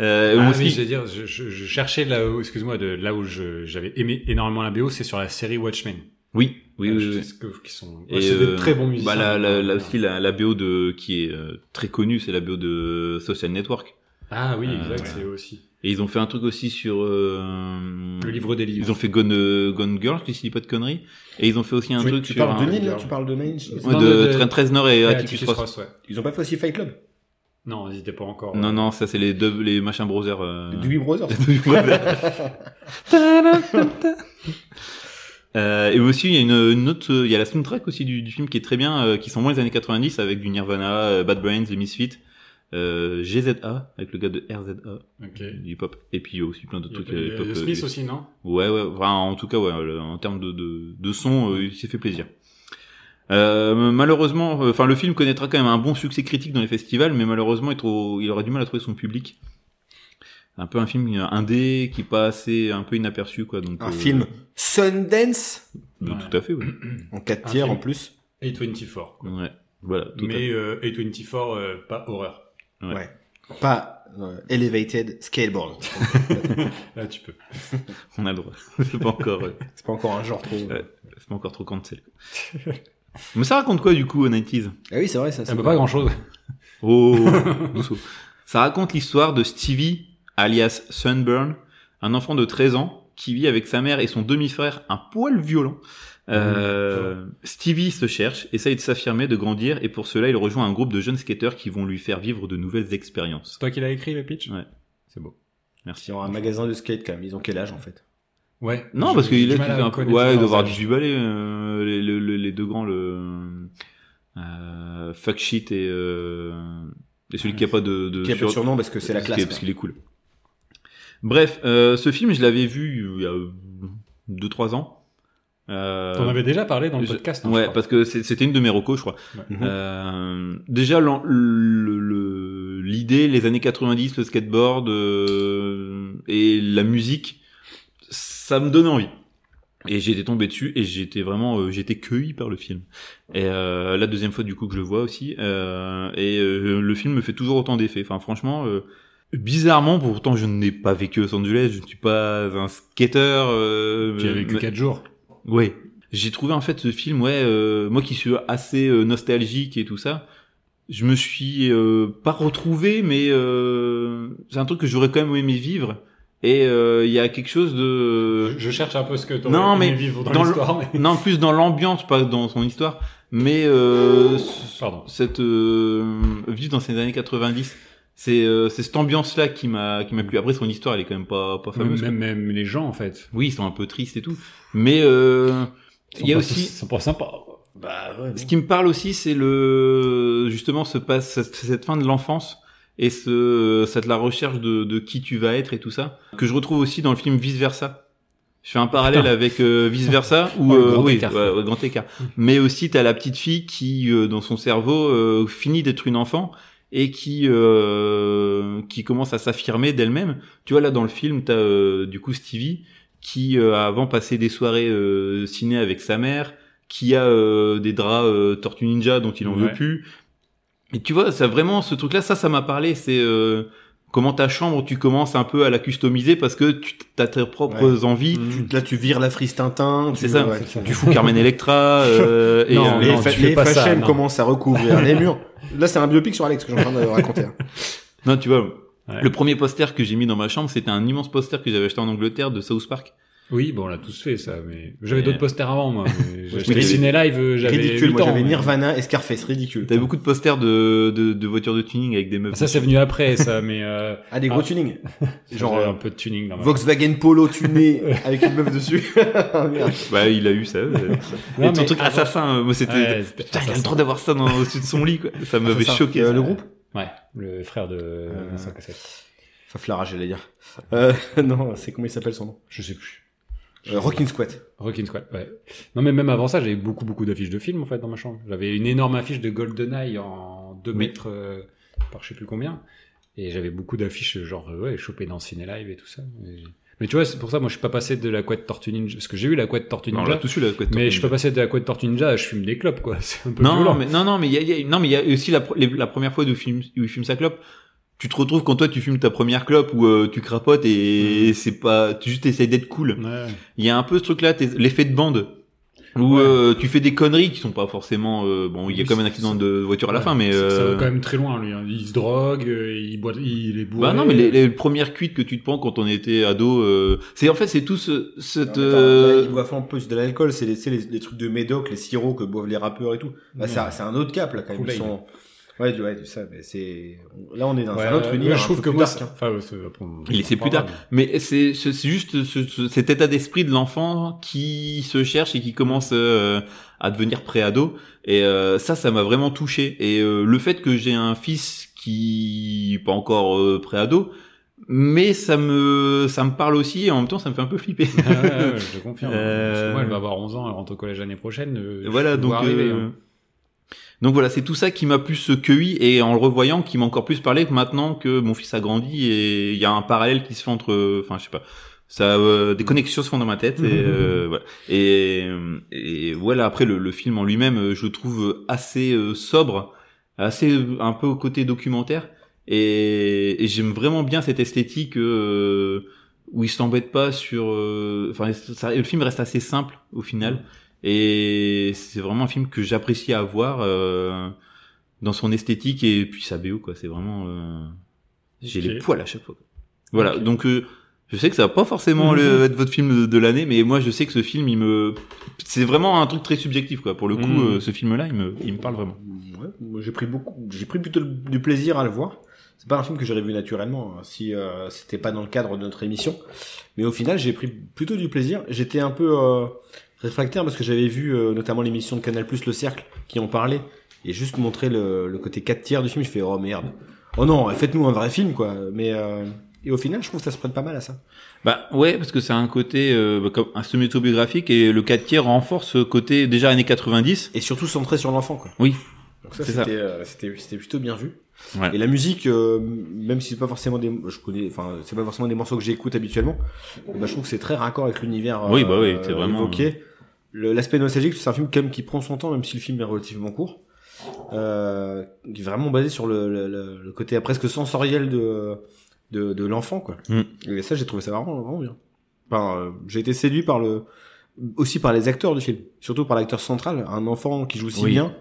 Speaker 3: Euh,
Speaker 2: Ah
Speaker 3: aussi-
Speaker 2: oui, j'allais dire, je, je- je cherchais là où, excuse-moi, de là où je- j'avais aimé énormément la BO, c'est sur la série Watchmen.
Speaker 3: oui, oui,
Speaker 2: Euh,
Speaker 3: oui,
Speaker 2: je
Speaker 3: oui.
Speaker 2: sais ce que- qui sont.
Speaker 3: Et,
Speaker 2: Ouais, c'est des
Speaker 3: euh,
Speaker 2: très bons
Speaker 3: Bah,
Speaker 2: musiciens.
Speaker 3: la, la, là aussi la, la BO de qui est euh, très connue, c'est la BO de Social Network.
Speaker 2: Ah oui,
Speaker 3: Euh,
Speaker 2: exact,
Speaker 3: ouais.
Speaker 2: c'est eux aussi.
Speaker 3: Et ils ont fait un truc aussi sur euh,
Speaker 2: Le livre des livres.
Speaker 3: Ils ont fait Gone, euh, Gone Girl, si je dis pas de conneries. Et ils ont fait aussi un
Speaker 1: tu,
Speaker 3: truc
Speaker 1: tu
Speaker 3: sur
Speaker 1: parles
Speaker 3: un-
Speaker 1: de Nil, là
Speaker 2: un-
Speaker 1: Tu parles de Nine Inch Nails
Speaker 3: Ouais,
Speaker 2: Non,
Speaker 3: de,
Speaker 2: de-
Speaker 3: Trent Reznor et
Speaker 2: Et
Speaker 3: Atticus
Speaker 2: Atticus
Speaker 3: Ross.
Speaker 2: Ross, ouais.
Speaker 1: Euh, Ils ont pas fait aussi Fight Club
Speaker 2: Non, ils étaient pas encore.
Speaker 3: Non, non, ça c'est les deux, les machins brothers. euh,
Speaker 1: Les Dewey Brothers.
Speaker 3: les Doobie Brothers. Euh, et aussi, il y a une, une autre, euh, il y a la soundtrack aussi du, du film qui est très bien, euh, qui sont moins les années 90 avec du Nirvana, euh, Bad Brains, les Misfits, euh, GZA avec le gars de RZA,
Speaker 2: Ok.
Speaker 3: du hip hop, et puis aussi plein d'autres
Speaker 2: Il y a
Speaker 3: trucs.
Speaker 2: pas eu, euh,
Speaker 3: euh, hip-hop, euh,
Speaker 2: Smith aussi, non
Speaker 3: Ouais, ouais, enfin, en tout cas, ouais, le- en termes de, de, de son, euh, il s'est fait plaisir. Euh, malheureusement, euh, enfin, le film connaîtra quand même un bon succès critique dans les festivals, mais malheureusement, il, trou- il aurait du mal à trouver son public. Un peu un film indé qui passe assez un peu inaperçu, quoi. Donc,
Speaker 1: Un
Speaker 3: euh,
Speaker 1: film Sundance
Speaker 3: euh,
Speaker 2: Ouais.
Speaker 3: Tout à fait, oui.
Speaker 1: en 4
Speaker 2: Un
Speaker 1: tiers
Speaker 2: film.
Speaker 1: en plus.
Speaker 2: A24. quoi.
Speaker 3: Ouais, voilà. Tout à fait.
Speaker 2: Mais euh, A24, euh, pas horreur.
Speaker 3: Ouais.
Speaker 1: Ouais. Pas euh, Elevated Skateboard.
Speaker 2: Là, tu peux.
Speaker 3: On a le droit. c'est pas encore, euh,
Speaker 1: c'est pas encore un genre trop.
Speaker 3: Ouais. c'est pas encore trop cancel. quoi. mais ça raconte quoi, du coup, au 90s
Speaker 1: Ah oui, c'est vrai, ça.
Speaker 2: Ça peut pas grand chose.
Speaker 3: Oh, Rousseau. Ça raconte l'histoire de Stevie, alias Sunburn, un enfant de 13 ans qui vit avec sa mère et son demi-frère un poil violent. Euh, Stevie se cherche, essaye de s'affirmer, de grandir, et pour cela, il rejoint un groupe de jeunes skateurs qui vont lui faire vivre de nouvelles expériences.
Speaker 2: C'est toi qui l'as écrit, le pitch
Speaker 3: Ouais.
Speaker 2: C'est beau.
Speaker 3: Merci.
Speaker 1: Ils ont un magasin de skate quand même. Ils ont quel âge en fait
Speaker 2: Ouais.
Speaker 3: Non,
Speaker 2: J'ai-
Speaker 3: parce qu'il
Speaker 2: j'ai
Speaker 3: est
Speaker 2: du mal à
Speaker 3: un peu,
Speaker 2: connaître
Speaker 3: ouais,
Speaker 2: leurs
Speaker 3: d'avoir
Speaker 2: âges.
Speaker 3: du balai, euh, les, le- le- les deux grands, le euh, fuck shit et, euh, et celui qui a pas de, de
Speaker 1: Euh, Qui a pas de
Speaker 3: sur-
Speaker 1: surnom parce que c'est la
Speaker 3: Parce que-
Speaker 1: classe.
Speaker 3: Parce
Speaker 1: quoi.
Speaker 3: qu'il est cool. Bref, euh, ce film, je l'avais vu il y a 2-3 ans. Euh,
Speaker 2: T'en avais déjà parlé dans le
Speaker 3: je-
Speaker 2: podcast. hein, je
Speaker 3: Ouais,
Speaker 2: crois.
Speaker 3: parce que c'est- c'était une de mes recos, je crois.
Speaker 2: Ouais.
Speaker 3: Euh, déjà, l'en- le- le- l'idée, les années 90, le skateboard euh, et la musique, ça me donnait envie. Et j'étais tombé dessus et j'étais vraiment, euh, j'étais cueilli par le film. Et euh, la deuxième fois du coup que je le vois aussi, euh, et euh, le film me fait toujours autant d'effet. Enfin franchement, euh, bizarrement, pourtant je n'ai pas vécu Los Angeles, je ne suis pas un skater. Euh,
Speaker 2: J'ai vécu
Speaker 3: mais-
Speaker 2: 4 jours.
Speaker 3: Ouais. J'ai trouvé en fait ce film, ouais, euh, moi qui suis assez euh, nostalgique et tout ça, je me suis euh, pas retrouvé, mais euh, c'est un truc que j'aurais quand même aimé vivre. Et euh, il y a quelque chose de...
Speaker 2: Je cherche un peu ce que tu
Speaker 3: Non, mais
Speaker 2: vivre
Speaker 3: dans le-
Speaker 2: l'histoire. mais-
Speaker 3: Non, plus dans l'ambiance, pas dans son histoire, mais euh, ce-
Speaker 2: Pardon.
Speaker 3: cette euh, vivre dans ces années 90, c'est euh, c'est cette ambiance-là qui m'a qui m'a plu. Après, son histoire, elle est quand même pas pas fameuse.
Speaker 2: Même, même les gens, en fait.
Speaker 3: quoi. Oui, ils sont un peu tristes et tout, mais euh,
Speaker 2: sont
Speaker 3: il y a
Speaker 2: pas
Speaker 3: aussi
Speaker 2: tous- sont pas sympas.
Speaker 1: Bah ouais.
Speaker 3: Ce qui me parle aussi, c'est le justement ce passe cette- cette fin de l'enfance et ce cette la recherche de, de qui tu vas être et tout ça que je retrouve aussi dans le film Vice Versa. Je fais un parallèle
Speaker 2: Putain.
Speaker 3: avec euh, Vice Versa où
Speaker 2: Ouais,
Speaker 3: euh,
Speaker 2: grand
Speaker 3: oui,
Speaker 2: écart.
Speaker 3: ouais, ouais, grand écart. Mais aussi t'as la petite fille qui euh, dans son cerveau euh, finit d'être une enfant et qui euh, qui commence à s'affirmer d'elle-même. Tu vois là dans le film t'as euh, du coup Stevie qui euh, a avant passé des soirées euh, ciné avec sa mère, qui a euh, des draps euh, Tortue Ninja dont il en
Speaker 2: Ouais.
Speaker 3: veut plus. Et tu vois, ça vraiment ce truc-là, ça, ça m'a parlé. C'est euh, comment ta chambre, tu commences un peu à la customiser parce que tu as tes propres envies.
Speaker 2: Mm.
Speaker 1: Tu- là, tu vires la frise Tintin. tu-
Speaker 3: C'est ça.
Speaker 1: ouais.
Speaker 2: C'est ça.
Speaker 3: Tu fous Carmen Electra euh, et,
Speaker 2: Non,
Speaker 3: euh,
Speaker 1: les
Speaker 2: non,
Speaker 1: fa-
Speaker 2: tu fais
Speaker 1: les
Speaker 2: pas ça,
Speaker 1: FHM
Speaker 2: non.
Speaker 1: commencent à recouvrir les murs. Là, c'est un biopic sur Alex que je suis en train de raconter. hein.
Speaker 3: Non, tu vois,
Speaker 2: Ouais.
Speaker 3: le premier poster que j'ai mis dans ma chambre, c'était un immense poster que j'avais acheté en Angleterre de South Park.
Speaker 2: Oui, bon, on l'a tous fait, ça, mais j'avais
Speaker 3: Mais-
Speaker 2: d'autres posters avant, moi. mais J'ai
Speaker 1: Oui,
Speaker 2: acheté Ciné Live, euh, j'avais
Speaker 1: Ridicule.
Speaker 2: 8
Speaker 1: Moi,
Speaker 2: ans,
Speaker 1: j'avais
Speaker 2: mais-
Speaker 1: Nirvana et Scarface. Ridicule.
Speaker 3: T'avais beaucoup de posters de, de, de voitures de tuning avec des meufs.
Speaker 2: Ah, Ça, c'est venu après, ça, mais euh,
Speaker 1: Ah, des gros
Speaker 2: Ah.
Speaker 1: tunings.
Speaker 2: genre
Speaker 1: Genre, euh,
Speaker 2: un peu de tuning. Dans ma-
Speaker 1: Volkswagen Polo tuné avec une meuf dessus. Ah, Merde.
Speaker 3: Bah, il a eu ça. euh.
Speaker 2: Non,
Speaker 3: et ton
Speaker 2: mais-
Speaker 3: truc assassin, euh, moi, c'était...
Speaker 2: Ouais, c'était-
Speaker 3: Putain, il a
Speaker 2: ça,
Speaker 3: le droit d'avoir ça dans, au-dessus de son lit, quoi. Ça m'avait
Speaker 1: C'est ça.
Speaker 3: choqué.
Speaker 1: Euh,
Speaker 3: ça.
Speaker 1: le groupe
Speaker 2: Ouais, le frère de
Speaker 3: Euh.
Speaker 2: Vincent Cassel.
Speaker 1: Enfin, Flara, j'allais dire. Euh, non, c'est comment il s'appelle son nom
Speaker 2: Je sais plus.
Speaker 1: euh, Rockin' Squat.
Speaker 2: Rockin' Squad, ouais. Non, mais même avant ça, j'avais beaucoup, beaucoup d'affiches de films, en fait, dans ma chambre. J'avais une énorme affiche de GoldenEye en 2
Speaker 3: Oui.
Speaker 2: mètres euh, par je sais plus combien. Et j'avais beaucoup d'affiches, euh, genre, euh, ouais, chopées dans Ciné Live et tout ça. Et- Mais tu vois, c'est pour ça, moi, je suis pas passé de la couette Tortue Ninja, parce que j'ai eu la couette Tortue
Speaker 3: Non, on
Speaker 2: Ninja.
Speaker 3: l'a tous eu, la couette
Speaker 2: mais
Speaker 3: tortue
Speaker 2: je suis pas
Speaker 3: ninja.
Speaker 2: passé de la couette Tortue Ninja, à je fume des clopes, quoi. C'est un peu
Speaker 3: Non,
Speaker 2: violent.
Speaker 3: mais, non, non, mais il y a, il y a- non, mais il y a aussi la, pr- les- la première fois où il, fume, où il fume sa clope. Tu te retrouves quand toi tu fumes ta première clope ou euh, tu crapotes
Speaker 2: Mm.
Speaker 3: et c'est pas, tu juste essayes d'être cool.
Speaker 2: Ouais.
Speaker 3: Il y a un peu ce truc-là, t'es- l'effet de bande. Où
Speaker 2: Ouais.
Speaker 3: euh, tu fais des conneries qui sont pas forcément euh, bon, il y a
Speaker 2: Oui,
Speaker 3: quand même un
Speaker 2: c'est-
Speaker 3: accident
Speaker 2: c'est-
Speaker 3: de voiture à la
Speaker 2: Ouais,
Speaker 3: fin, mais
Speaker 2: ça- Ça va
Speaker 3: euh,
Speaker 2: quand même très loin, lui. hein. Il se drogue, euh, il boit, il est bourré.
Speaker 3: bah non, mais les, les premières cuites que tu te prends quand on était ado, euh, c'est en fait c'est tout ce, cette euh,
Speaker 1: Ils boivent en plus de l'alcool, c'est les, c'est les, les trucs de médoc, les sirops que boivent les rappeurs et tout. Bah,
Speaker 2: Ouais.
Speaker 1: ça- c'est un autre cap là quand même. Ils
Speaker 2: Kool-Aid.
Speaker 1: sont... Ouais, du- ouais, du- ça, mais c'est. Là, on est dans
Speaker 2: Ouais,
Speaker 1: un autre
Speaker 2: ouais,
Speaker 1: univers.
Speaker 2: je
Speaker 1: un
Speaker 2: trouve
Speaker 1: peu
Speaker 2: que
Speaker 1: plus
Speaker 2: moi,
Speaker 1: dark,
Speaker 2: c'est-
Speaker 1: hein.
Speaker 2: enfin, ouais, c'est- après, on-
Speaker 3: Il essaie
Speaker 2: on
Speaker 3: plus tard.
Speaker 2: parlera,
Speaker 3: Mais c'est c'est- c'est juste ce- ce- cet état d'esprit de l'enfant qui se cherche et qui commence euh, à devenir pré-ado. Et euh, ça, ça m'a vraiment touché. Et euh, le fait que j'ai un fils qui pas encore euh, pré-ado, mais ça me ça me parle aussi et en même temps ça me fait un peu flipper.
Speaker 2: mais- Ah ouais, ouais, je te confirme.
Speaker 3: Euh,
Speaker 2: Parce que moi, elle va avoir 11 ans, elle rentre au collège l'année prochaine. euh, je
Speaker 3: voilà
Speaker 2: le
Speaker 3: donc
Speaker 2: vois arriver,
Speaker 3: euh,
Speaker 2: hein.
Speaker 3: donc voilà c'est tout ça qui m'a plus cueilli et en le revoyant qui m'a encore plus parlé que maintenant que mon fils a grandi et il y a un parallèle qui se fait entre enfin je sais pas ça euh, des connexions se font dans ma tête et euh, voilà et, et voilà après le, le film en lui-même euh, je le trouve assez euh, sobre assez euh, un peu au côté documentaire et, et j'aime vraiment bien cette esthétique euh, où il s'embête pas sur euh, enfin ça- le film reste assez simple au final et c'est vraiment un film que j'apprécie à voir euh, dans son esthétique et puis sa BO quoi. C'est vraiment euh, j'ai
Speaker 2: Ok.
Speaker 3: les poils à chaque fois. quoi. Voilà.
Speaker 2: Ok.
Speaker 3: Donc euh, je sais que ça va pas forcément
Speaker 2: Mhm.
Speaker 3: le- être votre film de, de l'année, mais moi je sais que ce film il me c'est vraiment un truc très subjectif quoi. Pour le coup,
Speaker 2: Mhm.
Speaker 3: euh, ce film là il me il me parle vraiment.
Speaker 1: Ouais, moi, j'ai pris beaucoup, j'ai pris plutôt le- du plaisir à le voir. C'est pas un film que j'aurais vu naturellement hein, si euh, c'était pas dans le cadre de notre émission. Mais au final, j'ai pris plutôt du plaisir. J'étais un peu euh, réfractaire parce que j'avais vu euh, notamment l'émission de Canal Plus Le Cercle qui en parlait et juste montrer le, le côté 4 tiers du film. Je fais oh merde. Oh non, faites-nous un vrai film quoi. Mais euh, et au final, je trouve que ça se prête pas mal à ça.
Speaker 3: Bah ouais parce que c'est un côté euh, bah, comme un semi autobiographique et le 4 tiers renforce ce côté déjà années 90.
Speaker 1: Et surtout centré sur l'enfant quoi.
Speaker 3: Oui.
Speaker 1: Donc ça,
Speaker 3: C'est ça.
Speaker 1: c'était, euh, c'était, c'était plutôt bien vu.
Speaker 3: Ouais.
Speaker 1: Et la musique, euh, même si c'est pas forcément des, je connais, enfin, c'est pas forcément des morceaux que j'écoute habituellement, bah, je trouve que c'est très raccord avec l'univers. euh,
Speaker 3: Oui, bah oui, c'est vraiment-
Speaker 1: évoqué. Le- L'aspect nostalgique, c'est un film quand même qui prend son temps, même si le film est relativement court. Euh, qui est vraiment basé sur le, le- le- le côté euh, presque sensoriel de de, de l'enfant, quoi.
Speaker 3: Mm.
Speaker 1: Et ça, j'ai trouvé ça vraiment, vraiment bien. Enfin, euh, j'ai été séduit par le, aussi par les acteurs du film, surtout par l'acteur central, un enfant qui joue si
Speaker 3: Oui.
Speaker 1: bien.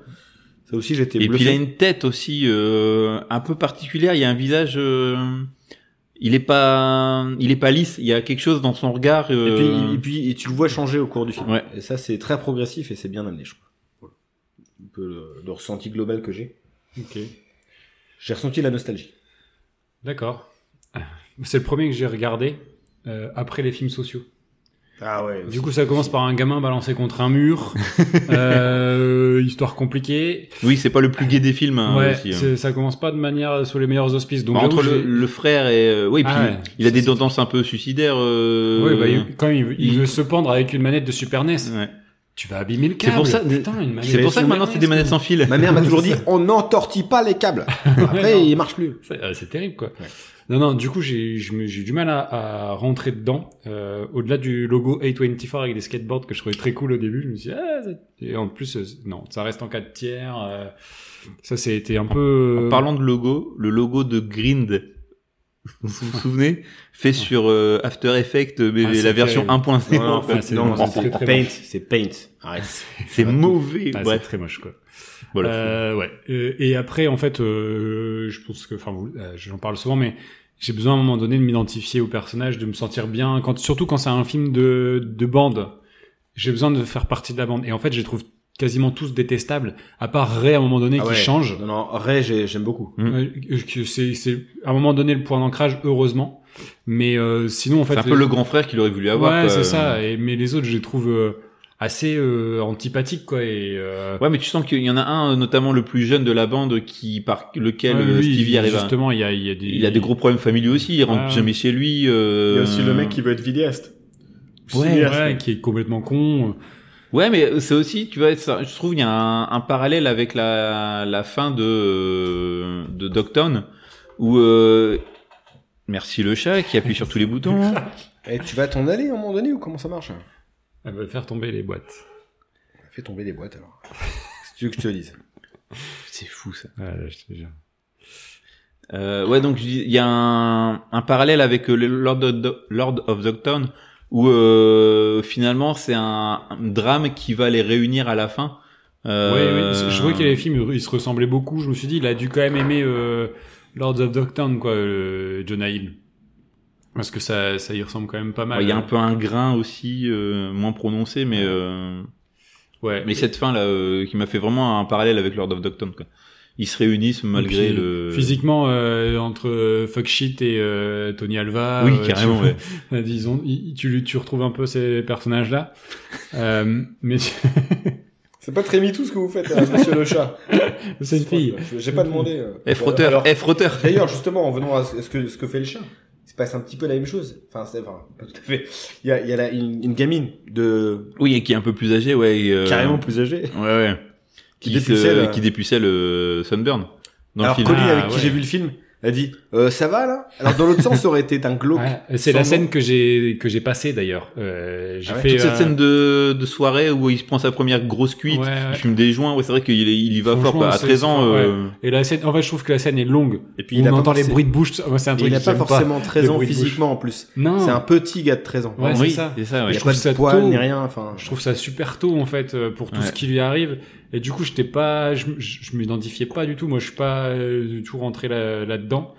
Speaker 1: Ça aussi, j'étais
Speaker 3: Et puis
Speaker 1: bluffé.
Speaker 3: il a une tête aussi euh, un peu particulière. Il y a un visage. euh, il est pas, il est pas lisse. Il y a quelque chose dans son regard.
Speaker 1: Et
Speaker 3: euh,
Speaker 1: puis, et puis et tu le vois changer au cours du film.
Speaker 3: Ouais.
Speaker 1: Et ça, c'est très progressif et c'est bien amené, je crois. Voilà. Un peu le, le ressenti global que j'ai.
Speaker 2: Ok.
Speaker 1: J'ai ressenti la nostalgie.
Speaker 2: D'accord. C'est le premier que j'ai regardé euh, après les films sociaux.
Speaker 1: Ah ouais.
Speaker 2: Du coup, ça commence par un gamin balancé contre un mur, euh, histoire compliquée.
Speaker 3: Oui, c'est pas le plus gai des films. hein,
Speaker 2: ouais,
Speaker 3: aussi, hein.
Speaker 2: c'est- ça commence pas de manière sous les meilleurs auspices. Donc
Speaker 3: Enfin, Bah, entre
Speaker 2: j'avoue,
Speaker 3: le,
Speaker 2: j'ai-
Speaker 3: le frère et euh, oui, puis
Speaker 2: Ah ouais.
Speaker 3: il a des
Speaker 2: Ça, c'est-
Speaker 3: tendances un peu suicidaires. euh,
Speaker 2: Ouais, bah, il- quand il, veut- il
Speaker 3: il-
Speaker 2: veut se pendre avec une manette de Super NES,
Speaker 3: ouais.
Speaker 2: tu vas abîmer le
Speaker 3: C'est
Speaker 2: câble.
Speaker 3: pour ça-
Speaker 2: Putain, une manette.
Speaker 3: C'est pour ça que
Speaker 2: Ah, E
Speaker 3: maintenant c'est des manettes sans fil.
Speaker 1: Ma mère m'a toujours dit, on n'entortille pas les câbles. Après,
Speaker 2: Ouais, non.
Speaker 1: il marche plus.
Speaker 2: C'est euh, c'est terrible, quoi. Non, non, du coup, j'ai je me- j'ai eu du mal à, à rentrer dedans. Euh, Au-delà du logo A24 avec des skateboards que je trouvais très cool au début, je me suis dit, ah, ça- Et en plus, euh, non, ça reste en 4 tiers. euh, ça, c'était un peu...
Speaker 3: En parlant de logo, le logo de Grind, vous vous souvenez, fait sur euh, After Effects, mais
Speaker 2: Ah,
Speaker 3: la
Speaker 2: c'est
Speaker 3: version
Speaker 2: terrible.
Speaker 3: 1.0.
Speaker 1: Non, en fait,
Speaker 2: Ah, c'est-
Speaker 1: non,
Speaker 2: c'est
Speaker 1: c'est
Speaker 2: très, très
Speaker 1: paint,
Speaker 2: moche.
Speaker 1: c'est paint. Arrête.
Speaker 3: c'est mauvais.
Speaker 2: Ah, c'est
Speaker 3: Bref,
Speaker 2: très moche, quoi.
Speaker 3: voilà.
Speaker 2: Euh, ouais. Euh, et après, en fait, euh, je pense que, enfin, vous- euh, j'en parle souvent, mais j'ai besoin à un moment donné de m'identifier au personnage, de me sentir bien, quand, surtout quand c'est un film de, de bande. J'ai besoin de faire partie de la bande. Et en fait, je les trouve quasiment tous détestables, à part Ray à un moment donné
Speaker 1: Ah
Speaker 2: qui
Speaker 1: ouais.
Speaker 2: change.
Speaker 1: Non, non, Ray, j'ai- j'aime beaucoup.
Speaker 3: Mm.
Speaker 2: Euh, que c'est, c'est à un moment donné le point d'ancrage, heureusement. Mais euh, sinon, en fait,
Speaker 3: C'est un peu
Speaker 2: les-
Speaker 3: le grand frère qu'il aurait voulu avoir. euh,
Speaker 2: ouais,
Speaker 3: quoi.
Speaker 2: c'est ça. Et, mais les autres, je les trouve euh, assez euh, antipathiques, quoi. Et euh,
Speaker 3: Ouais, mais tu sens qu'il y en a un, euh, notamment le plus jeune de la bande, qui par lequel
Speaker 2: ouais,
Speaker 3: euh,
Speaker 2: lui,
Speaker 3: Stevie arrive. à-
Speaker 2: Justement, il y a, il y a des,
Speaker 3: Il a des gros problèmes familiaux aussi. Il rentre
Speaker 2: Ah.
Speaker 3: jamais chez lui. euh,
Speaker 1: veut être vidéaste.
Speaker 2: Ouais, ouais, qui est complètement con. euh,
Speaker 3: Ouais, mais c'est aussi, tu vois, ça- je trouve il y a un, un parallèle avec la, la fin de euh, de Dogtown où euh, merci le chat qui appuie sur tous les boutons.
Speaker 1: Et Eh, tu vas t'en aller à un moment donné ou comment ça marche hein
Speaker 2: Elle va faire tomber les boîtes.
Speaker 1: Fais tomber des boîtes alors. Si tu veux que je te le dise.
Speaker 3: C'est fou ça.
Speaker 2: Ouais, là, je te jure.
Speaker 3: Euh, ouais, donc je dis, il y a un, un parallèle avec euh, le Lord of, Lord of Dogtown où euh, finalement c'est un, un drame qui va les réunir à la fin. Euh,
Speaker 2: Ouais, ouais, je trouvais qu'il y avait des films, ils se ressemblaient beaucoup. Je me suis dit, il a dû quand même aimer euh, Lords of Dogtown, quoi, euh, Jonah Hill. Parce que ça, ça y ressemble quand même pas mal.
Speaker 3: Ouais, Il y a un peu un grain aussi euh, moins prononcé, mais euh,
Speaker 2: Ouais.
Speaker 3: Mais cette fin là euh, qui m'a fait vraiment un parallèle avec Lord of Dogtown quoi. Ils se réunissent malgré
Speaker 2: Puis,
Speaker 3: le
Speaker 2: Physiquement, euh, entre euh, Fuck Shit et euh, Tony Alva.
Speaker 3: Ah, Oui,
Speaker 2: euh,
Speaker 3: carrément.
Speaker 2: tu-
Speaker 3: ouais.
Speaker 2: Euh, disons, i- tu, tu retrouves un peu ces personnages-là. Euh, mais
Speaker 1: C'est pas très tout ce que vous faites, euh, monsieur le chat.
Speaker 2: c'est une fille.
Speaker 1: Je- J'ai pas demandé. euh.
Speaker 3: F Eh, frotteur,
Speaker 1: Alors,
Speaker 3: F frotteur.
Speaker 1: D'ailleurs, justement, en venant à ce ce que, ce que fait le chat, il se passe un petit peu la même chose. Enfin, c'est enfin, pas tout à fait. Il y a, il y a la- une, une gamine de
Speaker 3: Oui, et qui est un peu plus âgé, ouais. et, euh,
Speaker 1: carrément plus âgée.
Speaker 3: Ouais, ouais.
Speaker 1: Qui
Speaker 3: Qui,
Speaker 1: dépucelle,
Speaker 3: se-
Speaker 1: euh,
Speaker 3: qui dépucelle euh, Sunburn dans
Speaker 1: Alors,
Speaker 3: le film. Ah,
Speaker 1: Colline, avec qui
Speaker 2: ouais.
Speaker 1: j'ai vu le film, a dit euh, Ça va là Alors, dans l'autre sens, ça aurait été un glauque.
Speaker 2: Ouais, Ah, c'est la
Speaker 1: Sans nom.
Speaker 2: scène que j'ai que j'ai passée d'ailleurs. Euh, j'ai
Speaker 1: Ah ouais,
Speaker 2: fait
Speaker 3: Toute cette
Speaker 2: euh,
Speaker 3: scène de, de soirée où il se prend sa première grosse cuite,
Speaker 2: Ouais, ouais.
Speaker 3: il fume des joints, ouais, c'est vrai qu'il est- il y va
Speaker 2: Franchement,
Speaker 3: fort quoi. à
Speaker 2: c'est-
Speaker 3: 13 ans.
Speaker 2: c'est- ouais.
Speaker 3: euh,
Speaker 2: Et la scène, en fait, je trouve que la scène est longue.
Speaker 1: Et puis,
Speaker 2: On
Speaker 1: il a pas
Speaker 2: entend les
Speaker 1: forcé-
Speaker 2: bruits de bouche. Moi, c'est un
Speaker 1: et
Speaker 2: truc
Speaker 1: Il
Speaker 2: que
Speaker 1: a pas
Speaker 2: j'aime
Speaker 1: forcément 13
Speaker 2: le
Speaker 1: ans
Speaker 2: bruit de bouche.
Speaker 1: physiquement en plus.
Speaker 2: Non.
Speaker 1: C'est un petit gars de 13 ans.
Speaker 2: Ouais,
Speaker 1: Il
Speaker 2: c'est
Speaker 3: oui,
Speaker 2: ça.
Speaker 3: c'est ça.
Speaker 2: Et
Speaker 3: Ouais.
Speaker 1: n'y a
Speaker 2: je
Speaker 1: pas
Speaker 2: trouve ça
Speaker 1: de poils
Speaker 2: tôt.
Speaker 1: ni rien. Enfin,
Speaker 2: Je trouve ça super tôt en fait euh, pour tout
Speaker 3: Ouais.
Speaker 2: ce qui lui arrive. Et du coup, j'étais pas, je, je, je m'identifiais pas du tout. Moi, je suis pas euh, du tout rentré là- là-dedans.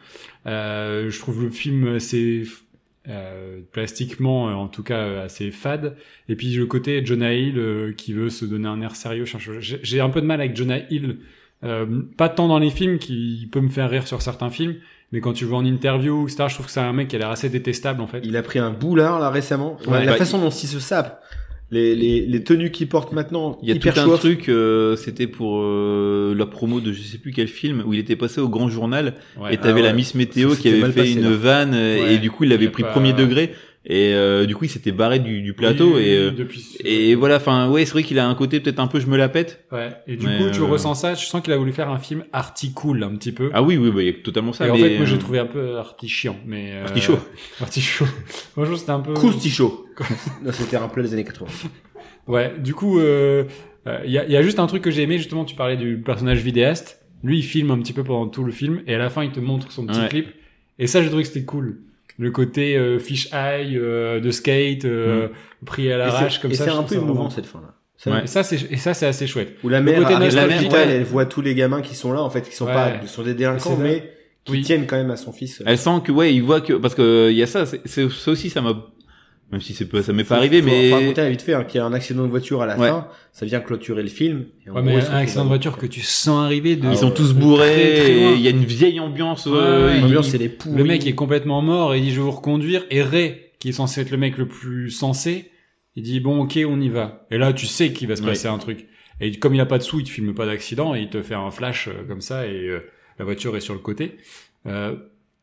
Speaker 2: euh, je trouve le film assez euh, plastiquement, euh, en tout cas, euh, assez fade. Et puis le côté Jonah Hill euh, qui veut se donner un air sérieux. Je- je- J'ai un peu de mal avec Jonah Hill. Euh, pas tant dans les films qui peut me faire rire sur certains films, mais quand tu le vois en interview, etc., je trouve que c'est un mec qui a l'air assez détestable en fait.
Speaker 1: Il a pris un boulard là récemment.
Speaker 3: Ouais,
Speaker 1: la
Speaker 3: bah,
Speaker 1: façon dont il se sape, les, les, les tenues qu'il porte maintenant,
Speaker 3: Il y a
Speaker 1: hyper
Speaker 3: tout un
Speaker 1: chouette.
Speaker 3: truc, euh, c'était pour euh, la promo de je sais plus quel film, où il était passé au grand journal
Speaker 2: Ouais.
Speaker 3: et t'avais
Speaker 1: Ah ouais.
Speaker 3: la Miss Météo
Speaker 1: Ça,
Speaker 3: qui
Speaker 1: c'était
Speaker 3: avait
Speaker 1: mal
Speaker 3: fait
Speaker 1: passé,
Speaker 3: une
Speaker 1: là.
Speaker 3: vanne euh,
Speaker 2: Ouais.
Speaker 3: et du coup il avait
Speaker 2: Il a
Speaker 3: pris
Speaker 2: pas-
Speaker 3: premier degré Et euh, du coup, il s'était barré du, du plateau et euh,
Speaker 2: depuis...
Speaker 3: et voilà. Enfin, ouais, c'est vrai qu'il a un côté peut-être un peu je me la pète.
Speaker 2: Ouais. Et du
Speaker 3: Mais,
Speaker 2: coup, tu
Speaker 3: euh,
Speaker 2: ressens ça. Je sens qu'il a voulu faire un film arty cool un petit peu.
Speaker 3: Ah oui, oui, bah, il y a totalement ça.
Speaker 1: Ah,
Speaker 2: et en
Speaker 3: mais,
Speaker 2: fait, moi, j'ai
Speaker 3: euh,
Speaker 2: trouvé un peu arty chiant. Mais euh,
Speaker 3: Arty chaud.
Speaker 2: Arty chaud. moi, je trouve que c'était un peu.
Speaker 1: Croustichot. Non, C'était un plat des années 80.
Speaker 2: Ouais. Du coup, euh, euh, il y, a, il y a juste un truc que j'ai aimé. Justement, tu parlais du personnage vidéaste. Lui, il filme un petit peu pendant tout le film, et à la fin, il te montre son petit
Speaker 3: Ouais.
Speaker 2: clip. Et ça, j'ai trouvé que c'était cool. Le côté euh, fish eye euh, de skate euh, pris à l'arrache comme
Speaker 1: et
Speaker 2: ça.
Speaker 1: c'est
Speaker 2: je
Speaker 1: un
Speaker 2: trouve
Speaker 1: peu
Speaker 2: ça vraiment-
Speaker 1: émouvant cette fin là.
Speaker 2: Et ça, c'est et ça, c'est assez chouette.
Speaker 1: Où la
Speaker 2: Le
Speaker 1: mère
Speaker 2: côté
Speaker 1: arrive à
Speaker 3: nostalgique,
Speaker 1: l'hôpital,
Speaker 2: ouais.
Speaker 1: elle voit tous les gamins qui sont là en fait, qui sont
Speaker 2: Ouais.
Speaker 1: pas, qui sont des
Speaker 2: Et
Speaker 1: délinquants
Speaker 2: c'est vrai.
Speaker 1: mais qui
Speaker 2: Oui. Ah,
Speaker 1: tiennent quand même à son fils.
Speaker 3: Elle sent que ouais, il voit que parce que euh, il y a ça. c'est- C'est ça aussi, ça m'a. Même si c'est pas, ça m'est pas arrivé,
Speaker 1: Faut- faut
Speaker 3: mais
Speaker 1: raconter à vite fait hein, qu'il y a un accident de voiture à la
Speaker 3: Ouais.
Speaker 1: fin, ça vient clôturer le film. Et en
Speaker 2: Ouais,
Speaker 1: gros,
Speaker 2: mais
Speaker 1: ils se
Speaker 2: un accident de
Speaker 1: retrouvent-
Speaker 2: voiture que tu sens arriver de.
Speaker 1: Ah
Speaker 3: ils sont
Speaker 1: ouais.
Speaker 3: tous
Speaker 2: Très, très
Speaker 3: bourrés.
Speaker 2: loin.
Speaker 3: et Il y a une vieille ambiance. euh,
Speaker 2: Ouais,
Speaker 3: il-
Speaker 1: L'ambiance c'est les pourris.
Speaker 2: Le mec Ah, est complètement mort et il dit je vais vous reconduire. Et Ray, qui est censé être le mec le plus sensé, il dit bon ok on y va. Et là tu sais qu'il va se
Speaker 3: Ouais.
Speaker 2: passer un truc. Et comme il a pas de sous, il te filme pas d'accident et il te fait un flash euh, comme ça et euh, la voiture est sur le côté. Euh,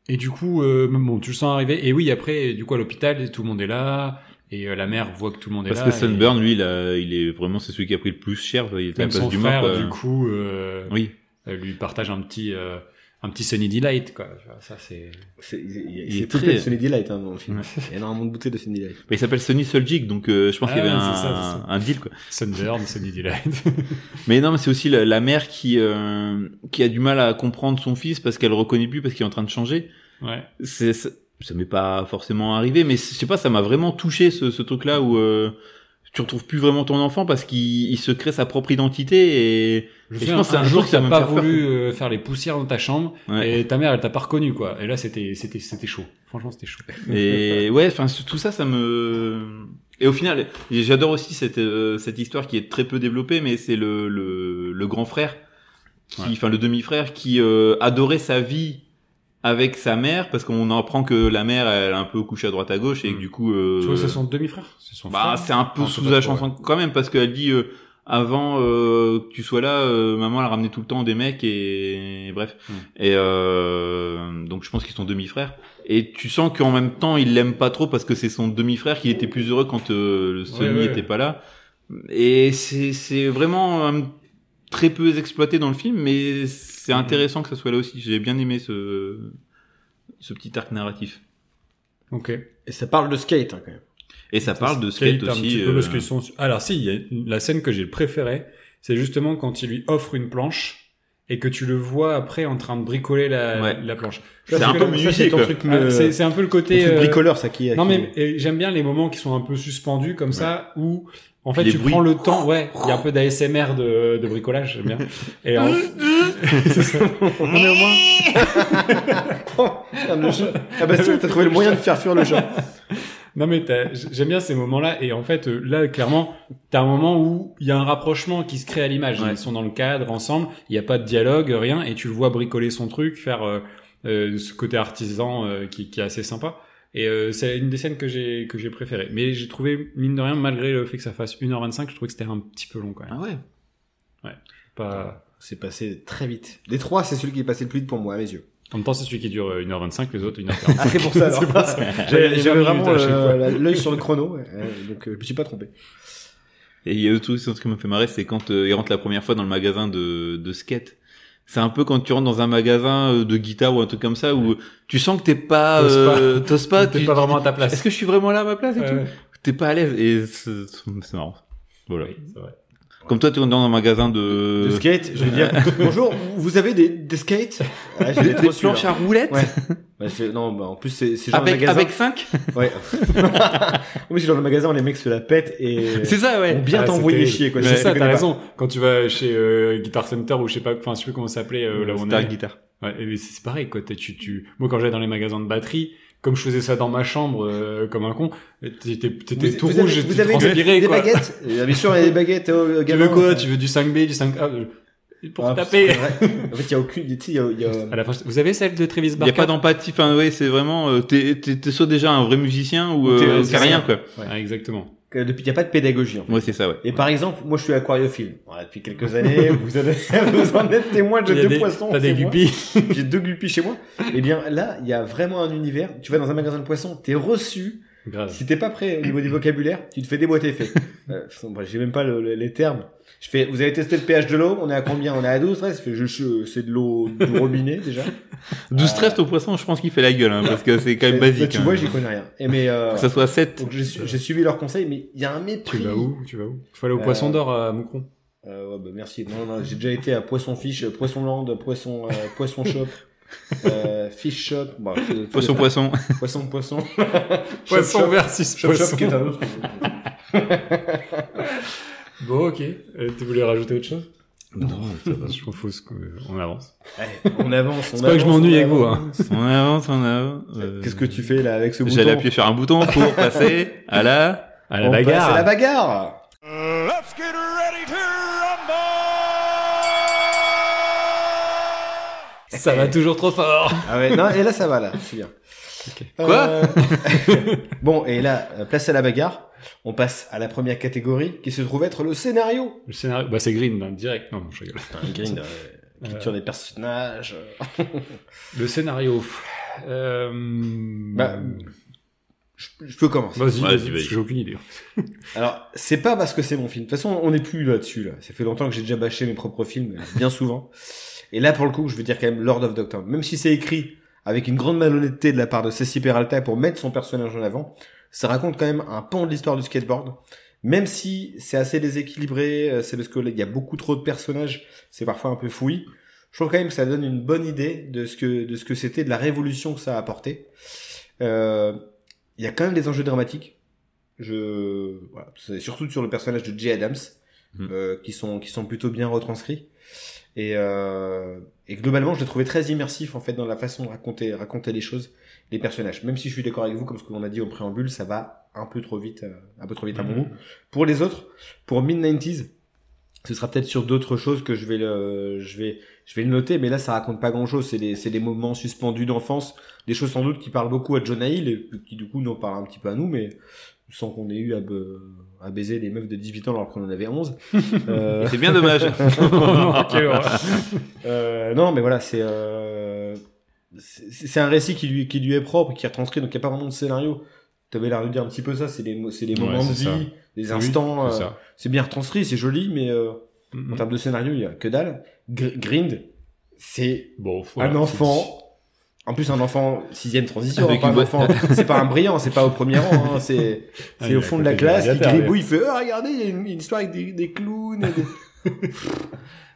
Speaker 2: et du coup euh, bon tu le sens arriver. Et oui après du coup à l'hôpital tout le monde est là et euh, la mère voit que tout le monde est
Speaker 3: Parce
Speaker 2: là.
Speaker 3: que
Speaker 2: et
Speaker 3: Sunburn, lui, il, a- il est vraiment c'est celui qui a pris le plus cher. Il était à la
Speaker 2: même
Speaker 3: place
Speaker 2: son
Speaker 3: du
Speaker 2: frère
Speaker 3: mort. quoi.
Speaker 2: du coup euh,
Speaker 3: Oui.
Speaker 2: euh, lui partage un petit euh, un petit Sunny Delight quoi. Tu vois, Ça c'est
Speaker 1: C'est
Speaker 3: Il est
Speaker 1: il- c'est
Speaker 3: très-
Speaker 1: peuplé de Sunny Delight hein, dans le film. Il y a énormément de bouteilles de Sunny Delight.
Speaker 3: Mais il s'appelle Sonny Soljic, donc euh, je pense
Speaker 2: Ah
Speaker 3: qu'il y avait
Speaker 2: ouais,
Speaker 3: un,
Speaker 2: c'est ça, c'est ça.
Speaker 3: un deal quoi.
Speaker 2: Sunburn, Sunny Delight.
Speaker 3: Mais non, mais c'est aussi la, la mère qui euh, qui a du mal à comprendre son fils parce qu'elle le reconnaît plus parce qu'il est en train de changer.
Speaker 2: ouais.
Speaker 3: C'est ça, ça m'est pas forcément arrivé, mais c'est- je sais pas, ça m'a vraiment touché ce, ce truc-là où euh, tu retrouves plus vraiment ton enfant parce qu'il il se crée sa propre identité et
Speaker 2: Je,
Speaker 3: Et
Speaker 2: je pense un, un
Speaker 3: truc
Speaker 2: jour
Speaker 3: qui
Speaker 2: t'as
Speaker 3: va me
Speaker 2: pas
Speaker 3: faire peur.
Speaker 2: voulu euh, faire les poussières dans ta chambre
Speaker 3: ouais.
Speaker 2: et ta mère elle t'a pas reconnu quoi. Et là c'était c'était c'était chaud. Franchement c'était chaud.
Speaker 3: Et ouais, enfin ce- tout ça, ça me. Et au final, j'adore aussi cette euh, cette histoire qui est très peu développée, mais c'est le le, le grand frère, qui,
Speaker 2: Ouais.
Speaker 3: enfin le demi-frère qui euh, adorait sa vie avec sa mère parce qu'on apprend que la mère elle a un peu couché à droite à gauche et que
Speaker 2: Mm.
Speaker 3: du coup euh,
Speaker 2: Tu vois c'est son demi frère. C'est son
Speaker 3: bah c'est un peu
Speaker 2: Enfin, je sais
Speaker 3: sous
Speaker 2: pas
Speaker 3: la
Speaker 2: trop,
Speaker 3: chanson quand même parce qu'elle dit euh, avant euh, que tu sois là, euh, maman elle ramenait tout le temps des mecs et, et bref.
Speaker 2: Mm.
Speaker 3: Et euh, donc je pense qu'ils sont demi-frères. Et tu sens qu'en même temps il l'aime pas trop parce que c'est son demi-frère qu'il était plus heureux quand euh, le Sony
Speaker 2: ouais.
Speaker 3: était pas là. Et c'est c'est vraiment euh, très peu exploité dans le film, mais c'est
Speaker 2: Mm.
Speaker 3: intéressant que ça soit là aussi. J'ai bien aimé ce ce petit arc narratif.
Speaker 2: Ok.
Speaker 1: Et ça parle de skate hein, quand même.
Speaker 3: Et ça parle de
Speaker 2: Skate,
Speaker 3: skate
Speaker 2: un
Speaker 3: aussi.
Speaker 2: petit peu, parce
Speaker 3: euh,
Speaker 2: qu'ils sont- Alors si, il y a une- la scène que j'ai préférée, c'est justement quand il lui offre une planche et que tu le vois après en train de bricoler la,
Speaker 3: Ouais.
Speaker 2: la planche.
Speaker 3: C'est un
Speaker 1: Ça,
Speaker 3: peu
Speaker 1: ça,
Speaker 3: musique,
Speaker 1: c'est ton
Speaker 3: quoi.
Speaker 1: truc,
Speaker 2: Ah,
Speaker 1: euh,
Speaker 2: c'est c'est un peu le
Speaker 1: ton
Speaker 2: côté
Speaker 1: truc
Speaker 2: euh,
Speaker 1: bricoleur ça qui.
Speaker 2: Non
Speaker 1: qui-
Speaker 2: mais et j'aime bien les moments qui sont un peu suspendus comme ça où en fait
Speaker 3: Les
Speaker 2: tu
Speaker 3: bruits.
Speaker 2: prends le temps ouais il y a un peu d'ASMR de, de bricolage j'aime bien et en- C'est ça.
Speaker 1: Mais au moins. Ah, le chat. Ah bah si, t'as trouvé le moyen de faire fuir le chat.
Speaker 2: non mais t'as- j'aime bien ces moments là et en fait euh, là clairement t'as un moment où il y a un rapprochement qui se crée à l'image
Speaker 3: Ouais.
Speaker 2: ils sont dans le cadre ensemble il n'y a pas de dialogue rien et tu le vois bricoler son truc faire euh, euh, ce côté artisan euh, qui, qui est assez sympa et euh, c'est une des scènes que j'ai que j'ai préférées mais j'ai trouvé mine de rien malgré le fait que ça fasse 1h25 je trouvais que c'était un petit peu long quand même
Speaker 3: Ah ouais.
Speaker 2: pas
Speaker 1: C'est passé très vite. Les trois, c'est celui qui est passé le plus vite pour moi à mes yeux.
Speaker 2: En même temps, c'est celui qui dure euh, 1h25, les autres 1h45.
Speaker 1: Ah, c'est pour ça, alors.
Speaker 2: C'est pour ça.
Speaker 1: J'avais
Speaker 2: les
Speaker 1: j'avais
Speaker 2: 20
Speaker 1: vraiment
Speaker 2: minutes à chaque
Speaker 1: euh,
Speaker 2: fois.
Speaker 1: la- l'œil sur le chrono, euh, donc euh, je me suis pas trompé.
Speaker 3: Et il y a autre chose qui me fait marrer, c'est quand euh, il rentre la première fois dans le magasin de, de skate. C'est un peu quand tu rentres dans un magasin euh, de guitare ou un truc comme ça où tu sens que t'es pas,
Speaker 2: T'oses pas.
Speaker 3: euh, t'oses pas,
Speaker 2: T'es
Speaker 3: tu-
Speaker 2: pas vraiment à ta place.
Speaker 3: Est-ce que je suis vraiment là à ma place et
Speaker 2: Euh,
Speaker 3: tout T'es pas à l'aise et c'est c'est marrant. Voilà.
Speaker 2: oui, c'est vrai.
Speaker 3: Comme toi, tu rentres dans un magasin
Speaker 1: De
Speaker 3: de,
Speaker 1: skate, je vais dire bonjour, vous avez des, des skates ah, J'ai
Speaker 3: des, des
Speaker 1: celui-là.
Speaker 3: planches à roulettes
Speaker 1: Ouais. Bah, c'est- non, bah, en plus c'est c'est genre
Speaker 3: avec
Speaker 1: un magasin.
Speaker 3: avec cinq.
Speaker 1: Ouais. oui, c'est genre le magasin, où les mecs se la pètent et euh,
Speaker 3: C'est ça,
Speaker 1: vont
Speaker 3: ouais.
Speaker 1: bien
Speaker 2: Ah,
Speaker 1: t'envoyer
Speaker 2: c'était-
Speaker 1: chier quoi.
Speaker 2: Mais
Speaker 1: si
Speaker 2: c'est
Speaker 1: tu
Speaker 2: ça,
Speaker 1: connais
Speaker 2: t'as
Speaker 1: pas.
Speaker 2: raison. Quand tu vas chez euh, Guitar Center ou je sais pas, enfin, je sais plus comment ça s'appelait euh, là où on
Speaker 3: Star
Speaker 2: est.
Speaker 3: guitare.
Speaker 2: Ouais, et mais c'est c'est pareil, quoi. T'es- Tu, tu... Moi, quand j'allais dans les magasins de batterie, comme je faisais ça dans ma chambre, euh, comme un con, t'étais t'étais
Speaker 1: Vous-
Speaker 2: tout
Speaker 1: vous
Speaker 2: rouge,
Speaker 1: avez-
Speaker 2: tu
Speaker 1: vous avez
Speaker 2: transpirais,
Speaker 1: des, des
Speaker 2: quoi.
Speaker 1: baguettes Euh, Bien sûr, il y a des baguettes euh, au
Speaker 2: Tu
Speaker 1: gamin.
Speaker 2: veux quoi Tu veux du 5B, du 5A euh, Pour
Speaker 1: Ah,
Speaker 2: taper
Speaker 1: c'est vrai. En fait, il y a aucune. Tu sais, il y a- il y a-
Speaker 2: À la fin, Vous avez celle de Travis
Speaker 3: Il y a
Speaker 2: Barker
Speaker 3: pas d'empathie. Enfin, ouais, c'est vraiment euh, t'es t'es t'es soit déjà un vrai musicien ou
Speaker 1: Ou t'es-
Speaker 3: euh,
Speaker 1: c'est
Speaker 3: t'as
Speaker 1: ça.
Speaker 3: rien quoi.
Speaker 2: Ah, Exactement.
Speaker 1: Depuis, il n'y a pas de pédagogie. En fait.
Speaker 3: Ouais, c'est ça, ouais.
Speaker 1: Et par exemple, moi, je suis aquariophile. Voilà, depuis quelques années, vous, en êtes- vous en êtes témoin. J'ai
Speaker 2: Il y a
Speaker 1: deux
Speaker 2: des-
Speaker 1: poissons.
Speaker 2: T'as des
Speaker 1: chez moi.
Speaker 2: guppies
Speaker 1: Eh J'ai deux guppies chez moi. Et bien là, il y a vraiment un univers. Tu vas dans un magasin de poissons, t'es reçu
Speaker 2: Grave.
Speaker 1: Si t'es pas prêt au niveau du vocabulaire, tu te fais déboîter fait. Euh, bon, J'ai même pas le- le- les termes. Je fais, vous avez testé le pH de l'eau, on est à combien On est à 12, 13 Je fais, je- je- C'est de l'eau du robinet déjà.
Speaker 3: 12 13 au poisson, je pense qu'il fait la gueule, hein, parce que c'est quand même
Speaker 1: Là,
Speaker 3: basique.
Speaker 1: Ah. Tu
Speaker 3: hein.
Speaker 1: vois, j'y connais rien. Et mais, euh,
Speaker 3: que ça soit 7.
Speaker 1: donc j'ai su- j'ai suivi leurs conseils, mais il y a un
Speaker 4: Tu
Speaker 1: mépris.
Speaker 4: vas où Tu vas où Il faut aller au
Speaker 1: Euh,
Speaker 4: Poisson d'Or à Moucron.
Speaker 1: Euh, ouais, bah, merci. Non, non, j'ai déjà été à Poisson Fiche, Poisson Land, Poisson, euh, Poisson Shop, euh, Fish Shop, bah, c'est- c'est-
Speaker 3: Poisson, poisson.
Speaker 1: Poisson, Poisson.
Speaker 4: Poisson
Speaker 1: Shop,
Speaker 4: versus
Speaker 1: Shop, Shop,
Speaker 4: Poisson.
Speaker 1: Shop, qui est un autre.
Speaker 4: Bon, ok. Euh, tu voulais rajouter autre chose
Speaker 3: Non,
Speaker 2: Je propose qu'on avance.
Speaker 1: Allez, on avance. C'est
Speaker 2: pas que je m'ennuie avec vous, hein.
Speaker 3: on avance, on avance. euh,
Speaker 1: Qu'est-ce que tu fais là avec ce bouton
Speaker 3: J'allais appuyer sur un bouton pour passer à la.
Speaker 2: À
Speaker 1: On passe à la bagarre.
Speaker 5: Let's get ready to
Speaker 1: Ah.
Speaker 5: rumble!
Speaker 4: Ça va toujours trop fort.
Speaker 1: Ah ouais, non, et là ça va là, c'est bien.
Speaker 3: Quoi
Speaker 1: Euh, Bon, et là, euh, place à la bagarre. On passe à la première catégorie qui se trouve être le scénario.
Speaker 2: Le scénario, bah c'est Green, hein, direct. Non, je rigole.
Speaker 1: Green, écriture des personnages. euh.
Speaker 2: Le scénario. Euh...
Speaker 1: Bah, Je, je peux commencer.
Speaker 2: vas-y,
Speaker 3: vas-y,
Speaker 2: vas-y,
Speaker 3: vas-y.
Speaker 2: parce que j'ai aucune idée.
Speaker 1: Alors, c'est pas parce que c'est mon film. De toute façon, on n'est plus là-dessus. Là. Ça fait longtemps que j'ai déjà bâché mes propres films, euh, bien souvent. Et là, pour le coup, je veux dire quand même Lord of Doctor. Même si c'est écrit avec une grande malhonnêteté de la part de Ceci Peralta pour mettre son personnage en avant, ça raconte quand même un pan de l'histoire du skateboard. Même si c'est assez déséquilibré, euh, c'est parce que là, il y a beaucoup trop de personnages, c'est parfois un peu fouillis. Je trouve quand même que ça donne une bonne idée de ce que de ce que c'était, de la révolution que ça a apporté. Euh, Il y a quand même des enjeux dramatiques. Je voilà, c'est surtout sur le personnage de Jay Adams
Speaker 3: Mhm.
Speaker 1: euh, qui sont qui sont plutôt bien retranscrits et euh, et globalement je l'ai trouvé très immersif en fait dans la façon de raconter raconter les choses les personnages même si je suis d'accord avec vous comme ce qu'on a dit au préambule ça va un peu trop vite euh, un peu trop vite à mon
Speaker 2: Mhm.
Speaker 1: goût pour les autres pour mid 90s ce sera peut-être sur d'autres choses que je vais le je vais je vais le noter mais là ça raconte pas grand chose c'est des c'est des moments suspendus d'enfance des choses sans doute qui parlent beaucoup à Jonah Hill et qui du coup nous en parlent un petit peu à nous mais sans qu'on ait eu à, be- à baiser les meufs de 18 ans alors qu'on en avait 11. Euh,
Speaker 3: C'est bien dommage.
Speaker 2: Ok, ouais.
Speaker 1: euh, non, mais voilà, c'est euh, c'est c'est un récit qui lui qui lui est propre, qui est retranscrit, donc il n'y a pas vraiment de scénario. Tu avais l'air de dire un petit peu ça, c'est des mo- c'est des
Speaker 2: Ouais,
Speaker 1: moments de vie,
Speaker 2: c'est ça.
Speaker 1: des
Speaker 2: Oui,
Speaker 1: instants.
Speaker 2: c'est
Speaker 1: euh,
Speaker 2: ça. Mm,
Speaker 1: c'est bien retranscrit, c'est joli, mais euh, en termes de scénario, il y a que dalle. Gr- Grind, c'est
Speaker 2: Bon, voilà,
Speaker 1: un
Speaker 2: c'est-
Speaker 1: enfant. En plus, un enfant sixième transition,
Speaker 3: Avec
Speaker 1: hein, pas
Speaker 3: une
Speaker 1: un enfant. c'est pas un brillant, c'est pas au premier rang. hein, c'est
Speaker 2: Ah,
Speaker 1: c'est
Speaker 2: il
Speaker 1: au
Speaker 2: est à
Speaker 1: fond de
Speaker 2: côté
Speaker 1: la
Speaker 2: du
Speaker 1: classe qui
Speaker 2: radiateur,
Speaker 1: gribouille, il fait oh, regardez, il y a une, une histoire avec des, des clowns. et des-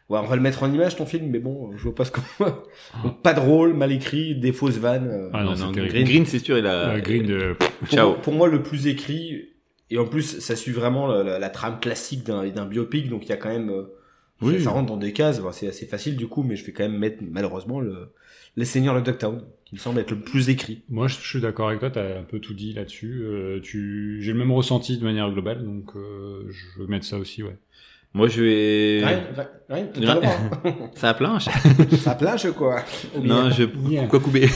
Speaker 1: ouais, on va le mettre en image ton film, mais bon, je vois pas ce qu'on voit. Donc, pas drôle, mal écrit, des fausses vannes. euh.
Speaker 2: Ah non, c'est terrible.
Speaker 3: Green, Green, c'est sûr, il a.
Speaker 2: Ouais, Green, euh,
Speaker 1: pour,
Speaker 3: Ciao.
Speaker 1: pour moi, le plus écrit, et en plus, ça suit vraiment la, la- la trame classique d'un d'un biopic, donc il y a quand même. euh,
Speaker 3: Oui.
Speaker 1: ça, ça rentre dans des cases, bon, c'est assez facile du coup, mais je vais quand même mettre malheureusement le, les seigneurs de Ducktown, qui me semble être le plus écrit.
Speaker 2: Moi, je je suis d'accord avec toi. T'as un peu tout dit là-dessus. Euh, tu, j'ai le même ressenti de manière globale, donc euh, je vais mettre ça aussi, ouais.
Speaker 3: Moi, je vais.
Speaker 1: Rien, rien, rien, t'as le droit,
Speaker 3: Ça planche.
Speaker 1: hein. ça plage quoi. Ou bien-
Speaker 3: Non, je.
Speaker 2: Yeah.
Speaker 3: Quoi couper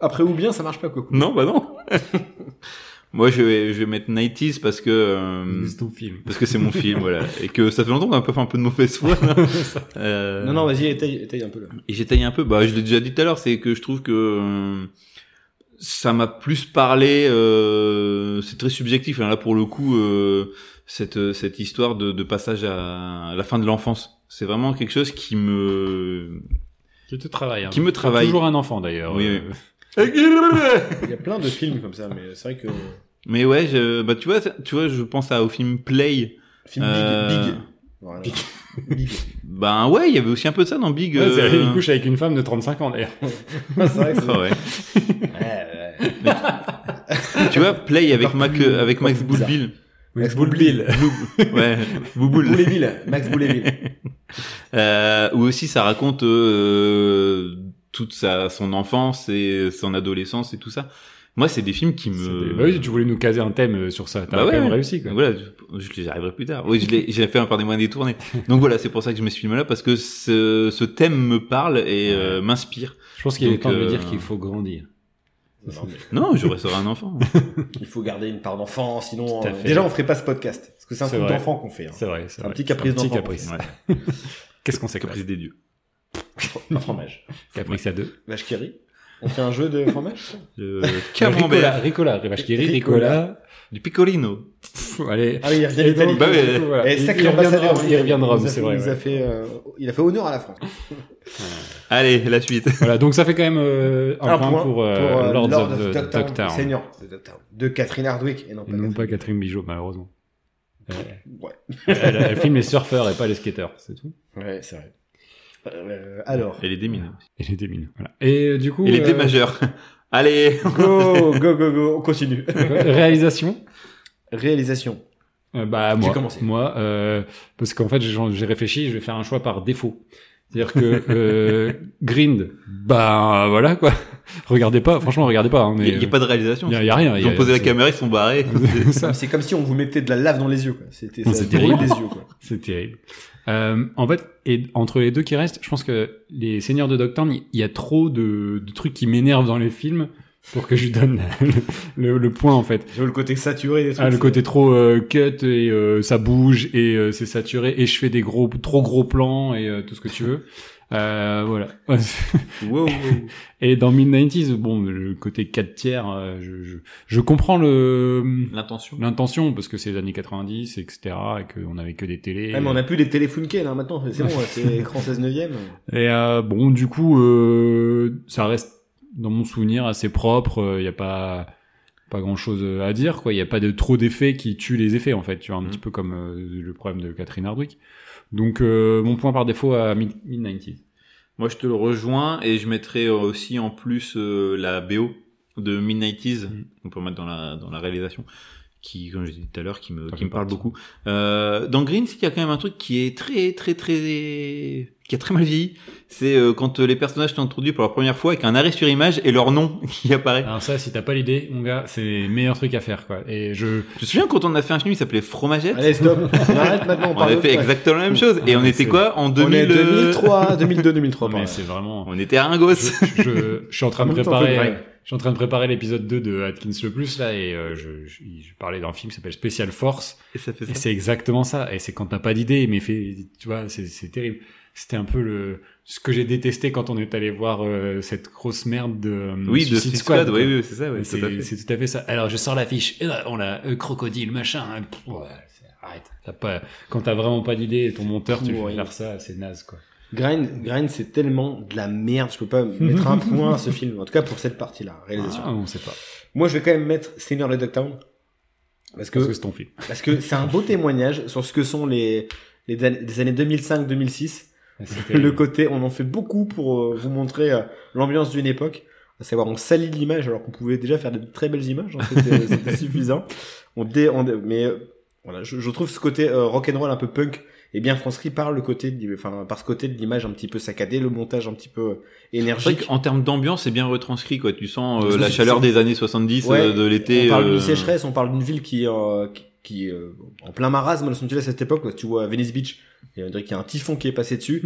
Speaker 1: Après ou bien, ça marche pas quoi.
Speaker 3: Non, bah non. Moi, je vais, je vais mettre 90s parce que. euh,
Speaker 2: C'est ton film.
Speaker 3: Parce que c'est mon film, voilà. Et que ça fait longtemps qu'on a pas fait un peu de mauvaise foi. là. Euh,
Speaker 1: Non, non, vas-y, étaye, étaye un peu là.
Speaker 3: Et j'ai taillé un peu. Bah, je l'ai déjà dit tout à l'heure, c'est que je trouve que euh, ça m'a plus parlé. euh, c'est très subjectif. hein. Là, pour le coup, euh, cette cette histoire de, de passage à la fin de l'enfance, c'est vraiment quelque chose qui me.
Speaker 2: Qui te travaille. hein.
Speaker 3: Qui me
Speaker 2: T'as
Speaker 3: travaille.
Speaker 2: Toujours un enfant d'ailleurs.
Speaker 3: Oui,
Speaker 2: Euh,
Speaker 3: oui.
Speaker 1: Il y a plein de films comme ça, mais c'est vrai que.
Speaker 3: Mais ouais, je, bah tu vois, tu vois, je pense à, au film Play.
Speaker 1: Film
Speaker 3: Euh,
Speaker 1: big, big. Voilà. Big.
Speaker 3: Ben ouais, il y avait aussi un peu de ça dans Big.
Speaker 2: Ouais, c'est-
Speaker 3: euh,
Speaker 2: Il couche avec une femme de 35 ans d'ailleurs.
Speaker 1: c'est vrai que c'est.
Speaker 3: ah ouais.
Speaker 1: Ouais, ouais.
Speaker 3: tu vois, Play avec
Speaker 1: Encore
Speaker 3: Mac,
Speaker 1: plus-
Speaker 3: euh, avec
Speaker 1: encore
Speaker 3: Max
Speaker 1: plus bizarre.
Speaker 3: Boulbil.
Speaker 1: Max Boulbil.
Speaker 3: Ouais, Bouboule.
Speaker 1: Bouleville, Max Bouleville.
Speaker 3: Euh, où aussi ça raconte euh, toute sa son enfance et son adolescence et tout ça. Moi, c'est des films qui me.
Speaker 2: C'est des- Bah oui, tu voulais nous caser un thème euh, sur ça. T'as
Speaker 3: Euh. Bah
Speaker 2: quand
Speaker 3: ouais,
Speaker 2: même
Speaker 3: ouais.
Speaker 2: réussi quoi.
Speaker 3: Voilà, je- je- j'y arriverai plus tard. Oui, je l'ai, j'ai fait un par des moyens détournés. Donc voilà, c'est pour ça que je mets ce film-là parce que ce, ce thème me parle et euh, m'inspire.
Speaker 2: Je pense qu'il est
Speaker 3: Donc,
Speaker 2: temps de me
Speaker 3: euh,
Speaker 2: dire qu'il faut grandir.
Speaker 1: Non, mais
Speaker 3: Non, je resterai un enfant.
Speaker 1: il faut garder une part d'enfant, sinon.
Speaker 2: Tout à
Speaker 1: euh,
Speaker 2: fait.
Speaker 1: Déjà, on ferait pas ce podcast. Parce que c'est un
Speaker 2: C'est
Speaker 1: truc
Speaker 2: vrai.
Speaker 1: d'enfant qu'on fait. hein.
Speaker 2: C'est vrai.
Speaker 1: C'est un petit caprice
Speaker 2: Un petit
Speaker 1: d'enfant.
Speaker 2: caprice.
Speaker 3: Ouais.
Speaker 2: Qu'est-ce qu'on sait
Speaker 3: Caprice des dieux.
Speaker 1: Un fromage.
Speaker 2: Caprice à deux. Euh,
Speaker 1: Vache qui rit. On fait un jeu de fromage
Speaker 3: Le
Speaker 2: Ricola,
Speaker 3: Euh, camembert.
Speaker 2: Ricola, Ricola, Ricola.
Speaker 1: Ricola.
Speaker 3: Du pecorino.
Speaker 2: Pff, allez.
Speaker 1: Ah oui, il revient
Speaker 2: Et
Speaker 1: d'Italie.
Speaker 2: donc,
Speaker 3: Bah oui.
Speaker 2: du coup, voilà.
Speaker 1: Eh,
Speaker 2: Il-
Speaker 1: sacré
Speaker 2: il revient de
Speaker 1: ambassadeur,
Speaker 2: Rome, Il revient de
Speaker 1: Il
Speaker 2: Rome,
Speaker 1: nous a
Speaker 2: c'est
Speaker 1: fait-
Speaker 2: vrai.
Speaker 1: il nous a
Speaker 2: ouais.
Speaker 1: fait, euh, Il a fait honneur à la France.
Speaker 3: Allez, la suite.
Speaker 2: Voilà, donc ça fait quand même euh, un, point, pour, euh,
Speaker 1: euh,
Speaker 2: Lords
Speaker 1: Lord
Speaker 2: of the
Speaker 1: Dogtown,
Speaker 2: Dogtown.
Speaker 1: Senior de Dogtown. De Catherine Hardwick. Et non,
Speaker 2: Et
Speaker 1: pas
Speaker 2: non pas
Speaker 1: Catherine.
Speaker 2: Catherine Bijot, malheureusement. Euh,
Speaker 1: Ouais.
Speaker 2: elle, elle filme les surfeurs et pas les skateurs, c'est tout.
Speaker 1: Ouais, c'est vrai. Euh, alors.
Speaker 3: Elle est déminée.
Speaker 2: Et les démines, voilà. Et euh, du coup,
Speaker 3: Elle est
Speaker 2: euh,
Speaker 3: démajeure. Allez.
Speaker 1: Go, go, go, go, on continue.
Speaker 2: réalisation
Speaker 1: Réalisation.
Speaker 2: Euh, Bah moi,
Speaker 1: J'ai commencé.
Speaker 2: moi, euh, parce qu'en fait j'ai j'ai réfléchi, je vais faire un choix par défaut. C'est-à-dire que euh, Grind, bah voilà quoi. Regardez pas, franchement regardez pas. hein,
Speaker 3: Il
Speaker 2: mais,
Speaker 3: n'y a, il y a pas de réalisation.
Speaker 2: y a- y a rien.
Speaker 3: Ils
Speaker 2: y a-
Speaker 3: ont posé la
Speaker 2: c'est-
Speaker 3: caméra, ils sont barrés.
Speaker 2: Ça,
Speaker 1: C'est comme si on vous mettait de la lave dans les yeux. quoi. C'était ça
Speaker 2: C'est
Speaker 1: déroule
Speaker 2: terrible.
Speaker 1: les yeux. Quoi.
Speaker 2: C'est terrible. Euh, en fait, et entre les deux qui restent, je pense que les Seigneurs de Dogtown, il y a trop de, de trucs qui m'énervent dans les films pour que je lui donne le, le- le point en fait.
Speaker 1: le côté saturé des trucs.
Speaker 2: Ah, le côté trop euh, cut et euh, ça bouge et euh, c'est saturé et je fais des gros trop gros plans et euh, tout ce que tu veux. Euh, voilà.
Speaker 3: wow.
Speaker 2: Et dans Mid-90s, bon, le côté 4 tiers, euh, je, je, je comprends le
Speaker 3: L'intention.
Speaker 2: l'intention parce que c'est les années 90, etc. et qu'on avait que des télés.
Speaker 1: Ouais, mais on a plus les téléphones là maintenant. C'est bon, ouais, c'est écran 16 neuvième.
Speaker 2: Et euh, bon, du coup, euh, ça reste dans mon souvenir assez propre. Il n'y a pas pas grand chose à dire quoi il n'y a pas de trop d'effets qui tuent les effets en fait tu vois un
Speaker 3: Mhm.
Speaker 2: petit peu comme euh, le problème de Catherine Hardwick donc euh, mon point par défaut à mid 90s
Speaker 3: Moi, je te le rejoins et je mettrai euh, aussi en plus euh, la BO de Mid-90s.
Speaker 2: Mm.
Speaker 3: On peut mettre dans la, dans la réalisation qui, comme je disais tout à l'heure, qui me,
Speaker 2: Ça
Speaker 3: qui
Speaker 2: fait
Speaker 3: me parle
Speaker 2: partie.
Speaker 3: beaucoup. Euh, dans Green, il y a quand même un truc qui est très, très, très, qui a très mal vieilli. C'est euh, quand euh, les personnages sont introduits pour la première fois avec un arrêt sur image et leur nom qui apparaît.
Speaker 2: alors ça si t'as pas l'idée mon gars c'est les meilleurs trucs à faire quoi et je
Speaker 3: Je me souviens quand on a fait un film, il s'appelait Fromagette.
Speaker 1: Allez, stop. On arrête maintenant.
Speaker 3: on a
Speaker 1: parle
Speaker 3: fait
Speaker 1: d'autre, ouais.
Speaker 3: exactement la même chose. Et
Speaker 2: Ah,
Speaker 3: on
Speaker 2: mais
Speaker 3: était
Speaker 2: c'est-
Speaker 3: quoi en
Speaker 1: On
Speaker 3: 2000,
Speaker 1: est
Speaker 3: euh,
Speaker 1: 2003, 2002, 2003.
Speaker 2: mais
Speaker 1: par
Speaker 2: c'est vraiment
Speaker 3: On était un gosse.
Speaker 2: je, je, je suis en train de
Speaker 1: En même temps que
Speaker 2: préparer
Speaker 1: Greg.
Speaker 2: je suis en train de préparer l'épisode 2 de Atkins le plus là et euh, je, je, je parlais d'un film qui s'appelle Special Force
Speaker 3: Et ça fait
Speaker 2: Et
Speaker 3: ça.
Speaker 2: c'est exactement ça. Et c'est quand t'as pas d'idée, mais fait, tu vois, c'est, c'est terrible. C'était un peu le, ce que j'ai détesté quand on est allé voir euh, cette grosse merde de euh,
Speaker 3: Oui, de
Speaker 2: Suicide
Speaker 3: Suicide Squad,
Speaker 2: quoi.
Speaker 3: oui, oui, c'est ça, ouais,
Speaker 2: Mais
Speaker 3: tout à fait.
Speaker 2: c'est, c'est tout à fait ça. Alors je sors l'affiche, et là, on l'a, euh, crocodile, machin. hein, pff, ouais, c'est- arrête. T'as pas, quand t'as vraiment pas d'idée, ton monteur, tu
Speaker 1: Ouais.
Speaker 2: fais faire ça, c'est naze, quoi.
Speaker 1: Grind, Grind, c'est tellement de la merde. Je peux pas mettre un point à ce film. En tout cas, pour cette partie-là, réalisation.
Speaker 2: Ah, on sait pas.
Speaker 1: Moi, je vais quand même mettre Seigneur le Dogtown. Parce
Speaker 2: Parce
Speaker 1: que,
Speaker 2: que c'est ton film.
Speaker 1: parce que c'est un beau témoignage sur ce que sont les, les an- les années 2005-2006.
Speaker 2: C'est
Speaker 1: Le
Speaker 2: terrible.
Speaker 1: côté, on en fait beaucoup pour euh, vous montrer euh, l'ambiance d'une époque. À savoir, on salit l'image alors qu'on pouvait déjà faire de très belles images. hein, C'était c'était suffisant. On dé, on dé- mais euh, voilà, je, je trouve ce côté euh, rock'n'roll un peu punk et bien transcrit par le côté, de l'im- enfin par ce côté de l'image un petit peu saccadée, le montage un petit peu euh,
Speaker 3: C'est
Speaker 1: énergique.
Speaker 3: vrai qu'en termes d'ambiance, c'est bien retranscrit, quoi. Tu sens euh,
Speaker 1: Parce que
Speaker 3: la
Speaker 1: c'est-
Speaker 3: chaleur des années 70,
Speaker 1: Ouais,
Speaker 3: euh, de l'été.
Speaker 1: On parle d'une
Speaker 3: euh,
Speaker 1: sécheresse, on parle d'une ville qui euh, qui, qui, euh, en plein marasme à Los Angeles à cette époque. quoi. Tu vois Venice Beach, et on dirait qu'il y a un typhon qui est passé dessus.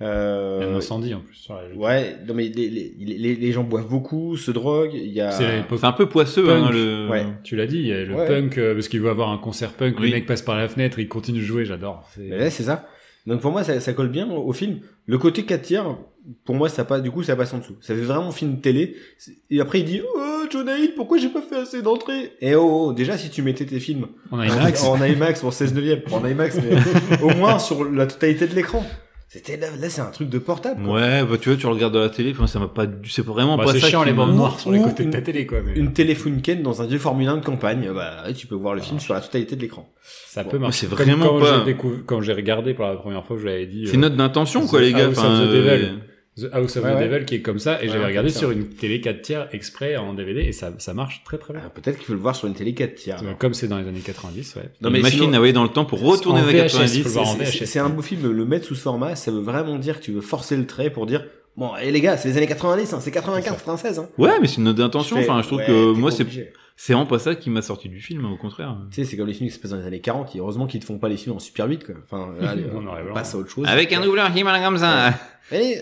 Speaker 2: Il y a un
Speaker 1: euh,
Speaker 2: incendie, en plus. sur la-
Speaker 1: ouais, non mais les, les, les, les gens boivent beaucoup, se droguent. Il y a
Speaker 2: C'est l'époque
Speaker 3: C'est un peu poisseux,
Speaker 2: Punk.
Speaker 3: hein, le...
Speaker 1: Ouais.
Speaker 2: Tu l'as dit, il y a le
Speaker 1: Ouais.
Speaker 2: punk, euh, parce qu'il veut avoir un concert punk,
Speaker 3: Oui.
Speaker 2: le mec passe par la fenêtre, il continue de jouer, j'adore. C'est-
Speaker 1: Mais là, c'est ça. Donc pour moi, ça, ça colle bien au, au film. Le côté 4 tiers, pour moi, ça passe, du coup, ça passe en dessous. Ça fait vraiment film télé. C'est- Et après, il dit, oh, John Hill, pourquoi j'ai pas fait assez d'entrées? Et oh, oh, déjà, si tu mettais tes films
Speaker 2: On a une axe.
Speaker 1: en IMAX, en 16 neuvième, en IMAX, mais au moins sur la totalité de l'écran. C'était là, là, c'est un truc de portable. quoi.
Speaker 3: Ouais, bah, tu vois, tu regardes à la télé, enfin, ça m'a pas du, c'est vraiment
Speaker 2: Bah,
Speaker 3: pas
Speaker 2: c'est
Speaker 3: ça
Speaker 2: chiant
Speaker 3: qui
Speaker 2: les
Speaker 3: me-
Speaker 2: bandes noires sur les
Speaker 1: Ou
Speaker 2: côtés de ta
Speaker 1: une-
Speaker 2: télé quoi. mais
Speaker 1: Une téléphonique dans un vieux Formule 1 de campagne, bah, tu peux voir le film sur la totalité de l'écran.
Speaker 2: ça
Speaker 1: Bon,
Speaker 2: peut marcher.
Speaker 3: c'est
Speaker 2: Comme
Speaker 3: vraiment
Speaker 2: quand
Speaker 3: pas-
Speaker 2: j'ai découvert- quand j'ai regardé pour la première fois, je l'avais dit.
Speaker 3: C'est
Speaker 2: euh,
Speaker 3: une note d'intention, quoi,
Speaker 2: The
Speaker 3: les gars.
Speaker 2: House of
Speaker 3: enfin, euh,
Speaker 2: the Devil. The House of
Speaker 1: Ouais,
Speaker 2: the
Speaker 1: ouais.
Speaker 2: Devil qui est comme ça et
Speaker 1: Ouais,
Speaker 2: j'avais
Speaker 1: un
Speaker 2: regardé
Speaker 1: truc
Speaker 2: sur une télé 4 tiers exprès en DVD et ça ça marche très très bien.
Speaker 1: Ah, Peut-être qu'il faut le voir sur une télé 4 tiers.
Speaker 2: Comme c'est dans les années 90, ouais.
Speaker 1: Non,
Speaker 3: une
Speaker 1: mais
Speaker 3: machine
Speaker 1: sinon-
Speaker 3: à voyer dans le temps pour retourner
Speaker 2: En
Speaker 3: vers
Speaker 2: VHS,
Speaker 3: 90.
Speaker 2: faut le voir en
Speaker 3: c'est-
Speaker 1: C'est-
Speaker 2: VHS.
Speaker 1: C'est c'est un beau film, le mettre sous ce format, ça veut vraiment dire que tu veux forcer le trait pour dire bon, et les gars, c'est les années 90, hein, c'est 95, 96. Hein.
Speaker 3: Ouais, mais c'est une note d'intention. Enfin, je trouve
Speaker 1: Ouais,
Speaker 3: que
Speaker 1: t'es
Speaker 3: moi,
Speaker 1: pas
Speaker 3: c'est,
Speaker 1: obligé.
Speaker 3: c'est vraiment pas ça qui m'a sorti du film, au contraire.
Speaker 1: Tu sais, c'est comme les films qui se passent dans les années 40, et heureusement qu'ils te font pas les films en Super 8, quoi. Enfin, allez,
Speaker 2: On
Speaker 1: on,
Speaker 2: aurait vraiment-
Speaker 1: passe à autre chose.
Speaker 3: Avec un doubleur qui m'a comme ça.
Speaker 1: Allez,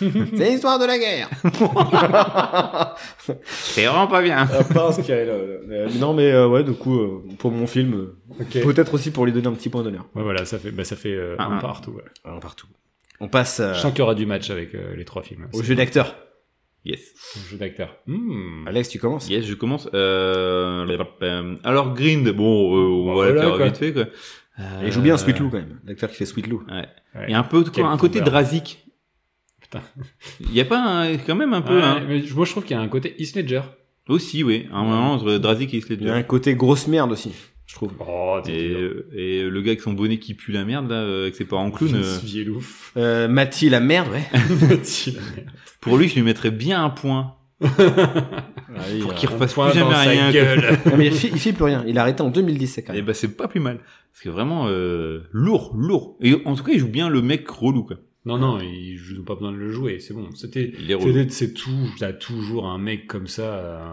Speaker 1: c'est l'histoire de la guerre
Speaker 3: C'est vraiment pas bien.
Speaker 1: Pas inspiré, là. non, mais euh, ouais, du coup, euh, pour mon film, euh,
Speaker 2: OK. Ouais
Speaker 1: peut-être aussi pour lui donner un petit point d'honneur.
Speaker 2: voilà, ça fait bah ça fait euh,
Speaker 3: Ah,
Speaker 2: un
Speaker 3: ah.
Speaker 2: partout. ouais.
Speaker 1: Alors, partout. On passe euh,
Speaker 2: Je sens qu'il y aura du match avec euh, les trois films.
Speaker 1: au
Speaker 2: C'est-
Speaker 1: jeu d'acteur.
Speaker 3: Yes.
Speaker 2: Jeu d'acteur.
Speaker 3: Hmm.
Speaker 1: Alex, tu commences
Speaker 3: Yes, je commence. Euh... euh, Alors Grind, bon, euh, on
Speaker 2: Bah,
Speaker 3: va
Speaker 2: voilà,
Speaker 3: la faire
Speaker 2: quoi.
Speaker 3: vite fait. Quoi. Euh,
Speaker 1: Il joue bien Sweet Lou quand même, l'acteur qui fait Sweet Lou.
Speaker 3: Il y a un peu
Speaker 2: Quel
Speaker 3: un côté
Speaker 2: couvert.
Speaker 3: drasique.
Speaker 2: Putain.
Speaker 3: Il y a pas un- quand même un peu
Speaker 2: Ouais,
Speaker 3: hein.
Speaker 2: mais je- moi je trouve qu'il y a un côté Heath Ledger.
Speaker 3: aussi, oui, un moment entre Drasic et
Speaker 1: Il y a
Speaker 3: Slater.
Speaker 1: un côté grosse merde aussi, je trouve.
Speaker 2: Oh,
Speaker 3: Et, euh, et le gars avec son bonnet qui pue la merde là, euh, avec ses parents clowns. euh,
Speaker 2: Vielouf.
Speaker 1: Euh, Mathy, la merde, ouais.
Speaker 2: Petit.
Speaker 3: pour lui, je lui mettrais bien un point pour qu'il
Speaker 2: un
Speaker 3: refasse
Speaker 2: point
Speaker 3: plus
Speaker 2: dans
Speaker 3: jamais
Speaker 2: sa
Speaker 3: rien.
Speaker 2: gueule.
Speaker 1: Non, mais il fait, il fait plus rien. Il a arrêté en 2010, quand
Speaker 3: Et
Speaker 1: même.
Speaker 3: bah c'est pas plus mal parce que vraiment euh, lourd, lourd. Et en tout cas, il joue bien le mec relou quoi.
Speaker 2: Non, non, il- je n'ai pas besoin de le jouer, c'est bon. C'était,
Speaker 3: Il est relou.
Speaker 2: c'était- c'est tout, t'as toujours un mec comme ça euh,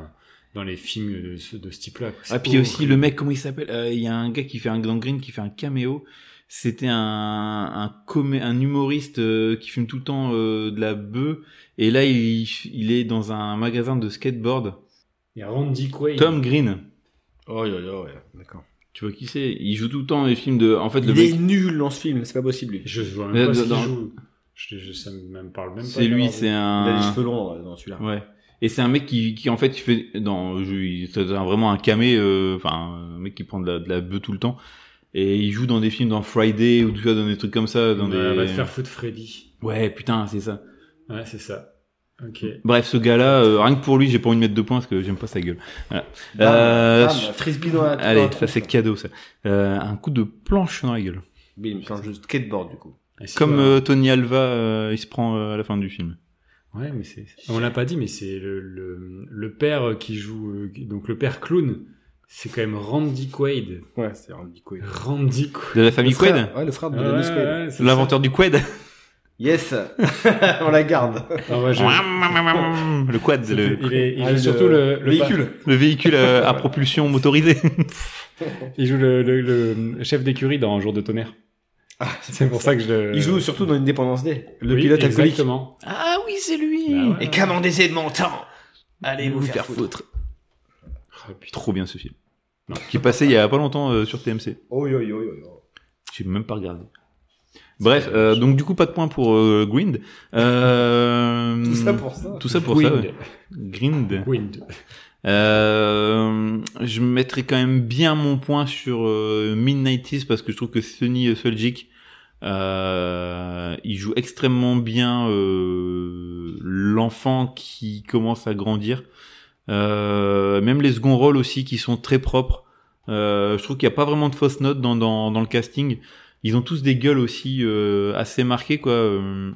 Speaker 2: dans les films de ce, de ce type-là. quoi. C'est
Speaker 3: Ah puis aussi
Speaker 2: horrible.
Speaker 3: le mec, comment il s'appelle Euh, Il y a un gars qui fait un dans Green qui fait un caméo. C'était un un, comé- un humoriste euh, qui fume tout le temps euh, de la bœuf. Et là, il, il est dans un magasin de skateboard.
Speaker 2: Il y a Randy Quaid.
Speaker 3: Tom Green.
Speaker 1: Oh, yo, yo, ouais. D'accord.
Speaker 3: Tu vois qui c'est Il joue tout le temps les films de. En fait, le
Speaker 1: Il
Speaker 3: mec,
Speaker 1: est nul dans ce film, c'est pas possible, lui.
Speaker 2: Je vois
Speaker 3: Mais
Speaker 2: même pas ce
Speaker 3: dans-
Speaker 2: qu'il joue. Je, je, ça me me parle même pas.
Speaker 3: c'est lui, c'est
Speaker 1: Il a les
Speaker 3: un.
Speaker 1: cheveux longs euh, dans celui-là.
Speaker 3: Ouais. Et c'est un mec qui, qui en fait, il fait dans, je- il- c'est un- vraiment un camé, euh, enfin, un mec qui prend de la, de la bœuf tout le temps. Et il joue dans des films, dans Friday ou tout ça, dans des trucs comme ça, dans
Speaker 2: On
Speaker 1: Bah,
Speaker 3: des.
Speaker 2: va te Euh, faire foutre Freddy.
Speaker 3: Ouais, putain, c'est ça.
Speaker 2: Ouais, c'est ça. Ok.
Speaker 3: Bref, ce gars-là, euh, rien que pour lui, j'ai pas envie de mettre deux points parce que j'aime pas sa gueule. Voilà.
Speaker 1: Bam,
Speaker 3: Euh,
Speaker 1: bam,
Speaker 3: su-
Speaker 1: frisbee dans la dans
Speaker 3: Allez,
Speaker 1: la
Speaker 3: ça
Speaker 1: tronche,
Speaker 3: c'est
Speaker 1: là.
Speaker 3: cadeau ça. Euh, un coup de planche dans la gueule.
Speaker 1: Mais il me change de skateboard, du coup.
Speaker 2: Ah, si,
Speaker 3: Comme
Speaker 2: ouais.
Speaker 3: euh, Tony Alva, euh, il se prend euh, à la fin du film.
Speaker 2: Ouais, mais c'est. On l'a pas dit, mais c'est le, le, le père qui joue. euh, donc le père clown, c'est quand même Randy Quaid.
Speaker 1: Ouais, c'est Randy Quaid.
Speaker 2: Randy Quaid.
Speaker 3: De la famille Quaid
Speaker 1: Ouais, le frère de
Speaker 2: Ah ouais,
Speaker 1: Dennis Quaid.
Speaker 2: ouais, c'est
Speaker 3: L'inventeur du Quaid
Speaker 1: Yes On la garde.
Speaker 2: ça. Ah ouais, je-
Speaker 3: Le Quad, le,
Speaker 2: Il, est, il
Speaker 1: Ah,
Speaker 2: joue
Speaker 1: le-
Speaker 2: surtout le, le
Speaker 1: Véhicule.
Speaker 3: le véhicule euh, à propulsion motorisée.
Speaker 2: pa- Il joue le, le- le chef d'écurie dans Jour de tonnerre. C'est pour ça que je. le-
Speaker 1: Il joue surtout dans Indépendance Day. Le
Speaker 2: Oui,
Speaker 1: pilote alcoolique.
Speaker 2: Exactement.
Speaker 3: Ah oui, c'est lui
Speaker 2: Bah ouais.
Speaker 1: Et commandez de mon temps Allez
Speaker 3: Vous
Speaker 1: vous
Speaker 3: faire
Speaker 1: faire foutre.
Speaker 2: Oh, putain.
Speaker 3: Trop bien ce film. Qui est passé il y a pas longtemps euh, sur TMC.
Speaker 1: Oh yo yo yo yo.
Speaker 3: J'ai même pas regardé. Bref, euh, donc du coup pas de points pour euh, Grind. Euh,
Speaker 1: Tout ça pour ça.
Speaker 3: tout ça pour ça. ouais. Grind.
Speaker 2: Wind.
Speaker 3: Euh, je mettrai quand même bien mon point sur euh, Mid-90s parce que je trouve que Sonny Soljic euh, il joue extrêmement bien euh, l'enfant qui commence à grandir. Euh, même les seconds rôles aussi qui sont très propres. Euh, je trouve qu'il n'y a pas vraiment de fausses notes dans, dans, dans le casting. Ils ont tous des gueules aussi euh, assez marquées quoi. Euh,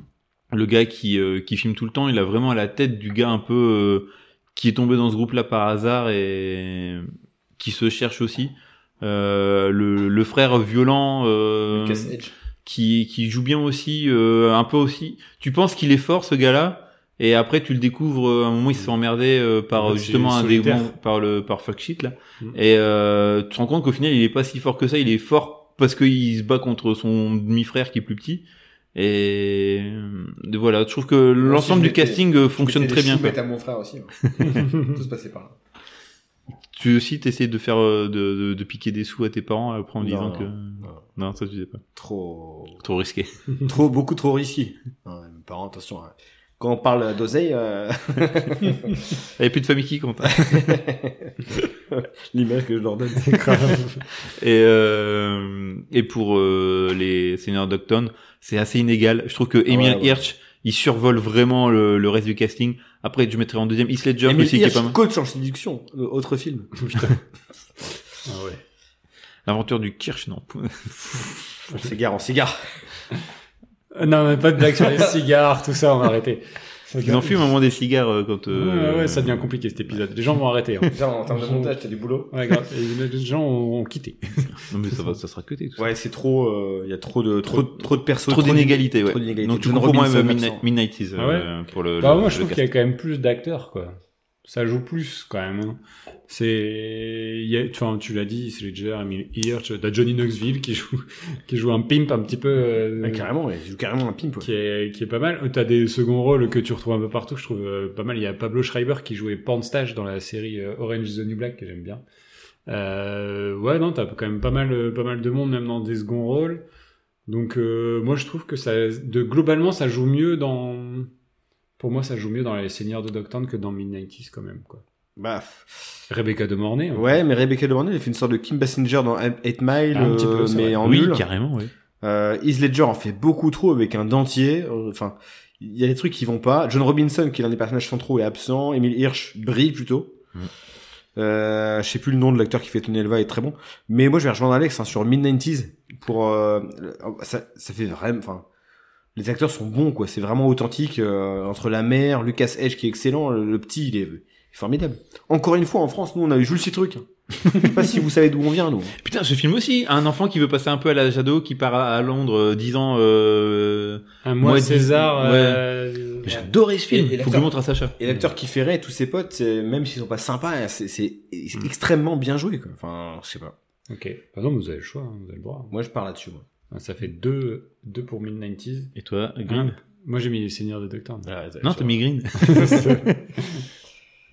Speaker 3: le gars qui, euh, qui filme tout le temps, il a vraiment la tête du gars un peu euh, qui est tombé dans ce groupe-là par hasard et qui se cherche aussi. Euh, le, le frère violent euh,
Speaker 1: Lucas Edge.
Speaker 3: qui, qui joue bien aussi, euh, un peu aussi. Tu penses qu'il est fort ce gars-là et après tu le découvres. euh, À un moment, il se fait emmerder euh, par
Speaker 2: En fait,
Speaker 3: euh, justement
Speaker 2: c'est
Speaker 3: un des
Speaker 2: solitaire.
Speaker 3: grands- par le par fuck shit là.
Speaker 2: Mm.
Speaker 3: Et euh, tu te rends compte qu'au final, il est pas si fort que ça. Il est fort parce qu'il se bat contre son demi-frère qui est plus petit. Et euh, voilà, je trouve que l'ensemble du
Speaker 1: mettais-
Speaker 3: casting euh, fonctionne
Speaker 1: Mettez
Speaker 3: très
Speaker 1: des
Speaker 3: bien.
Speaker 1: choux,
Speaker 3: quoi.
Speaker 1: mettez à mon frère aussi. hein.
Speaker 2: Ah
Speaker 1: Tout se passait par là.
Speaker 3: Tu aussi t'essayes de faire euh, de, de, de piquer des sous à tes parents après en
Speaker 1: Non,
Speaker 3: disant
Speaker 1: non,
Speaker 3: que
Speaker 1: non.
Speaker 3: non ça tu disais pas
Speaker 1: Trop,
Speaker 3: trop risqué.
Speaker 1: trop, beaucoup trop risqué. Ouais, mes parents, attention. hein. Quand on parle d'oseille, euh,
Speaker 3: Et plus de famille qui compte.
Speaker 1: l'image que je leur donne.
Speaker 3: et euh, et pour euh, les seigneurs d'Octon c'est assez inégal. Je trouve que Emile
Speaker 1: ouais, ouais.
Speaker 3: Hirsch il survole vraiment le, le reste du casting. Après je mettrai en deuxième Heath Ledger
Speaker 1: Emile
Speaker 3: aussi qui est pas
Speaker 1: Hirsch,
Speaker 3: mal.
Speaker 1: coach en séduction. euh, Autre film.
Speaker 2: Ah ouais.
Speaker 3: L'aventure du Kirsch non.
Speaker 1: On s'égare, on s'égare.
Speaker 2: Euh, Non, mais pas de blague sur les cigares, tout ça, on va arrêter.
Speaker 3: Ils en fument au moment des cigares euh, quand. euh,
Speaker 2: Ouais, ouais, ça devient compliqué cet épisode. Les gens vont arrêter. hein.
Speaker 1: Déjà, en
Speaker 2: termes de montage,
Speaker 1: t'as du boulot.
Speaker 2: Ouais, grave. Et les les gens ont, ont quitté.
Speaker 3: Non mais ça va ça sera cuté. Tout ça.
Speaker 1: Ouais, c'est trop, euh, il y a trop de, trop, trop de persos.
Speaker 3: Trop d'inégalités ouais.
Speaker 1: trop d'inégalités.
Speaker 3: Donc tu
Speaker 1: John
Speaker 3: comprends moi
Speaker 1: Robinson,
Speaker 3: même
Speaker 1: absent.
Speaker 3: Midnight, Midnighties,
Speaker 2: Ah ouais
Speaker 3: euh, pour le.
Speaker 2: Bah,
Speaker 3: le-
Speaker 2: moi,
Speaker 3: le
Speaker 2: je trouve qu'il y
Speaker 3: casting.
Speaker 2: a quand même plus d'acteurs, quoi. Ça joue plus, quand même. hein. C'est, il y a- enfin, tu l'as dit, c'est Ledger, Emile Hirsch, t'as Johnny Knoxville qui joue, qui joue un pimp un petit peu, euh,
Speaker 1: Ouais, carrément, ouais, il joue carrément un pimp. ouais.
Speaker 2: qui est, qui est pas mal. Euh, T'as des seconds rôles que tu retrouves un peu partout, que je trouve euh, pas mal. Il y a Pablo Schreiber qui jouait Pornstage dans la série euh, Orange is the New Black, que j'aime bien. Euh, ouais, non, t'as quand même pas mal, euh, pas mal de monde, même dans des seconds rôles. Donc, euh, moi, je trouve que ça, de, globalement, ça joue mieux dans, Pour moi, ça joue mieux dans Les Seigneurs de Dogtown que dans Mid-90s quand même. Quoi.
Speaker 1: Bah,
Speaker 2: Rebecca de Mornay. hein.
Speaker 1: ouais, mais Rebecca De Mornay, elle fait une sorte de Kim Basinger dans 8 Mile,
Speaker 2: Un petit peu,
Speaker 1: euh,
Speaker 2: c'est
Speaker 1: mais
Speaker 2: vrai.
Speaker 1: en
Speaker 6: oui,
Speaker 1: nul.
Speaker 6: carrément, oui.
Speaker 1: Euh, Heath Ledger en fait beaucoup trop avec un dentier. euh, Enfin, il y a des trucs qui vont pas. John Robinson, qui est l'un des personnages centraux, est absent. Emile Hirsch brille plutôt.
Speaker 3: Mm.
Speaker 1: Euh, je sais plus le nom de l'acteur qui fait Tony Elva est très bon. Mais moi, je vais rejoindre Alex hein, sur Mid-90s pour euh, le- ça, ça fait vraiment. Enfin, les acteurs sont bons quoi. C'est vraiment authentique euh, entre la mère, Lucas Hedge qui est excellent, le, le petit il est formidable. Encore une fois, en France, nous on a eu Jules Citruc. hein. je sais pas si vous savez d'où on vient nous.
Speaker 3: Putain, ce film aussi, un enfant qui veut passer un peu à la Shadow, qui part à à Londres euh, 10 ans. Euh...
Speaker 2: Un mois
Speaker 3: Moi,
Speaker 2: César.
Speaker 3: ouais.
Speaker 2: euh,
Speaker 3: J'ai adoré ce film.
Speaker 1: Et- et
Speaker 3: Faut que je
Speaker 1: l'acteur-
Speaker 3: le montre à Sacha.
Speaker 1: Et l'acteur qui fait Ray et tous ses potes, c'est- même s'ils sont pas sympas, hein, c'est c'est- c'est extrêmement bien joué. Quoi. Enfin, je sais pas.
Speaker 2: Ok. Par exemple, vous avez le choix, hein, vous avez le droit.
Speaker 1: Moi, je parle là-dessus. moi.
Speaker 2: Ah, Ça fait deux, deux pour 1090s.
Speaker 3: Et toi,
Speaker 2: Green Moi, j'ai mis Les Seigneurs de Doctown.
Speaker 3: Non, t'as mis Green.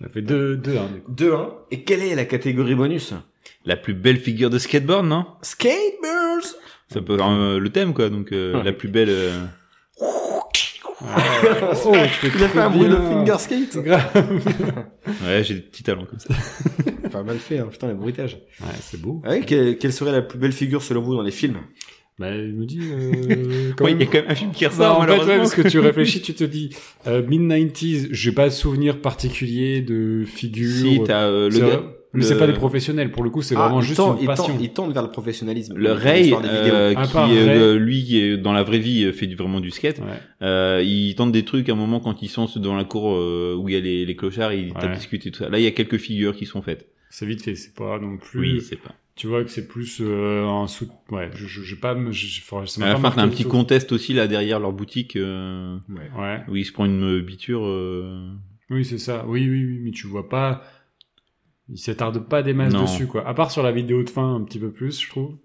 Speaker 2: Ça fait deux, deux hein, du coup.
Speaker 1: 2-1. Et quelle est la catégorie bonus
Speaker 3: La plus belle figure de skateboard, non
Speaker 1: Skateboards
Speaker 3: Ça peut euh, le thème quoi, donc euh,
Speaker 1: Ouais.
Speaker 3: la plus belle. euh,
Speaker 1: Oh, Il a fait un bruit de fingerskate
Speaker 3: Ouais, j'ai des petits talents comme ça.
Speaker 1: Enfin, mal fait, hein. putain, le bruitage.
Speaker 2: Ouais, c'est beau.
Speaker 1: Ouais, que- Ah quelle serait la plus belle figure selon vous dans les films
Speaker 2: Bah, il me dit. euh, quand
Speaker 3: Ouais,
Speaker 2: même-
Speaker 3: il y a quand même un film qui
Speaker 2: Bah,
Speaker 3: ressort
Speaker 2: en fait, ouais,
Speaker 3: malheureusement.
Speaker 2: parce que tu réfléchis, tu te dis, euh, mid-90s, j'ai pas de souvenir particulier de figure.
Speaker 3: Si t'as euh,
Speaker 2: C'est
Speaker 3: le,
Speaker 2: vrai,
Speaker 3: gars-
Speaker 2: mais
Speaker 3: le-
Speaker 2: c'est pas des professionnels, pour le coup, c'est
Speaker 1: Ah,
Speaker 2: vraiment
Speaker 1: il
Speaker 2: juste
Speaker 1: tend-
Speaker 2: une
Speaker 1: il tend-
Speaker 2: passion.
Speaker 1: il tend vers le professionnalisme.
Speaker 3: le
Speaker 1: dans
Speaker 3: Ray
Speaker 1: l'histoire des vidéos.
Speaker 3: euh,
Speaker 2: À
Speaker 3: qui
Speaker 2: part
Speaker 3: euh, lui qui est dans la vraie vie euh, fait du, vraiment du skate.
Speaker 2: Ouais.
Speaker 3: Euh, il tente des trucs à un moment quand ils sont dans la cour euh, où il y a les, les clochards, ils tapent
Speaker 2: Ouais.
Speaker 3: des scuts et tout ça. Là, il y a quelques figures qui sont faites.
Speaker 2: C'est vite fait, c'est pas non plus.
Speaker 3: Oui, c'est pas.
Speaker 2: Tu vois que c'est plus euh, un sou. Ouais, je- je- j'ai pas. me- je- je- enfin, ça
Speaker 3: À
Speaker 2: m'a
Speaker 3: la
Speaker 2: pas
Speaker 3: fin,
Speaker 2: marqué
Speaker 3: t'as un
Speaker 2: du
Speaker 3: petit
Speaker 2: tout.
Speaker 3: contest aussi là derrière leur boutique euh,
Speaker 2: Ouais.
Speaker 3: où ils se prend une biture. euh,
Speaker 2: Oui, c'est ça. Oui, oui, oui, mais tu vois pas. Il s'attarde pas des masses
Speaker 3: Non.
Speaker 2: dessus, quoi. À part sur la vidéo de fin, un petit peu plus, je trouve.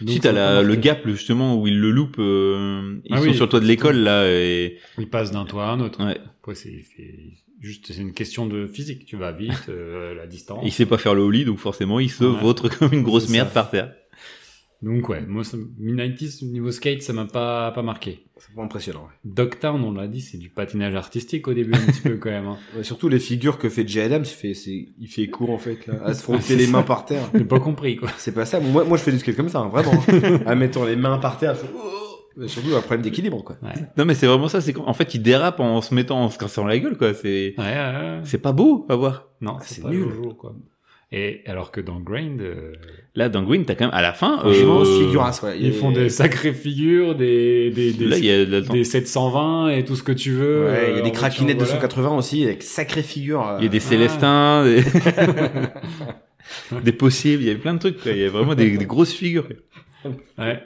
Speaker 2: Donc,
Speaker 3: si t'as
Speaker 2: ça m'a
Speaker 3: la-
Speaker 2: marqué.
Speaker 3: le gap le- justement où ils le loupent, euh, ils
Speaker 2: Ah
Speaker 3: sont
Speaker 2: oui.
Speaker 3: sur le toit de l'école là et
Speaker 2: Il passe d'un toit à un autre.
Speaker 3: Ouais.
Speaker 2: Après, c'est il fait- juste, c'est une question de physique. Tu vas vite, euh, la distance.
Speaker 3: il sait pas faire le holly donc forcément il se
Speaker 2: Ouais.
Speaker 3: vautre comme une grosse
Speaker 2: C'est
Speaker 3: merde
Speaker 2: ça.
Speaker 3: par terre.
Speaker 2: Donc ouais, moi, ça m- mid-90s, niveau skate, ça m'a pas, pas marqué.
Speaker 1: C'est pas impressionnant. ouais.
Speaker 2: Dogtown, on l'a dit, c'est du patinage artistique au début, un petit peu quand même. hein.
Speaker 1: Ouais, surtout les figures que fait Jay Adams, fait, c'est- il fait court en fait, là, à se
Speaker 2: Ah,
Speaker 1: frotter
Speaker 2: c'est
Speaker 1: les
Speaker 2: ça.
Speaker 1: mains par terre.
Speaker 2: J'ai pas compris, quoi.
Speaker 1: C'est pas ça. Moi, moi, je fais du skate comme ça, hein, vraiment. en mettant les mains par terre. je fais, oh Surtout un problème d'équilibre, quoi.
Speaker 3: Non mais c'est vraiment ça, c'est qu'en- en fait il dérape en se mettant en se cassant la gueule quoi, c'est
Speaker 2: Ouais, ouais, ouais.
Speaker 3: c'est pas beau à voir.
Speaker 2: Non,
Speaker 1: c'est
Speaker 2: c'est pas
Speaker 1: nul.
Speaker 2: Jojo, quoi. Et alors que dans Grind, euh,
Speaker 3: Là dans Gwyn t'as quand même à la fin
Speaker 1: Je pense
Speaker 3: euh,
Speaker 1: figurasse, ouais.
Speaker 2: ils font des sacrées figures, des des des,
Speaker 3: là il y a de la-
Speaker 2: des 720 et tout ce que tu veux.
Speaker 1: Ouais, il y
Speaker 2: euh,
Speaker 1: a des
Speaker 2: en
Speaker 1: craquinettes
Speaker 2: voiture,
Speaker 1: 280 aussi, avec sacrée figure. euh,
Speaker 3: il y a
Speaker 2: Ah.
Speaker 3: des Célestins, des... des possibles, il y a plein de trucs quoi, il y a vraiment des, des grosses figures. quoi.
Speaker 2: voilà. Ouais.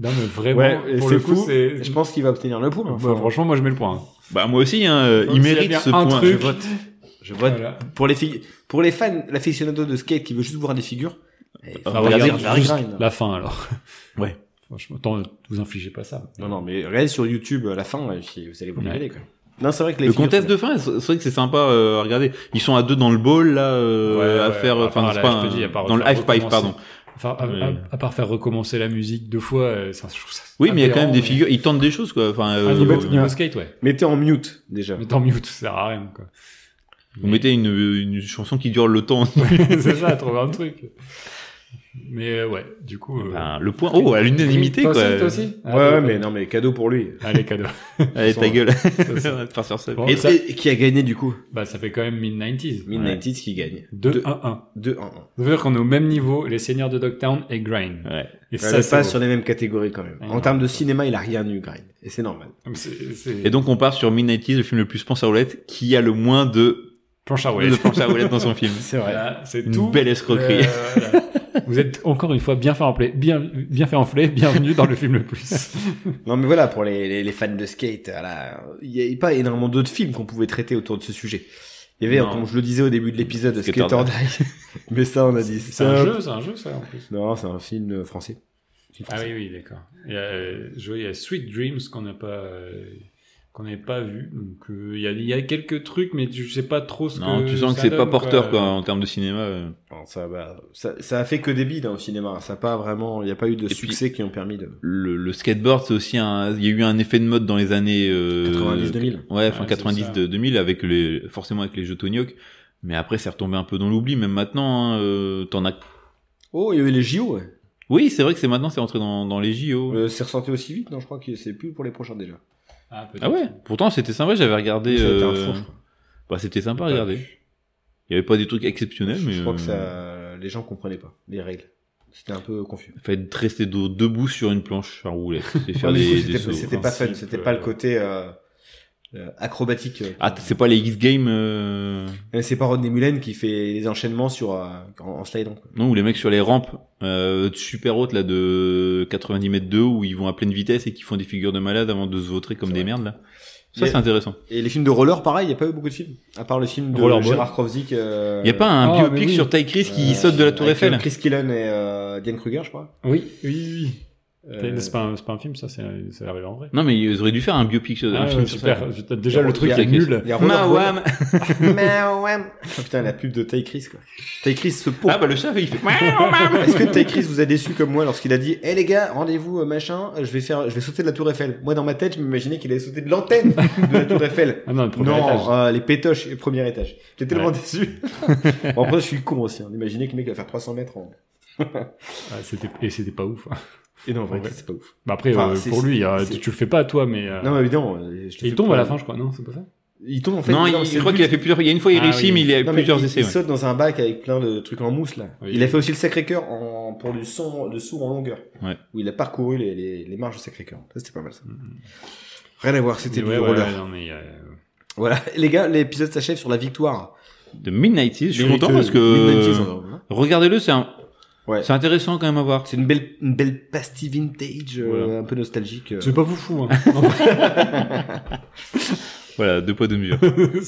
Speaker 2: Non mais vraiment,
Speaker 1: Ouais, et
Speaker 2: pour
Speaker 1: c'est
Speaker 2: le coup,
Speaker 1: fou.
Speaker 2: c'est.
Speaker 1: Je pense qu'il va obtenir le point.
Speaker 2: Bah,
Speaker 1: Enfin,
Speaker 2: franchement, moi je mets le point.
Speaker 3: Bah moi aussi hein, il
Speaker 2: S'il y a
Speaker 3: mérite
Speaker 2: bien
Speaker 3: ce
Speaker 2: un
Speaker 3: point.
Speaker 2: truc,
Speaker 3: Je vote.
Speaker 1: je vois.
Speaker 2: voilà.
Speaker 1: Pour les filles, pour les fans, l'aficionado de skate qui veut juste voir des figures. eh, faut
Speaker 3: Ah, regardez,
Speaker 1: regarder
Speaker 3: regardez
Speaker 1: du
Speaker 3: juste
Speaker 1: grind.
Speaker 2: La fin alors.
Speaker 3: Ouais.
Speaker 2: Franchement, attends, vous infligez pas ça.
Speaker 1: Non, non, mais regardez sur YouTube euh, la fin, et puis vous allez vous
Speaker 2: Ouais.
Speaker 1: régaler, quoi. Non, c'est vrai que les
Speaker 3: Le
Speaker 1: figures
Speaker 3: contest
Speaker 1: sont-
Speaker 3: de fin, c'est c'est vrai que c'est sympa. euh, regardez, ils sont à deux dans le bowl là, euh,
Speaker 2: Ouais,
Speaker 3: à
Speaker 2: ouais,
Speaker 3: faire,
Speaker 2: à
Speaker 3: enfin
Speaker 2: part
Speaker 3: c'est
Speaker 2: la
Speaker 3: pas un-
Speaker 2: FPJ, à part
Speaker 3: dans le
Speaker 2: faire
Speaker 3: half pipe pardon.
Speaker 2: recommencer. Enfin, à,
Speaker 3: Ouais.
Speaker 2: à- à part faire recommencer la musique deux fois, euh, ça, je trouve ça
Speaker 3: Oui, mais il y a quand
Speaker 2: aberrant,
Speaker 3: même des
Speaker 2: mais-
Speaker 3: figures. Ils tentent des choses quoi. Enfin,
Speaker 2: Ah,
Speaker 3: euh,
Speaker 2: niveau,
Speaker 3: vous-
Speaker 2: niveau skate, ouais.
Speaker 1: Mettez en mute, déjà.
Speaker 2: Mais tant mieux, tout sert à rien, quoi.
Speaker 3: vous mettez une, une chanson qui dure le temps.
Speaker 2: c'est ça, trouver un truc. Mais euh, ouais, du coup. euh,
Speaker 3: Enfin, le point. Oh, à l'unanimité
Speaker 2: toi
Speaker 3: quoi.
Speaker 2: Aussi, toi aussi Ah,
Speaker 1: Ouais, ouais, mais non, mais cadeau pour lui.
Speaker 2: Allez, cadeau.
Speaker 3: Allez ta
Speaker 1: Sans-
Speaker 3: gueule.
Speaker 2: ça.
Speaker 3: On va te faire sur ça.
Speaker 2: Bon.
Speaker 1: Et,
Speaker 2: ça-
Speaker 1: et qui a gagné, du coup?
Speaker 2: Bah, ça fait quand même mid-90s.
Speaker 1: Midnight Hits qui gagne.
Speaker 2: 2-1-1.
Speaker 1: 2-1-1.
Speaker 2: Ça veut dire qu'on est au même niveau, les Seigneurs de Dogtown et Grind.
Speaker 3: Ouais.
Speaker 2: Et
Speaker 1: Ça passe
Speaker 2: c'est beau.
Speaker 1: sur les mêmes catégories quand même.
Speaker 2: Ouais,
Speaker 1: en
Speaker 2: non.
Speaker 1: termes de cinéma, il a rien eu, Grind. Et c'est normal.
Speaker 2: C'est- c'est-
Speaker 3: Et donc on part sur Midnight Is, le film le plus pense à roulette, qui a le moins de
Speaker 2: Planche à
Speaker 3: de
Speaker 2: roulettes.
Speaker 3: planches à roulette dans son film.
Speaker 1: C'est vrai.
Speaker 2: Voilà, c'est
Speaker 3: Une
Speaker 2: tout.
Speaker 3: belle escroquerie.
Speaker 2: Euh, voilà. Vous êtes encore une fois bien fait enfler. Bien, bien fait enfler. Bienvenue dans le film le plus.
Speaker 1: Non mais voilà, pour les, les, les fans de skate, voilà, il n'y avait pas énormément d'autres films qu'on pouvait traiter autour de ce sujet. Il y avait,
Speaker 3: Non.
Speaker 1: comme je le disais au début de l'épisode,
Speaker 3: Skater
Speaker 1: Skater Die. mais ça, on a dit.
Speaker 2: C'est un jeu, c'est un jeu, ça, en plus.
Speaker 1: Non, c'est un film euh, français.
Speaker 2: Ah oui, oui, d'accord. Il y a, euh, je vois, il y a Sweet Dreams qu'on n'a pas, euh, qu'on qu'on n'avait pas vu. Donc euh, il y, a, il y a quelques trucs, mais je sais pas trop ce
Speaker 3: Non,
Speaker 2: que.
Speaker 3: tu sens que
Speaker 2: ça
Speaker 3: c'est pas
Speaker 2: donne,
Speaker 3: porteur quoi en termes de cinéma. euh.
Speaker 1: Alors, ça, bah, ça, ça a fait que des bides hein, au cinéma. Ça a pas vraiment, il n'y a pas eu de
Speaker 3: puis- euh,
Speaker 1: succès qui ont permis de
Speaker 3: Le, le skateboard, c'est aussi un. Il y a eu un effet de mode dans les années. euh,
Speaker 1: 90-2000.
Speaker 3: Ouais, fin
Speaker 2: Ouais, c'est
Speaker 3: 90
Speaker 2: ça.
Speaker 3: de 2000 avec les forcément avec les jeux Tonioc. Mais après, c'est retombé un peu dans l'oubli. Même maintenant, hein, euh, t'en as.
Speaker 1: Oh, il y avait les JO. ouais.
Speaker 3: Oui, c'est vrai que c'est maintenant, c'est rentré dans, dans les JO.
Speaker 1: Euh, c'est ressorti aussi vite, non Je crois que c'est plus pour les prochains déjà.
Speaker 2: Ah, peut-être.
Speaker 3: Ah ouais. Pourtant, c'était sympa. J'avais regardé.
Speaker 1: Ça a été un
Speaker 3: euh,
Speaker 1: fond, je crois.
Speaker 3: Bah, c'était sympa à
Speaker 2: Ouais.
Speaker 3: regarder. Il y avait pas des trucs exceptionnels, mais
Speaker 1: Je crois
Speaker 3: euh,
Speaker 1: que ça, les gens comprenaient pas les règles. C'était un peu confus.
Speaker 3: fallait être resté do- debout sur une planche à rouler et faire
Speaker 1: Ouais, mais du coup,
Speaker 3: des,
Speaker 1: c'était-
Speaker 3: des sauts.
Speaker 1: C'était pas fun,
Speaker 2: principe,
Speaker 1: c'était pas le
Speaker 2: euh,
Speaker 1: côté euh, euh, acrobatique. euh,
Speaker 3: Ah, t- c'est pas les X Games euh,
Speaker 1: Euh, C'est pas Rodney Mullen qui fait les enchaînements sur euh, en, en slidant. quoi.
Speaker 3: non où les mecs sur les rampes euh, super hautes là de 90 mètres de haut où ils vont à pleine vitesse et qui font des figures de malades avant de se vautrer comme
Speaker 1: C'est
Speaker 3: des
Speaker 1: vrai.
Speaker 3: merdes là.
Speaker 1: Il
Speaker 3: Ça
Speaker 1: y a-
Speaker 3: c'est intéressant.
Speaker 1: Et les films de roller, pareil, il y a pas eu beaucoup de films. À part le film de
Speaker 3: Rollerball.
Speaker 1: Gérard Krovzik. euh,
Speaker 3: Il y a pas un
Speaker 2: Ah, mais
Speaker 3: biopic
Speaker 2: oui.
Speaker 3: sur Ty Chris qui
Speaker 1: euh,
Speaker 3: saute de la Tour
Speaker 1: avec, euh,
Speaker 3: Eiffel.
Speaker 1: Chris Killen et euh, Diane Kruger, je crois.
Speaker 2: Oui, oui, oui. oui.
Speaker 1: Euh,
Speaker 2: C'est pas, un- c'est pas un film, ça, c'est c'est arrivé en vrai.
Speaker 3: Non mais ils auraient dû faire un biopic sur
Speaker 2: Ah,
Speaker 3: un film
Speaker 2: ouais,
Speaker 3: sur
Speaker 2: super. Putain, Déjà, le truc
Speaker 1: Il y a-
Speaker 2: est
Speaker 3: il y a-
Speaker 2: nul.
Speaker 1: Il y a
Speaker 3: ça.
Speaker 1: Rollerball.
Speaker 3: Mawam.
Speaker 1: Mawam. Oh, putain, la pub de Ty Chris, quoi. Ty Chris se pour.
Speaker 3: Ah bah le chat il fait
Speaker 1: Est-ce que Ty Chris vous a déçu comme moi lorsqu'il a dit "Eh les gars, rendez-vous euh, machin, euh, je vais faire je vais sauter de la tour Eiffel." Moi dans ma tête, je m'imaginais qu'il allait sauter de l'antenne de la tour Eiffel.
Speaker 2: Ah non, le premier étage.
Speaker 1: Non, euh, les pétoches, et premier étage. J'étais tellement
Speaker 2: Ouais.
Speaker 1: déçu. bon, après, je suis con aussi. Hein. Imaginez que le mec va faire 300 mètres en...
Speaker 2: Ah, c'était- et c'était pas ouf.
Speaker 1: Et non, en vrai,
Speaker 2: Ouais.
Speaker 1: c'est pas ouf.
Speaker 2: Bah après,
Speaker 1: Enfin,
Speaker 2: euh,
Speaker 1: c'est-
Speaker 2: pour lui, euh,
Speaker 1: c'est-
Speaker 2: tu, tu le fais pas à toi, mais. euh,
Speaker 1: Non, mais évidemment. euh, je te
Speaker 2: et il
Speaker 1: fais
Speaker 2: tombe
Speaker 1: pas-
Speaker 2: à la fin, je crois. Non, c'est pas ça
Speaker 1: Il tombe en fait.
Speaker 3: Non,
Speaker 1: mais
Speaker 3: il,
Speaker 1: c'est
Speaker 3: je crois
Speaker 1: le
Speaker 3: qu'il a
Speaker 1: but.
Speaker 3: fait plusieurs. Il y a une fois il
Speaker 2: Ah,
Speaker 3: réussit,
Speaker 2: oui.
Speaker 3: mais il y a eu
Speaker 1: Non, mais
Speaker 3: plusieurs
Speaker 1: il,
Speaker 3: essais.
Speaker 1: il
Speaker 3: ouais.
Speaker 1: saute dans un bac avec plein de trucs en mousse là.
Speaker 2: Oui.
Speaker 1: Il a fait aussi le Sacré-Cœur en... pour du son, le saut en longueur.
Speaker 3: Ouais.
Speaker 1: Où il a parcouru les, les, les marges du Sacré-Cœur. Ça c'était pas mal ça.
Speaker 3: Mm-hmm.
Speaker 1: Rien à voir, c'était
Speaker 2: Mais
Speaker 1: du
Speaker 2: ouais, ouais,
Speaker 1: roller.
Speaker 2: ouais, non, mais, euh,
Speaker 1: Voilà, les gars, l'épisode s'achève sur la victoire.
Speaker 3: De Midnight je suis
Speaker 1: Mériteux.
Speaker 3: content parce
Speaker 1: Mid-nineties,
Speaker 3: que
Speaker 1: hein.
Speaker 3: regardez-le, c'est un...
Speaker 1: Ouais.
Speaker 3: c'est intéressant quand même à voir.
Speaker 1: C'est une belle, une belle pastille vintage, euh,
Speaker 2: Voilà.
Speaker 1: un peu nostalgique. euh.
Speaker 2: C'est pas foufou. Hein.
Speaker 3: Voilà, deux poids deux mesures.
Speaker 2: ça,
Speaker 1: Non, mais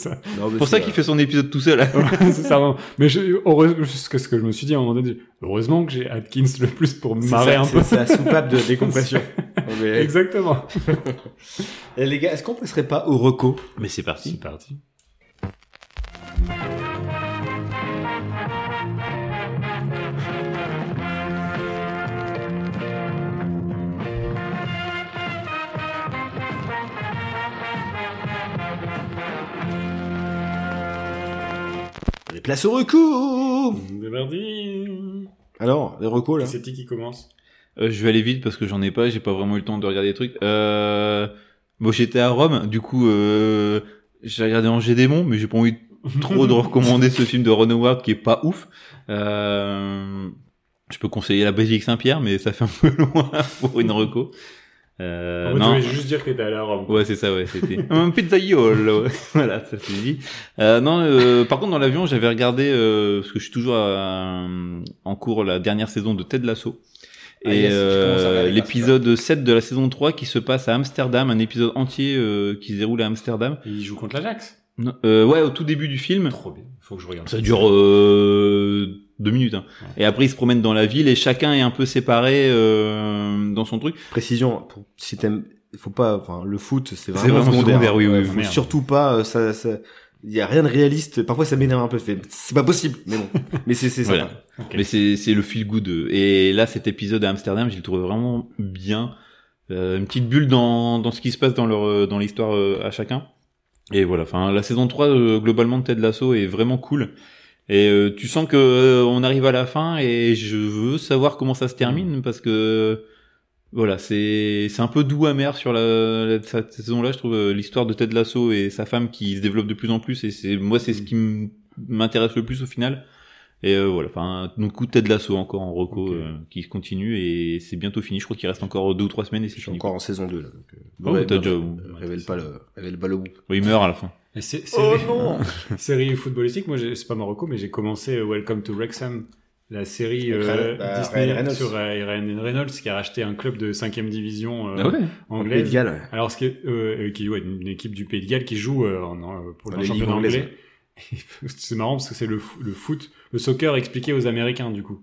Speaker 3: C'est pour
Speaker 1: c'est,
Speaker 3: ça qu'il fait son épisode tout seul. hein.
Speaker 2: c'est ça, non. Mais je, heureusement, ce que, ce que je me suis dit à un moment donné, heureusement que j'ai Atkins le plus pour me
Speaker 1: euh, c'est
Speaker 2: marrer
Speaker 1: ça,
Speaker 2: un
Speaker 1: c'est
Speaker 2: peu.
Speaker 1: sa soupape de décompression. Non, mais-
Speaker 2: Exactement.
Speaker 1: Eh, les gars, est-ce qu'on passerait pas au reco
Speaker 3: Mais c'est parti.
Speaker 2: C'est parti.
Speaker 1: Les places au reco
Speaker 2: C'est parti.
Speaker 1: Alors, les recos là.
Speaker 2: C'est qui qui commence
Speaker 3: Euh, je vais aller vite parce que j'en ai pas, j'ai pas vraiment eu le temps de regarder des trucs. Euh... Bon, j'étais à Rome, du coup, euh... j'ai regardé Angers Démon, mais j'ai pas envie trop de recommander ce film de Ron Howard qui est pas ouf. Euh... Je peux conseiller la Basilique Saint-Pierre, mais ça fait un peu loin pour une reco. Euh,
Speaker 2: En fait,
Speaker 3: non.
Speaker 2: je voulais juste dire que t'es allé à Rome.
Speaker 3: Ouais, c'est ça, ouais, c'était. Un pizzaiolo, ouais. voilà, ça c'est dit. Euh, non, euh, par contre, dans l'avion, j'avais regardé, euh, parce que je suis toujours à- en cours la dernière saison de Ted Lasso. Et
Speaker 1: Ah, yes, je commence à
Speaker 3: euh,
Speaker 1: regarder,
Speaker 3: l'épisode 7 de la saison 3 qui se passe à Amsterdam, un épisode entier euh, qui se déroule à Amsterdam.
Speaker 2: Il joue contre l'Ajax.
Speaker 3: Non, euh, ouais, au tout début du film.
Speaker 2: Trop bien. Faut que je regarde.
Speaker 3: Ça dure euh, deux minutes. hein.
Speaker 2: Ouais.
Speaker 3: Et après, ils se promènent dans la ville et chacun est un peu séparé euh, dans son truc.
Speaker 1: Précision, pour, si t'aimes, faut pas, enfin, le foot, c'est vraiment,
Speaker 3: C'est vraiment
Speaker 1: secondaire.
Speaker 3: secondaire, oui, oui, oui.
Speaker 1: Faut
Speaker 2: Merde.
Speaker 1: surtout pas, euh, ça, ça, il y a rien de réaliste. Parfois, ça m'énerve un peu. je fais, C'est pas possible, mais bon. Mais c'est, c'est ça.
Speaker 3: Voilà.
Speaker 2: Ok.
Speaker 3: Mais c'est c'est le feel good. Et là, cet épisode à Amsterdam, je le trouvé vraiment bien. Euh, une petite bulle dans, dans ce qui se passe dans leur euh, dans l'histoire euh, à chacun. Et voilà. Enfin, la saison 3 euh, globalement de Ted Lasso est vraiment cool. Et euh, tu sens que euh, on arrive à la fin et je veux savoir comment ça se termine parce que voilà, c'est c'est un peu doux amer sur la, la- cette saison-là, je trouve euh, l'histoire de Ted Lasso et sa femme qui se développe de plus en plus et c'est moi c'est ce qui m- m'intéresse le plus au final. Et euh, voilà, enfin donc coup Ted Lasso encore en reco
Speaker 2: Ok.
Speaker 3: euh, qui continue et c'est bientôt fini. Je crois qu'il reste encore deux ou trois semaines et c'est
Speaker 1: Je suis
Speaker 3: fini.
Speaker 1: encore en saison 2, là. Donc, euh,
Speaker 3: Oh, t'as déjà-
Speaker 1: euh, révèle pas le, révèle pas le bout.
Speaker 3: Ouais, il meurt à la fin.
Speaker 2: Et c'est- c'est-
Speaker 1: Oh
Speaker 2: série footballistique, moi j'ai- c'est pas Marocco, mais j'ai commencé euh, Welcome to Wrexham, la série
Speaker 1: Avec
Speaker 2: euh,
Speaker 1: Ryan- bah,
Speaker 2: Disney
Speaker 1: Ryan Reynolds.
Speaker 2: sur euh, Ryan Reynolds qui a racheté un club de 5 division euh,
Speaker 3: Ah ouais.
Speaker 1: Pays de
Speaker 2: anglaise.
Speaker 1: Galles, ouais.
Speaker 2: Alors ce qui est, euh, euh, qui ouais, une équipe du Pays de Galles qui joue euh, en- en- pour
Speaker 1: Dans
Speaker 2: le
Speaker 1: les
Speaker 2: championnat
Speaker 1: ligues anglaises,
Speaker 2: anglais. Et C'est marrant parce que c'est le, fo- le foot, le soccer expliqué aux Américains du coup.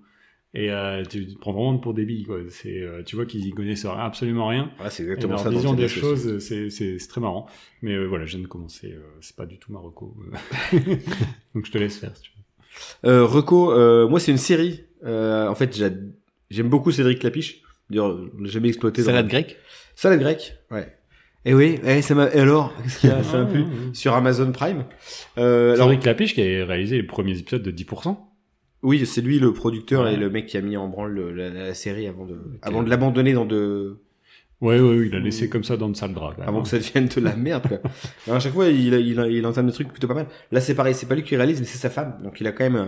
Speaker 2: Et euh, tu te prends vraiment pour des billes, quoi. C'est, euh, tu vois qu'ils y connaissent absolument rien.
Speaker 1: Voilà, c'est
Speaker 2: Et
Speaker 1: exactement
Speaker 2: leur
Speaker 1: ça. dans
Speaker 2: vision
Speaker 1: cette
Speaker 2: des
Speaker 1: association.
Speaker 2: choses, c'est- c'est c'est très marrant. Mais euh, voilà, je viens de commencer. euh, c'est pas du tout ma reco. Donc je te laisse faire. si tu veux.
Speaker 1: Euh, Reco, euh, moi c'est une série. Euh, en fait, j'a- j'aime beaucoup Cédric Clapiche. D'ailleurs, je l'ai jamais exploité. dans-
Speaker 3: Salade grecque
Speaker 1: Salade grecque. Ouais. Et oui, eh, ça m'a. et alors, qu'est-ce qu'il y a Ça m'a plu.
Speaker 2: Ah, ouais.
Speaker 1: Sur Amazon Prime. Euh, alors,
Speaker 2: Cédric Lapiche qui a réalisé les premiers épisodes de 10%.
Speaker 1: oui, c'est lui le producteur
Speaker 2: Ouais.
Speaker 1: et le mec qui a mis en branle le- la, la série avant de, avant de l'abandonner dans de,
Speaker 2: Ouais, ouais, ouais, il a
Speaker 1: Mm.
Speaker 2: laissé comme ça dans le sale drap. quand même,
Speaker 1: avant
Speaker 2: hein.
Speaker 1: que ça devienne de la merde. Quoi. Alors, à chaque fois, il, il, il entame des trucs plutôt pas mal. Là, c'est pareil, c'est pas lui qui réalise, mais c'est sa femme. Donc, il a quand même, euh,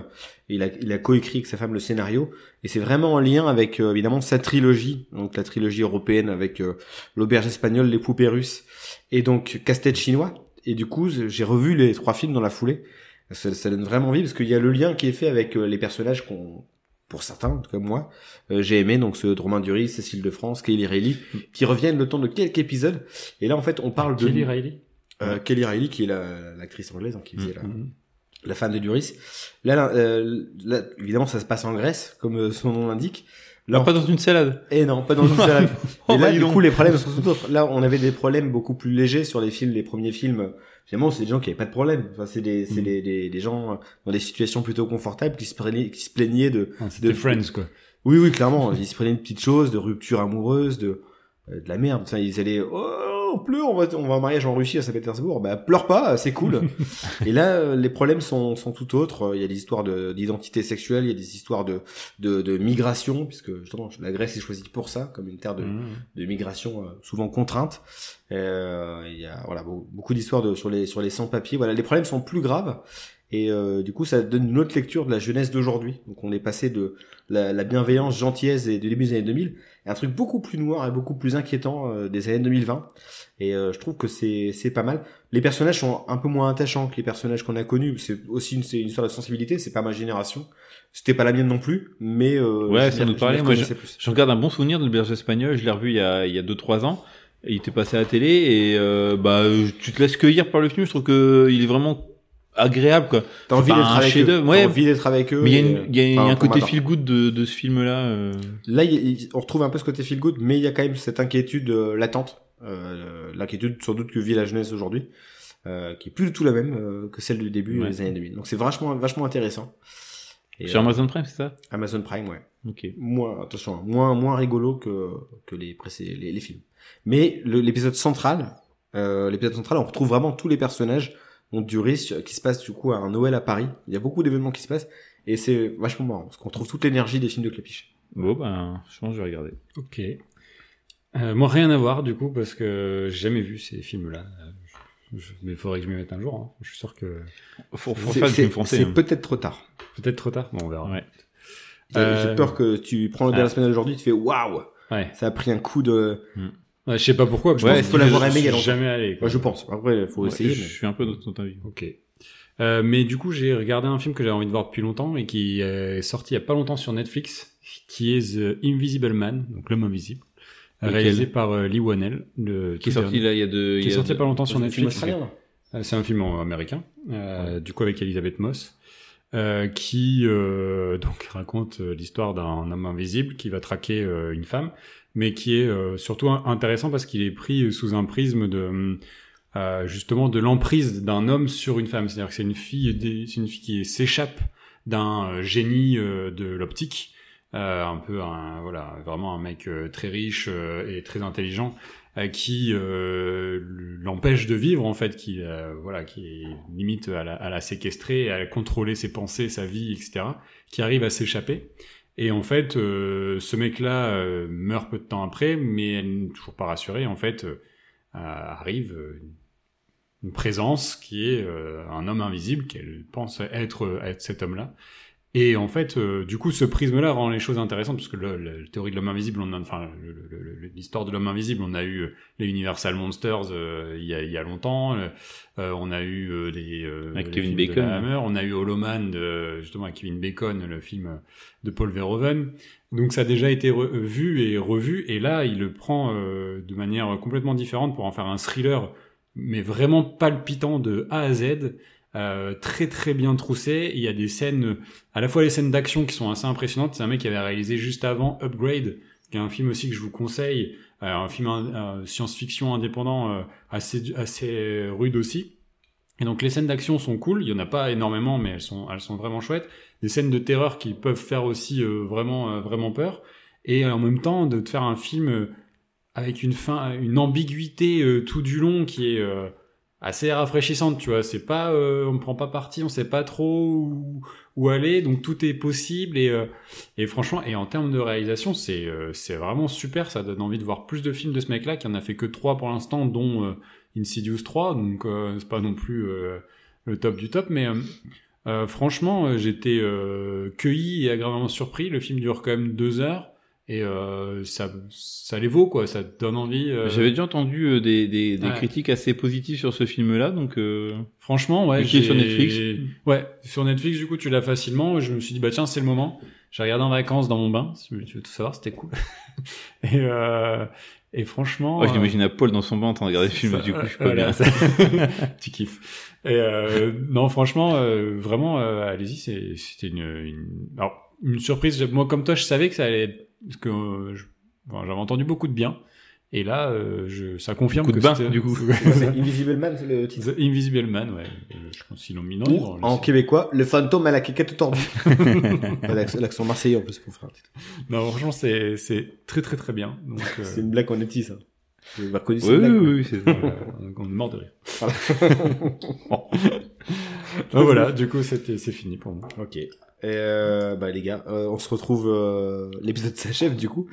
Speaker 1: il a, il a coécrit avec sa femme le scénario, et c'est vraiment en lien avec euh, évidemment sa trilogie, donc la trilogie européenne avec euh, l'auberge espagnole, les poupées russes, et donc casse-tête chinois. Et du coup, j'ai revu les trois films dans la foulée. Ça, ça donne vraiment envie parce qu'il y a le lien qui est fait avec euh, les personnages qu'on pour certains, comme moi, euh, j'ai aimé donc ce Romain Duris, Cécile de France, Kelly Reilly, qui reviennent le temps de quelques épisodes. Et là, en fait, on parle de
Speaker 2: Kelly Riley.
Speaker 1: euh, Kelly Reilly, qui est la- l'actrice anglaise hein, qui faisait la,
Speaker 2: Mhm.
Speaker 1: la femme de Duris. Là, là, euh, là, évidemment, ça se passe en Grèce, comme euh, son nom l'indique. Là, on-
Speaker 3: Pas dans une salade.
Speaker 1: eh non, pas dans une salade.
Speaker 3: Oh,
Speaker 1: Et là,
Speaker 3: bah, dis
Speaker 1: du
Speaker 3: donc.
Speaker 1: coup, les problèmes sont tout autres. Là, on avait des problèmes beaucoup plus légers sur les films, les premiers films. Finalement, c'est des gens qui avaient pas de problème. Enfin, c'est des, c'est
Speaker 3: Mm.
Speaker 2: Mhm.
Speaker 1: des, des, des gens euh, dans des situations plutôt confortables qui se plaignaient, qui se plaignaient de,
Speaker 2: Ah, C'était
Speaker 1: de-
Speaker 2: Friends, quoi.
Speaker 1: oui, oui, clairement. Ils se prenaient une petite chose, de rupture amoureuse, de, euh, de la merde. Enfin, ils allaient, oh, on pleut, on va, on va en mariage en Russie, à Saint-Pétersbourg. Bah, pleure pas, c'est cool. Et là, euh, les problèmes sont, sont tout autres. Il y a des histoires de- d'identité sexuelle, il y a des histoires de, de, de migration, puisque justement, la Grèce est choisie pour ça, comme une terre de,
Speaker 2: Mhm.
Speaker 1: de migration euh, souvent contrainte. Euh, il y a voilà beau- beaucoup d'histoires de- sur les sur les sans-papiers. Voilà, les problèmes sont plus graves et euh, du coup ça donne une autre lecture de la jeunesse d'aujourd'hui. Donc on est passé de la, la bienveillance, gentillesse des, du début des années 2000 à un truc beaucoup plus noir et beaucoup plus inquiétant euh, des années 2020. Et euh, je trouve que c'est c'est pas mal. Les personnages sont un peu moins attachants que les personnages qu'on a connus. C'est aussi une, c'est une histoire de sensibilité. C'est pas ma génération. C'était pas la mienne non plus, mais euh,
Speaker 3: Ouais,
Speaker 1: je m'y-
Speaker 3: ça nous
Speaker 1: je m'y
Speaker 3: parlait. Moi,
Speaker 1: reconnaissais plus.
Speaker 3: Je regarde un bon souvenir de l'auberge espagnole, je l'ai revu il y a, il y a 2-3 ans. Et il était passé à la télé et euh, bah euh, tu te laisses cueillir par le film, je trouve que il est vraiment agréable quoi.
Speaker 1: T'as envie
Speaker 3: Enfin,
Speaker 1: d'être
Speaker 3: un
Speaker 1: avec eux.
Speaker 3: chef-d'œuvre,
Speaker 1: T'as
Speaker 3: ouais.
Speaker 1: envie d'être avec eux.
Speaker 3: Mais il y a,
Speaker 1: et,
Speaker 3: une- il y a- il y a
Speaker 1: enfin,
Speaker 3: un
Speaker 1: pour
Speaker 3: côté
Speaker 1: ma part.
Speaker 3: feel good de, de ce euh, film là.
Speaker 1: Là, il- il- on retrouve un peu ce côté feel good, mais il y a quand même cette inquiétude euh, latente, euh, l'inquiétude sans doute que vit la jeunesse aujourd'hui, euh, qui est plus du tout la même euh, que celle du début
Speaker 3: Ouais.
Speaker 1: des années 2000. Donc c'est vachement, vachement intéressant. Et,
Speaker 3: Sur
Speaker 1: euh,
Speaker 3: Amazon Prime, c'est ça
Speaker 1: Amazon Prime, ouais.
Speaker 3: Ok.
Speaker 1: Moins, attention, hein, moins, moins rigolo que, que les, précé- les, les films. Mais le- l'épisode central, euh, l'épisode central, on retrouve vraiment tous les personnages donc du risque euh, qui se passe du coup à un Noël à Paris. Il y a beaucoup d'événements qui se passent et c'est vachement marrant parce qu'on retrouve toute l'énergie des films de Clapiche.
Speaker 3: Bon ben je pense que je vais regarder.
Speaker 2: Ok. Euh, moi, rien à voir, du coup, parce que j'ai jamais vu ces films-là. Euh, je- je- Mais il faudrait que je m'y mette un jour. hein. Je suis sûr que...
Speaker 3: Faut, faut
Speaker 1: C'est-
Speaker 3: faire du
Speaker 1: C'est
Speaker 3: film français.
Speaker 1: c'est
Speaker 3: hein.
Speaker 1: peut-être trop tard.
Speaker 2: Peut-être trop tard. Bon, on verra.
Speaker 3: Ouais.
Speaker 1: J'ai
Speaker 2: Euh,
Speaker 1: j'ai peur que tu prends le dernier
Speaker 2: ah.
Speaker 1: semaine d'aujourd'hui, tu fais waouh,
Speaker 2: Ouais.
Speaker 1: ça a pris un coup de.
Speaker 2: Ouais, je sais pas pourquoi.
Speaker 1: Je pense qu'il faut l'avoir aimé il y a
Speaker 2: Je suis
Speaker 1: longtemps.
Speaker 2: jamais allé. quoi.
Speaker 1: Moi, je pense. Après, il faut
Speaker 3: Ouais,
Speaker 1: essayer.
Speaker 3: je
Speaker 1: mais-
Speaker 3: suis un peu dans ton avis.
Speaker 2: Ok. Euh, mais du coup, j'ai regardé un film que j'avais envie de voir depuis longtemps et qui euh, est sorti il y a pas longtemps sur Netflix, qui est The Invisible Man, donc l'homme invisible,
Speaker 3: Lequel
Speaker 2: réalisé par euh, Lee Whannell, le
Speaker 3: Qui est
Speaker 2: tout
Speaker 3: sorti
Speaker 2: dernier-
Speaker 3: là il y a deux.
Speaker 2: qui est
Speaker 3: il y a
Speaker 2: sorti il y a
Speaker 3: deux-
Speaker 2: pas longtemps sur
Speaker 1: C'est un film
Speaker 2: Netflix.
Speaker 1: australien, là.
Speaker 2: Euh, C'est un film euh, américain, euh, du coup avec Elisabeth Moss, euh, qui euh, donc raconte euh, l'histoire d'un homme invisible qui va traquer euh, une femme, mais qui est euh, surtout in- intéressant parce qu'il est pris euh, sous un prisme de hum, euh, justement de l'emprise d'un homme sur une femme. C'est-à-dire que c'est une fille, dé- c'est une fille qui s'échappe d'un euh, génie euh, de l'optique. euh, un peu un voilà vraiment un mec euh, très riche euh, et très intelligent euh, qui euh, l'empêche de vivre en fait, qui euh, voilà, qui est limite à la, à la séquestrer, à contrôler ses pensées, sa vie, etc., qui arrive à s'échapper. Et en fait, euh, ce mec-là euh, meurt peu de temps après, mais elle n'est toujours pas rassurée. En fait, euh, euh, arrive euh, une présence qui est euh, un homme invisible qu'elle pense être, euh, être cet homme-là. Et en fait, euh, du coup, ce prisme-là rend les choses intéressantes parce que le- le- la théorie de l'homme invisible, on a, enfin, le- le- le- le- l'histoire de l'homme invisible, on a eu euh, les Universal Monsters euh, il y, a, il y a longtemps, euh, euh, on a eu euh, les, euh,
Speaker 3: Avec
Speaker 2: les
Speaker 3: Kevin
Speaker 2: films de
Speaker 3: Bacon.
Speaker 2: la Hammer, on a eu Hollow Man de, justement avec Kevin Bacon, le film de Paul Verhoeven. Donc ça a déjà été re- vu et revu, et là il le prend euh, de manière complètement différente pour en faire un thriller, mais vraiment palpitant de A à Z, euh, très très bien troussé. Il y a des scènes, euh, à la fois les scènes d'action qui sont assez impressionnantes. C'est un mec qui avait réalisé juste avant Upgrade, qui est un film aussi que je vous conseille, euh, un film euh, science-fiction indépendant euh, assez assez rude aussi. Et donc les scènes d'action sont cool, il y en a pas énormément, mais elles sont elles sont vraiment chouettes. Des scènes de terreur qui peuvent faire aussi euh, vraiment euh, vraiment peur. Et euh, en même temps de te faire un film euh, avec une fin, une ambiguïté euh, tout du long qui est euh, assez rafraîchissante, tu vois. C'est pas, euh, on ne prend pas parti, on sait pas trop où, où aller, donc tout est possible et euh, et franchement et en termes de réalisation, c'est euh, c'est vraiment super. Ça donne envie de voir plus de films de ce mec-là qui en a fait que trois pour l'instant, dont euh, Insidious 3, donc euh, c'est pas non plus euh, le top du top, mais euh, euh, franchement, euh, j'étais euh, cueilli et agréablement surpris. Le film dure quand même deux heures et euh, ça, ça les vaut quoi. Ça te donne envie. euh,
Speaker 3: J'avais déjà entendu euh, des, des, des
Speaker 2: Ouais.
Speaker 3: critiques assez positives sur ce film-là, donc euh,
Speaker 1: Oh,
Speaker 2: Franchement, ouais.
Speaker 3: Et qui est
Speaker 2: j'ai-
Speaker 3: sur Netflix.
Speaker 2: Ouais, sur Netflix, du coup, tu l'as facilement. Je me suis dit, bah tiens, c'est le moment. J'ai regardé en vacances dans mon bain, si tu veux tout savoir, c'était cool. et, euh, et franchement.
Speaker 3: oh, je
Speaker 2: euh,
Speaker 3: l'imagine à Paul dans son bain en train de regarder le film, du coup, je suis pas
Speaker 2: Voilà,
Speaker 3: bien.
Speaker 2: ça- tu kiffes. Et euh, non, franchement, euh, vraiment, euh, allez-y, c'est- c'était une, une, alors, une surprise. Moi, comme toi, je savais que ça allait être, parce que euh, je- enfin, j'avais entendu beaucoup de bien. Et là, euh, je, ça confirme
Speaker 3: Coup de
Speaker 2: que
Speaker 3: bain,
Speaker 2: c'était-
Speaker 3: du coup.
Speaker 1: C'est Invisible Man, c'est le titre.
Speaker 2: The Invisible Man, ouais. Euh, Je pense qu'ils l'ont mis dans le livre,
Speaker 1: Ou,
Speaker 2: je
Speaker 1: en
Speaker 2: sais.
Speaker 1: québécois, le fantôme à la quéquette tordue. Ouais, L'accent l'accent marseillais, en plus, pour faire un titre.
Speaker 2: Non, franchement, c'est, c'est très très très bien. Donc, euh,
Speaker 1: C'est une blague qu'on est petit, ça. Vous avez reconnu cette
Speaker 3: Oui, oui,
Speaker 1: blague,
Speaker 3: oui, c'est ça.
Speaker 2: voilà, on est mort de rire. Donc, voilà, du coup, c'était, c'est fini pour moi.
Speaker 1: Ok. Et euh, bah les gars, euh, on se retrouve. euh, L'épisode s'achève du coup.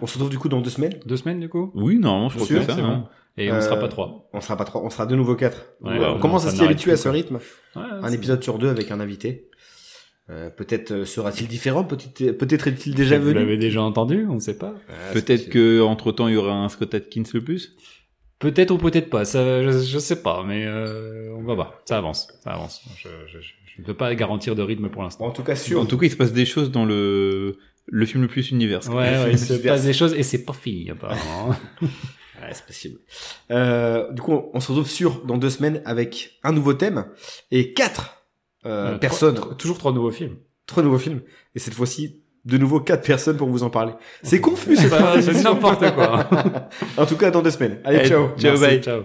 Speaker 1: On se retrouve du coup dans deux semaines.
Speaker 2: Deux semaines, du coup
Speaker 3: Oui, normalement, je crois
Speaker 1: Sûr,
Speaker 3: que c'est
Speaker 2: c'est
Speaker 3: ça. hein.
Speaker 2: Et on sera
Speaker 1: Euh,
Speaker 2: pas trois.
Speaker 1: On sera pas trois, on sera de nouveau quatre.
Speaker 2: Ouais,
Speaker 1: Ouais,
Speaker 2: ouais,
Speaker 1: on
Speaker 2: ouais,
Speaker 1: commence
Speaker 2: ça
Speaker 1: à s'y
Speaker 2: n'arrête
Speaker 1: habituer
Speaker 2: plus,
Speaker 1: à ce
Speaker 2: quoi.
Speaker 1: rythme.
Speaker 2: Ouais,
Speaker 1: Un
Speaker 2: c'est-
Speaker 1: épisode sur deux avec un invité. Euh, peut-être euh, sera-t-il différent. Peut-être euh, peut-être est-il déjà
Speaker 2: Vous
Speaker 1: venu.
Speaker 2: l'avez déjà entendu, on ne sait pas.
Speaker 1: Ah, c'est
Speaker 3: Peut-être
Speaker 1: possible.
Speaker 3: que entre temps il y aura un Scott Atkins le plus.
Speaker 2: Peut-être ou peut-être pas, ça, je, je sais pas, mais euh, on va voir. Ça avance, ça avance. Je, je- je- je ne peux pas garantir de rythme pour l'instant.
Speaker 1: En tout cas sûr.
Speaker 3: En tout cas, il se passe des choses dans le le film le plus univers.
Speaker 2: Ouais, ouais, il se
Speaker 1: Super.
Speaker 2: passe des choses et c'est pas fini apparemment.
Speaker 1: Ouais, c'est possible. Euh, du coup, on, on se retrouve sûr dans deux semaines avec un nouveau thème et quatre euh,
Speaker 2: Euh,
Speaker 1: personnes.
Speaker 2: trois- toujours trois nouveaux films.
Speaker 1: trois nouveaux films et cette fois-ci de nouveau quatre personnes pour vous en parler. C'est confus cette
Speaker 2: Ça,
Speaker 1: fin
Speaker 2: C'est
Speaker 1: d'émission.
Speaker 2: n'importe quoi.
Speaker 1: En tout cas dans deux semaines. Allez,
Speaker 3: Allez,
Speaker 1: ciao.
Speaker 3: ciao,
Speaker 2: Merci,
Speaker 3: bye.
Speaker 2: Ciao.